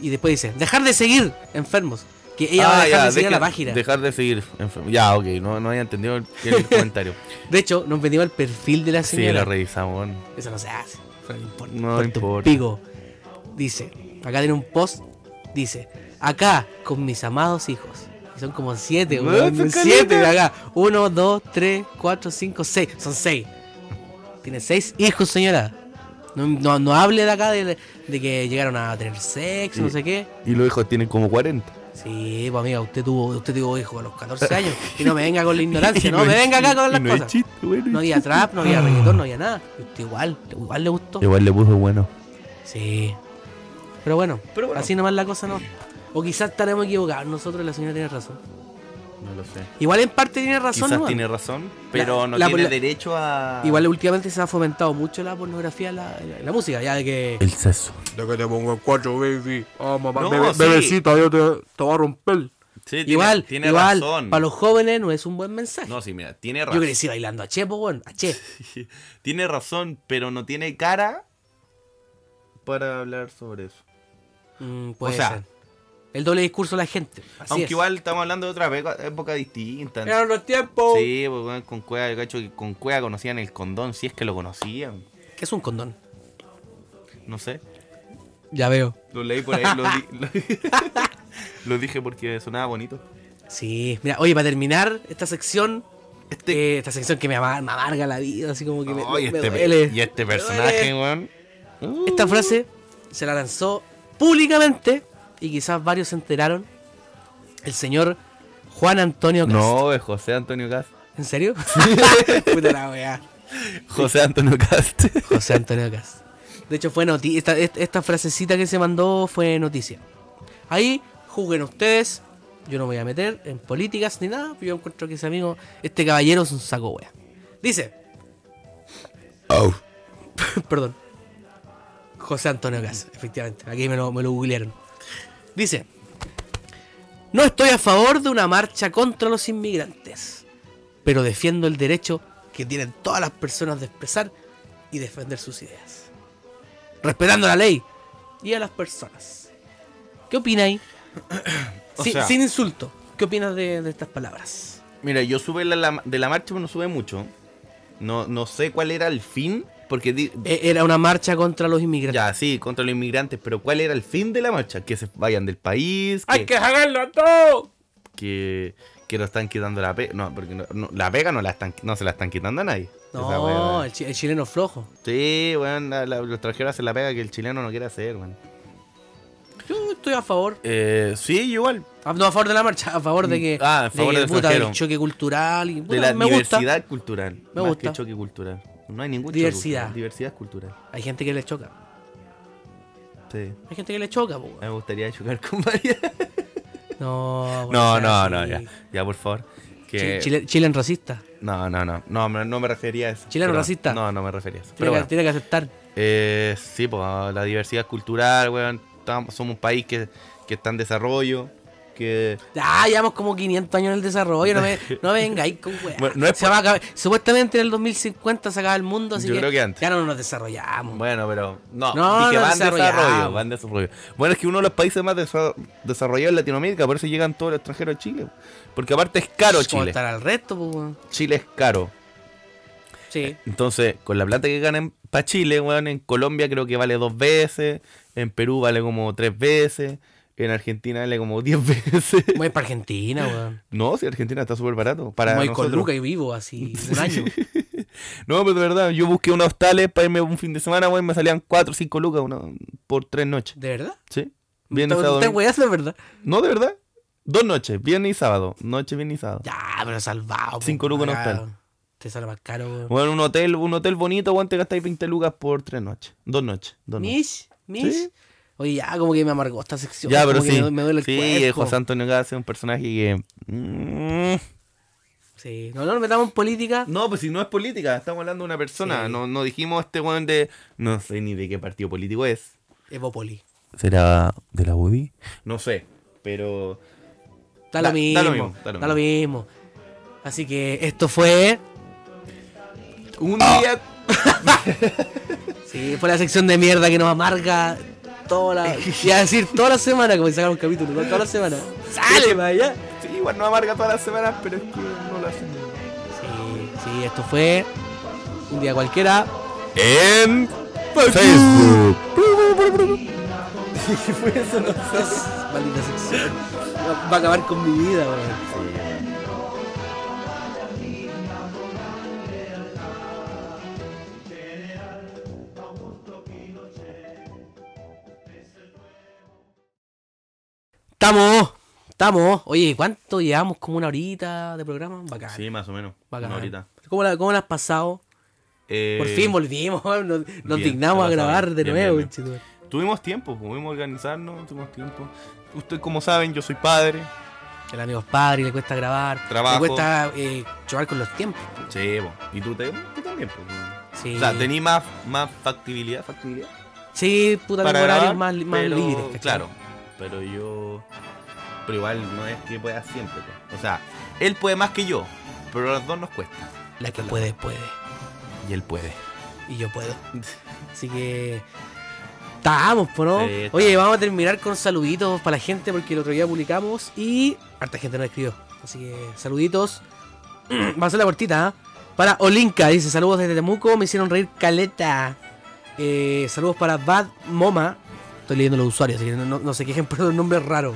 [SPEAKER 2] Y después dice, dejar de seguir enfermos. Que ella va a
[SPEAKER 1] Ah,
[SPEAKER 2] dejar
[SPEAKER 1] ya,
[SPEAKER 2] de seguir a la
[SPEAKER 1] dejen-
[SPEAKER 2] página.
[SPEAKER 1] Dejar de seguir. enfermo. Ya, ok, no, no había entendido el, el comentario.
[SPEAKER 2] De hecho, nos venimos el perfil de la
[SPEAKER 1] sí,
[SPEAKER 2] señora.
[SPEAKER 1] lo revisamos. bueno.
[SPEAKER 2] Eso no se hace. Pero no importa.
[SPEAKER 1] No
[SPEAKER 2] por tu
[SPEAKER 1] importa.
[SPEAKER 2] pico. Dice, acá tiene un post, dice, acá con mis amados hijos. Y son como siete,
[SPEAKER 1] Weón,
[SPEAKER 2] weón,
[SPEAKER 1] son
[SPEAKER 2] siete de
[SPEAKER 1] caleta.
[SPEAKER 2] acá. Uno, dos, tres, cuatro, cinco, seis. Son seis. Tiene seis hijos, señora. No, no, no hable de acá de, de que llegaron a tener sexo, no
[SPEAKER 1] Sí.
[SPEAKER 2] sé qué.
[SPEAKER 1] Y los hijos tienen como 40.
[SPEAKER 2] Sí, pues amiga, usted tuvo, usted tuvo hijo a los 14 años. Y no me venga con la ignorancia, no, me venga acá con las cosas. No había trap, no había reggaetón, no había nada. Y usted igual, igual le gustó.
[SPEAKER 1] Igual le puso bueno.
[SPEAKER 2] Sí. Pero bueno,
[SPEAKER 1] Pero bueno.
[SPEAKER 2] así nomás la cosa no. O quizás estaremos equivocados, nosotros la señora tiene razón.
[SPEAKER 1] No lo sé.
[SPEAKER 2] Igual en parte tiene razón,
[SPEAKER 1] Quizás
[SPEAKER 2] nomás.
[SPEAKER 1] tiene razón, pero
[SPEAKER 2] La-
[SPEAKER 1] no
[SPEAKER 2] la-
[SPEAKER 1] tiene
[SPEAKER 2] la-
[SPEAKER 1] derecho a.
[SPEAKER 2] Igual últimamente se ha fomentado mucho la pornografía, la, la- la música, ya de que...
[SPEAKER 1] El sexo.
[SPEAKER 6] De que te pongo en cuatro, baby. Ah, mamá,
[SPEAKER 1] No,
[SPEAKER 6] bebe-
[SPEAKER 1] sí.
[SPEAKER 6] bebecita, yo te, te voy a romper.
[SPEAKER 1] Sí, tiene-
[SPEAKER 2] igual,
[SPEAKER 1] tiene
[SPEAKER 2] igual,
[SPEAKER 1] razón.
[SPEAKER 2] para los jóvenes no es un buen mensaje.
[SPEAKER 1] No, sí, mira, tiene
[SPEAKER 2] Yo
[SPEAKER 1] razón.
[SPEAKER 2] crecí bailando a Che, pues bueno, a Che.
[SPEAKER 1] Tiene razón, pero no tiene cara para hablar sobre eso.
[SPEAKER 2] Mm, puede
[SPEAKER 1] O sea-
[SPEAKER 2] ser. El doble discurso de la gente. Así
[SPEAKER 1] Aunque
[SPEAKER 2] es.
[SPEAKER 1] igual estamos hablando de otra época, época distinta.
[SPEAKER 2] Eran los tiempos.
[SPEAKER 1] Sí, pues, weón, con cueva, yo cacho que con cueva conocían el condón, si es que lo conocían.
[SPEAKER 2] ¿Qué es un condón?
[SPEAKER 1] No sé.
[SPEAKER 2] Ya veo.
[SPEAKER 1] Lo leí por ahí, lo, di- lo- lo dije porque sonaba bonito.
[SPEAKER 2] Sí, mira, oye, para terminar esta sección,
[SPEAKER 1] Este-
[SPEAKER 2] eh, esta sección que me, amar- me amarga la vida, así como que me,
[SPEAKER 1] Ay,
[SPEAKER 2] me- me
[SPEAKER 1] este pe-
[SPEAKER 2] duele.
[SPEAKER 1] y este
[SPEAKER 2] Me
[SPEAKER 1] personaje, uh.
[SPEAKER 2] duele.
[SPEAKER 1] weón.
[SPEAKER 2] Esta frase se la lanzó públicamente y quizás varios se enteraron. El señor Juan Antonio Cast.
[SPEAKER 1] No, es José Antonio Cast.
[SPEAKER 2] ¿En serio? Puta la weá.
[SPEAKER 1] José Antonio Cast.
[SPEAKER 2] José Antonio Cast. De hecho, fue noticia. Esta, est- esta frasecita que se mandó fue noticia. Ahí, juzguen ustedes. Yo no me voy a meter en políticas ni nada. Yo encuentro que ese amigo, este caballero es un saco wea. Dice. Perdón. José Antonio Cast, efectivamente. Aquí me lo, me lo googlearon. Dice. No estoy a favor de una marcha contra los inmigrantes, pero defiendo el derecho que tienen todas las personas de expresar y defender sus ideas. Respetando la ley y a las personas. ¿Qué opináis?
[SPEAKER 1] O
[SPEAKER 2] sin,
[SPEAKER 1] sea-
[SPEAKER 2] sin insulto. ¿Qué opinas de, de estas palabras?
[SPEAKER 1] Mira, yo sube la, la- de la marcha, pero no sube mucho. No, no sé cuál era el fin, porque di-
[SPEAKER 2] E- Era una marcha contra los inmigrantes.
[SPEAKER 1] ya, sí, contra los inmigrantes, pero cuál era el fin de la marcha, que se vayan del país, que,
[SPEAKER 2] jagarlo a todos!
[SPEAKER 1] que, que no están quitando la pega, no, porque no- no, la pega no la están, no se la están quitando a nadie. Esa
[SPEAKER 2] No,
[SPEAKER 1] wea-
[SPEAKER 2] el, chi- el chileno es flojo.
[SPEAKER 1] Sí, weón, la- la- los extranjeros hacen la pega que el chileno no quiere hacer, weón.
[SPEAKER 2] Yo estoy a favor.
[SPEAKER 1] Eh, sí, igual,
[SPEAKER 2] Ah, No, a favor de la marcha, a favor de que.
[SPEAKER 1] Ah, a favor
[SPEAKER 2] de que,
[SPEAKER 1] del
[SPEAKER 2] puta,
[SPEAKER 1] extranjero.
[SPEAKER 2] del choque cultural. Y, puta,
[SPEAKER 1] de la
[SPEAKER 2] me gusta.
[SPEAKER 1] diversidad cultural,
[SPEAKER 2] Me
[SPEAKER 1] más
[SPEAKER 2] gusta.
[SPEAKER 1] que choque cultural. No hay ningún choque
[SPEAKER 2] Diversidad.
[SPEAKER 1] cultural, diversidad cultural.
[SPEAKER 2] Hay gente que le choca.
[SPEAKER 1] Sí.
[SPEAKER 2] Hay gente que le choca, po, weón.
[SPEAKER 1] Me gustaría chocar con varias.
[SPEAKER 2] No,
[SPEAKER 1] No,
[SPEAKER 2] weón,
[SPEAKER 1] no,
[SPEAKER 2] así.
[SPEAKER 1] no, ya. Ya, por favor. Que...
[SPEAKER 2] Chi- Chile, Chile en racista.
[SPEAKER 1] No, no, no. No, me- no me refería a eso.
[SPEAKER 2] Chileno
[SPEAKER 1] Pero-
[SPEAKER 2] racista.
[SPEAKER 1] No, no me refería a eso.
[SPEAKER 2] Tiene,
[SPEAKER 1] Pero
[SPEAKER 2] que,
[SPEAKER 1] bueno,
[SPEAKER 2] tiene que aceptar.
[SPEAKER 1] eh, sí, pues la diversidad cultural, weón. Tam- Somos un país que, que está en desarrollo. Que.
[SPEAKER 2] Ah, llevamos como 500 años en el desarrollo. No me, no me vengáis con weá.
[SPEAKER 1] Bueno, no es
[SPEAKER 2] Se va a acabar- Supuestamente en el 2050 se acaba el mundo. Así
[SPEAKER 1] Yo creo que antes.
[SPEAKER 2] Ya no nos desarrollamos.
[SPEAKER 1] Bueno, pero. No,
[SPEAKER 2] No,
[SPEAKER 1] dije,
[SPEAKER 2] no
[SPEAKER 1] va en
[SPEAKER 2] desarrollado.
[SPEAKER 1] desarrollo. Va en desarrollo. Bueno, es que uno de los países más desa- desarrollados en Latinoamérica. Por eso llegan todos los extranjeros a Chile. Porque aparte es caro
[SPEAKER 2] Como
[SPEAKER 1] Chile.
[SPEAKER 2] estar al resto, po, weón.
[SPEAKER 1] Chile es caro.
[SPEAKER 2] Sí.
[SPEAKER 1] Entonces, con la plata que ganan para Chile, weón, en Colombia creo que vale dos veces, en Perú vale como tres veces, en Argentina vale como diez veces.
[SPEAKER 2] Voy para Argentina, weón.
[SPEAKER 1] No, si Argentina está súper barato. Para
[SPEAKER 2] Voy con
[SPEAKER 1] nosotros.
[SPEAKER 2] Luca y vivo así un año.
[SPEAKER 1] No, pero de verdad, yo busqué unos hostales para irme un fin de semana, weón, me salían cuatro o cinco lucas una- por tres noches.
[SPEAKER 2] ¿De verdad?
[SPEAKER 1] ¿Sí? Viernes,
[SPEAKER 2] ¿Te,
[SPEAKER 1] sábado.
[SPEAKER 2] te
[SPEAKER 1] domingo.
[SPEAKER 2] weas de verdad?
[SPEAKER 1] No, de verdad. Dos noches, viernes y sábado. Noche, viernes y sábado.
[SPEAKER 2] Ya, pero salvado. po,
[SPEAKER 1] Cinco lucas no
[SPEAKER 2] acá
[SPEAKER 1] están.
[SPEAKER 2] Te sale más caro, weón.
[SPEAKER 1] Bueno, un hotel, un hotel bonito, weón, te gastáis 20 lucas por tres noches. Dos noches. Dos noches.
[SPEAKER 2] Mish, Mish.
[SPEAKER 1] Sí.
[SPEAKER 2] Oye, ya como que me amargó esta sección.
[SPEAKER 1] Ya, pero
[SPEAKER 2] como que
[SPEAKER 1] sí.
[SPEAKER 2] Me, me duele el
[SPEAKER 1] sí,
[SPEAKER 2] cuerpo.
[SPEAKER 1] eh, José Antonio Gas es un personaje que. mm,
[SPEAKER 2] Sí. No, no nos metamos en política.
[SPEAKER 1] No, pues si no es política, estamos hablando de una persona.
[SPEAKER 2] Sí.
[SPEAKER 1] No, no dijimos este weón de. No sé ni de qué partido político es.
[SPEAKER 2] Evópoli.
[SPEAKER 1] ¿Será de la UDI? No sé, pero.
[SPEAKER 2] Da,
[SPEAKER 1] Da-
[SPEAKER 2] lo mismo. Da lo mismo.
[SPEAKER 1] da lo
[SPEAKER 2] Así que esto fue.
[SPEAKER 1] Un día.
[SPEAKER 2] Sí, fue la sección de mierda que nos amarga toda la. Y a decir toda la semana, como si sacara un capítulo, ¿no? toda la semana. ¡Sale, vaya!
[SPEAKER 1] Sí, igual no amarga todas las semanas, pero es que no lo hacen.
[SPEAKER 2] Sí, sí, esto fue. Un día cualquiera.
[SPEAKER 1] En Facebook. ¿Qué fue eso? No sé.
[SPEAKER 2] Maldita sección. Va va a acabar con mi vida, weón. Estamos, Estamos, oye, ¿cuánto llevamos? ¿Como una horita de programa? Bacán.
[SPEAKER 1] Sí, más o menos.
[SPEAKER 2] bacán.
[SPEAKER 1] Una horita.
[SPEAKER 2] ¿Cómo la, cómo la has pasado?
[SPEAKER 1] Eh,
[SPEAKER 2] Por fin volvimos, nos, nos
[SPEAKER 1] bien,
[SPEAKER 2] dignamos a
[SPEAKER 1] te vas a
[SPEAKER 2] grabar
[SPEAKER 1] ver.
[SPEAKER 2] de
[SPEAKER 1] Bien,
[SPEAKER 2] nuevo,
[SPEAKER 1] bien, bien.
[SPEAKER 2] chico.
[SPEAKER 1] Tuvimos tiempo, pues, pudimos organizarnos, tuvimos tiempo. Ustedes, como saben, yo soy padre.
[SPEAKER 2] El amigo es padre, y le cuesta grabar,
[SPEAKER 1] Trabajo.
[SPEAKER 2] le cuesta eh, chocar con los tiempos.
[SPEAKER 1] Sí, po. y tú, te, tú también. po.
[SPEAKER 2] Sí,
[SPEAKER 1] O sea, tení más, más factibilidad, factibilidad
[SPEAKER 2] sí puta, tengo
[SPEAKER 1] para
[SPEAKER 2] horarios
[SPEAKER 1] grabar,
[SPEAKER 2] más, li- más
[SPEAKER 1] pero-
[SPEAKER 2] libres. ¿cachai?
[SPEAKER 1] Claro, pero yo... Pero igual no es que pueda siempre. po. O sea, él puede más que yo, pero a los dos nos cuesta.
[SPEAKER 2] La que puede, puede.
[SPEAKER 1] Y él puede.
[SPEAKER 2] Y yo puedo. Así que. Estamos, po, ¿no?
[SPEAKER 1] Sí, estamos.
[SPEAKER 2] Oye, vamos a terminar con saluditos para la gente porque el otro día publicamos y harta gente nos escribió. Así que saluditos. Va a ser la cortita, ¿ah? Para Olinka, dice saludos desde Temuco, me hicieron reír caleta. Eh, saludos para Bad Moma. Estoy leyendo los usuarios, así que no, no- no se quejen por los nombres raros.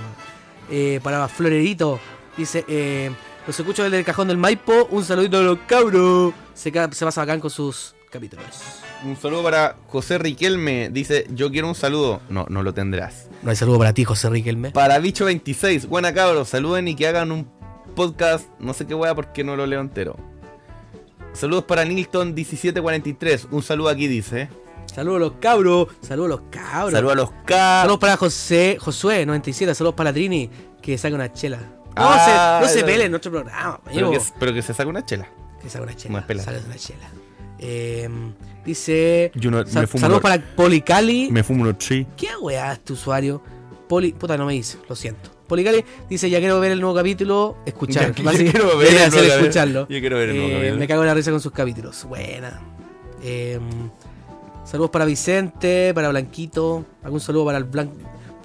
[SPEAKER 2] Eh, para Florerito, dice: eh, Los escucho desde el cajón del Maipo. Un saludito a los cabros. Se, ca- se pasa bacán con sus capítulos.
[SPEAKER 1] Un saludo para José Riquelme. Dice, yo quiero un saludo. No, no lo tendrás.
[SPEAKER 2] No hay saludo para ti, José Riquelme.
[SPEAKER 1] Para Bicho 26. Buena cabros, saluden y que hagan un podcast. No sé qué wea porque no lo leo entero. Saludos para Nilton 1743. Un saludo aquí dice.
[SPEAKER 2] Saludos a los cabros. Saludos a los cabros.
[SPEAKER 1] Saludos a los K.
[SPEAKER 2] Saludos para José, Josué, 97. Saludos para Trini, que saca una chela. No
[SPEAKER 1] Ah,
[SPEAKER 2] se, no se
[SPEAKER 1] la-
[SPEAKER 2] pele en nuestro programa.
[SPEAKER 1] Pero que,
[SPEAKER 2] amigo.
[SPEAKER 1] pero que se saque una chela.
[SPEAKER 2] Que saca una
[SPEAKER 1] Más
[SPEAKER 2] chela.
[SPEAKER 1] pela.
[SPEAKER 2] Saca una chela. Eh, dice.
[SPEAKER 1] Yo no-
[SPEAKER 2] sa-
[SPEAKER 1] me fumo
[SPEAKER 2] saludos
[SPEAKER 1] una-
[SPEAKER 2] para Policali.
[SPEAKER 1] fumo unos chi.
[SPEAKER 2] ¿Qué weá este usuario? Poli. Puta, no me dice, lo siento. Policali dice: Ya quiero ver el nuevo capítulo, escuchar.
[SPEAKER 1] Ya
[SPEAKER 2] Así que
[SPEAKER 1] quiero ver
[SPEAKER 2] le voy a
[SPEAKER 1] el
[SPEAKER 2] hacer
[SPEAKER 1] nuevo capítulo.
[SPEAKER 2] escucharlo.
[SPEAKER 1] Yo quiero ver el nuevo
[SPEAKER 2] Eh,
[SPEAKER 1] capítulo.
[SPEAKER 2] Me cago en la risa con sus capítulos. Buena. Eh, saludos para Vicente, para Blanquito. Algún saludo para el Blan-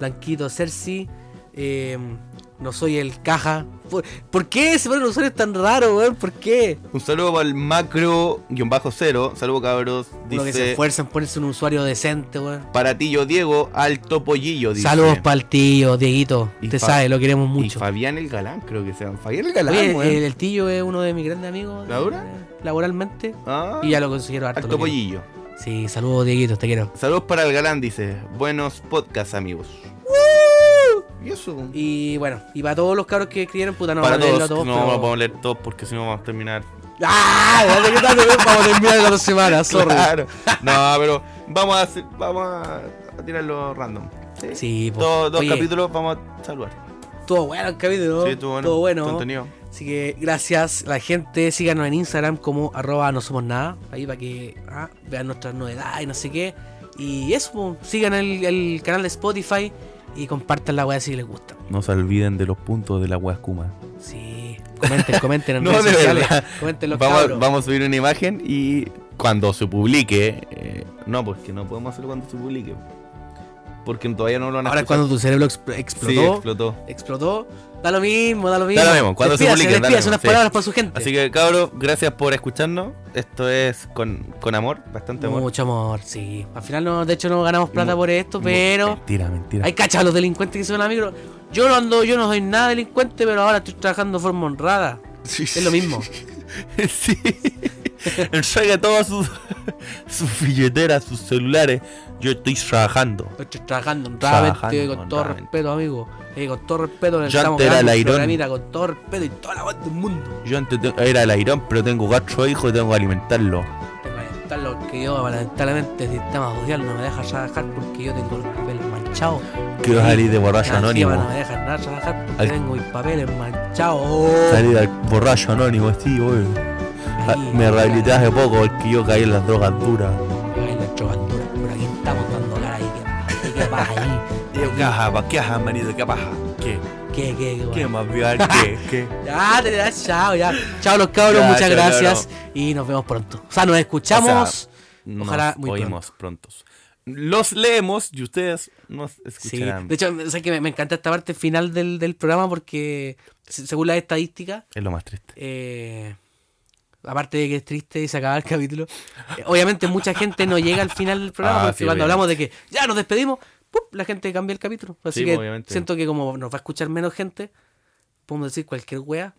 [SPEAKER 2] Blanquito Cersei. Eh, no soy el caja. ¿Por, por qué se ponen usuarios tan raros, weón? ¿Por qué?
[SPEAKER 1] Un saludo para el macro-cero. Saludos cabros.
[SPEAKER 2] Uno que se
[SPEAKER 1] Dice.
[SPEAKER 2] esfuerzan en ponerse un usuario decente, weón.
[SPEAKER 1] Para ti yo Diego, alto pollillo. Dice.
[SPEAKER 2] Saludos para el tío, Dieguito.
[SPEAKER 1] Y
[SPEAKER 2] Te
[SPEAKER 1] Fa-
[SPEAKER 2] sabe, lo queremos
[SPEAKER 1] Y
[SPEAKER 2] mucho.
[SPEAKER 1] Fabián el Galán, creo que se llama. Fabián el Galán,
[SPEAKER 2] Oye, eh,
[SPEAKER 1] weón.
[SPEAKER 2] el, el tío es uno de mis grandes amigos.
[SPEAKER 1] ¿La dura?
[SPEAKER 2] eh, Laboralmente.
[SPEAKER 1] Ah,
[SPEAKER 2] Y ya lo considero harto.
[SPEAKER 1] alto
[SPEAKER 2] lo
[SPEAKER 1] pollillo.
[SPEAKER 2] quiero. Sí, saludos, Dieguito, te quiero.
[SPEAKER 1] Saludos para el galán, dice. Buenos podcasts, amigos. Y eso.
[SPEAKER 2] Y bueno, y para todos los cabros que escribieron, puta, no
[SPEAKER 1] para
[SPEAKER 2] vamos a
[SPEAKER 1] todos.
[SPEAKER 2] leerlo a
[SPEAKER 1] no
[SPEAKER 2] pero-
[SPEAKER 1] vamos a leer todos porque si no vamos a terminar.
[SPEAKER 2] ¡Ah! Date que tarde, ven, Vamos a terminar las dos semanas, sorry.
[SPEAKER 1] Claro. No, pero vamos a, hacer- vamos a, a tirarlo random. Sí.
[SPEAKER 2] Sí, po.
[SPEAKER 1] Dos, dos
[SPEAKER 2] Oye,
[SPEAKER 1] capítulos vamos a saludar.
[SPEAKER 2] Todo bueno el capítulo.
[SPEAKER 1] Sí, estuvo bueno.
[SPEAKER 2] Todo bueno.
[SPEAKER 1] Contenido.
[SPEAKER 2] Así que gracias, la gente. Síganos en Instagram como arroba no somos nada. Ahí para que ah, vean nuestras novedades y no sé qué. Y eso, po. sigan el, el canal de Spotify y compartan la weá si les gusta.
[SPEAKER 1] No se olviden de los puntos de la Huascuma.
[SPEAKER 2] Sí, comenten, comenten en
[SPEAKER 1] No,
[SPEAKER 2] redes
[SPEAKER 1] de
[SPEAKER 2] sociales.
[SPEAKER 1] verdad.
[SPEAKER 2] Comenten los
[SPEAKER 1] Vamos, a-
[SPEAKER 2] cabros.
[SPEAKER 1] vamos a subir una imagen y cuando se publique. eh, no, porque no podemos hacerlo cuando se publique. Porque todavía no lo han
[SPEAKER 2] Ahora es cuando tu cerebro expl- explotó,
[SPEAKER 1] Sí, explotó.
[SPEAKER 2] explotó, da lo mismo, da lo mismo.
[SPEAKER 1] mismo, cuando se
[SPEAKER 2] Despídase,
[SPEAKER 1] publique, da lo
[SPEAKER 2] despídase
[SPEAKER 1] mismo,
[SPEAKER 2] unas
[SPEAKER 1] sí.
[SPEAKER 2] palabras para su gente.
[SPEAKER 1] Así que, cabros, gracias por escucharnos. Esto es con, con amor, bastante amor.
[SPEAKER 2] Mucho amor, sí. Al final, no, de hecho, no ganamos plata
[SPEAKER 1] Mu- eh,
[SPEAKER 2] por esto, pero.
[SPEAKER 1] Mentira, mentira.
[SPEAKER 2] Hay cachas los delincuentes que se van a la micro. Yo no ando, yo no soy nada delincuente, pero ahora estoy trabajando de forma honrada. Es lo mismo.
[SPEAKER 1] sí. Entrega todas sus, sus billeteras, sus celulares. Yo estoy trabajando.
[SPEAKER 2] Estoy trabajando honradamente,
[SPEAKER 1] Trabajando
[SPEAKER 2] con todo
[SPEAKER 1] honradamente.
[SPEAKER 2] respeto, amigo. Eh, con todo respeto, le
[SPEAKER 1] Yo
[SPEAKER 2] estamos
[SPEAKER 1] antes era
[SPEAKER 2] grabando un
[SPEAKER 1] Lairón.
[SPEAKER 2] programita con todo respeto y toda la voz del mundo.
[SPEAKER 1] Yo antes te- era el airón, pero tengo cuatro hijos y tengo que alimentarlos.
[SPEAKER 2] Tengo que lamentarlo, que yo, lamentablemente, el sistema social no me deja trabajar porque yo tengo los papeles manchados.
[SPEAKER 1] Quiero salir de
[SPEAKER 2] Más
[SPEAKER 1] borracho
[SPEAKER 2] encima No
[SPEAKER 1] anónimo.
[SPEAKER 2] me dejan nada trabajar porque
[SPEAKER 1] Al-
[SPEAKER 2] tengo mis papeles manchados.
[SPEAKER 1] Salir al borracho anónimo, sí, oye. Ah,
[SPEAKER 2] Ahí,
[SPEAKER 1] Me rehabilité
[SPEAKER 2] cara.
[SPEAKER 1] hace poco porque yo caí en las drogas duras.
[SPEAKER 2] Ay, la chocantura, pero aquí estamos dando cara y que, y que pasa ahí.
[SPEAKER 1] ¿Qué paja? ¿Qué paja, manito? ¿Qué paja? ¿Qué?
[SPEAKER 2] Que, que, que,
[SPEAKER 1] ¿Qué
[SPEAKER 2] bueno.
[SPEAKER 1] más vial? ¿Qué? ¿Qué?
[SPEAKER 2] Ya, te das, chao, ya. Chao los cabros,
[SPEAKER 1] Ya,
[SPEAKER 2] muchas
[SPEAKER 1] chao,
[SPEAKER 2] gracias. Y nos vemos pronto. O sea, nos escuchamos.
[SPEAKER 1] Nos
[SPEAKER 2] Ojalá muy
[SPEAKER 1] oímos prontos. Los leemos y ustedes nos
[SPEAKER 2] Sí.
[SPEAKER 1] escucharán.
[SPEAKER 2] De hecho, sé que me, me encanta esta parte final del, del programa porque, se- según las estadísticas,
[SPEAKER 1] es lo más triste.
[SPEAKER 2] eh, aparte de que es triste y se acaba el capítulo, eh, obviamente mucha gente no llega al final del programa
[SPEAKER 1] Ah,
[SPEAKER 2] porque
[SPEAKER 1] sí,
[SPEAKER 2] cuando
[SPEAKER 1] obviamente.
[SPEAKER 2] hablamos de que ya nos despedimos, ¡pum! la gente cambia el capítulo. Así
[SPEAKER 1] Sí, pues,
[SPEAKER 2] que
[SPEAKER 1] obviamente.
[SPEAKER 2] siento que como nos va a escuchar menos gente, podemos decir cualquier wea.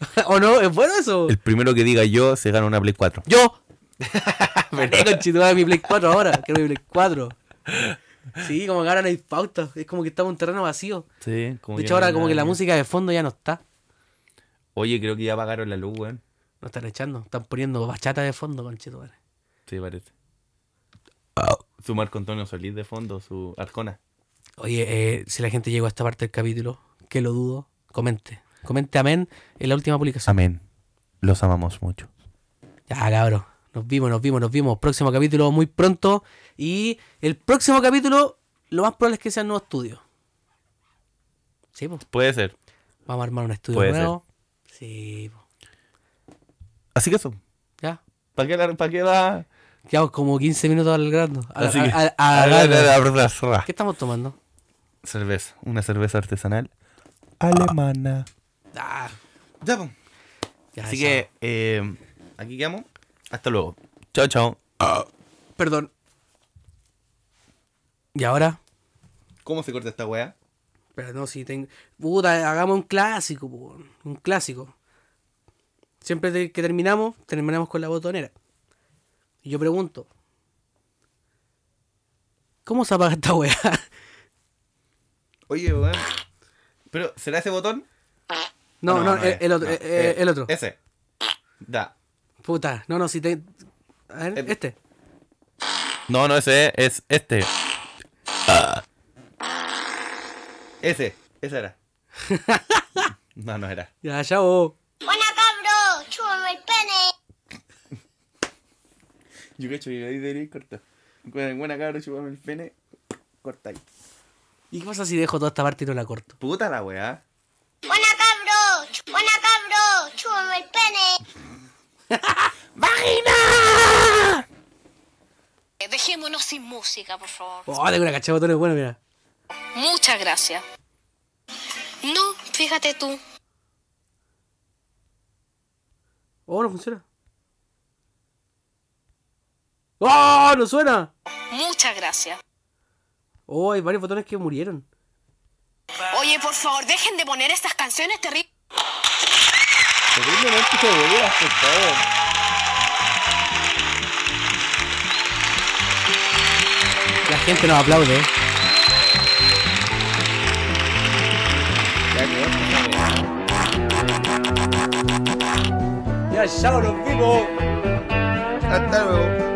[SPEAKER 2] ¿O no? ¿Es bueno eso?
[SPEAKER 1] El primero que diga yo se gana una Play 4.
[SPEAKER 2] Yo. Gané con mi Play 4 ahora. Quiero mi Play 4. Sí, como que ahora no hay pautas. Es como que estamos en un terreno vacío.
[SPEAKER 1] Sí, como
[SPEAKER 2] de
[SPEAKER 1] que
[SPEAKER 2] hecho,
[SPEAKER 1] no
[SPEAKER 2] ahora
[SPEAKER 1] hay
[SPEAKER 2] como que la
[SPEAKER 1] nadie.
[SPEAKER 2] música de fondo ya no está.
[SPEAKER 1] Oye, creo que ya apagaron la luz, weón.
[SPEAKER 2] No están echando. Están poniendo bachata de fondo, conchito.
[SPEAKER 1] Sí, parece. Su Marco Antonio Solís de fondo, su Arjona.
[SPEAKER 2] Oye, eh, si la gente llegó a esta parte del capítulo, que lo dudo, comente. Comente amén en la última publicación.
[SPEAKER 1] Amén. Los amamos mucho.
[SPEAKER 2] Ya, cabrón. Nos vimos, nos vimos, nos vimos. Próximo capítulo muy pronto. Y el próximo capítulo, lo más probable es que sea un nuevo estudio. Sí, pues.
[SPEAKER 1] Puede ser.
[SPEAKER 2] Vamos a armar un estudio
[SPEAKER 1] Puede
[SPEAKER 2] nuevo. Sí, pues.
[SPEAKER 1] Así que eso.
[SPEAKER 2] Ya.
[SPEAKER 1] ¿Para qué, la- para qué la-
[SPEAKER 2] Llevamos como 15 minutos hablando. A-
[SPEAKER 1] Así
[SPEAKER 2] a-
[SPEAKER 1] que-
[SPEAKER 2] a- a-
[SPEAKER 1] Agarra la
[SPEAKER 2] a-
[SPEAKER 1] brasa.
[SPEAKER 2] ¿Qué estamos tomando?
[SPEAKER 1] Cerveza. Una cerveza artesanal alemana.
[SPEAKER 2] Ah,
[SPEAKER 1] Ya, po.
[SPEAKER 2] ya,
[SPEAKER 1] Así
[SPEAKER 2] ya.
[SPEAKER 1] que eh, aquí quedamos. Hasta luego. Chao, chao.
[SPEAKER 2] Perdón. Y ahora.
[SPEAKER 1] ¿Cómo se corta esta weá?
[SPEAKER 2] Pero no, si tengo. Puta, hagamos un clásico, po, weón. un clásico. Siempre te- que terminamos, terminamos con la botonera. Y yo pregunto: ¿Cómo se apaga esta weá?
[SPEAKER 1] Oye, weón. Pero, ¿será ese botón?
[SPEAKER 2] No, no, el,
[SPEAKER 1] es.
[SPEAKER 2] el otro.
[SPEAKER 1] No,
[SPEAKER 2] eh, eh,
[SPEAKER 1] eh,
[SPEAKER 2] el otro.
[SPEAKER 1] Ese. Da.
[SPEAKER 2] Puta, no, no, si te. A ver,
[SPEAKER 1] El-
[SPEAKER 2] este.
[SPEAKER 1] No, no, ese es, es este. Ah. Ese, ese era. No, no era.
[SPEAKER 2] Ya, chao.
[SPEAKER 4] Buena cabro, chúpame el pene.
[SPEAKER 1] Yo cacho, yo ahí debería ir corta. Buena, buena cabra, chupame el pene. Corta ahí.
[SPEAKER 2] ¿Y qué pasa si dejo toda esta parte y no la corto?
[SPEAKER 1] Puta la weá.
[SPEAKER 4] Buena cabro, chu- buena cabro, chúpame el pene.
[SPEAKER 7] Eh, Dejémonos sin música, por favor.
[SPEAKER 2] Oh, tengo una cachada de botones bueno, mira.
[SPEAKER 7] Muchas gracias. No, fíjate tú.
[SPEAKER 2] Oh, no funciona. ¡Oh, no suena!
[SPEAKER 7] Muchas gracias.
[SPEAKER 2] Oh, hay varios botones que murieron.
[SPEAKER 7] Oye, por favor, dejen de poner estas canciones terribles.
[SPEAKER 1] Terriblemente se volvía, por favor.
[SPEAKER 2] La gente nos aplaude, ¿eh? Ya, chao, nos vimos.
[SPEAKER 1] Hasta luego.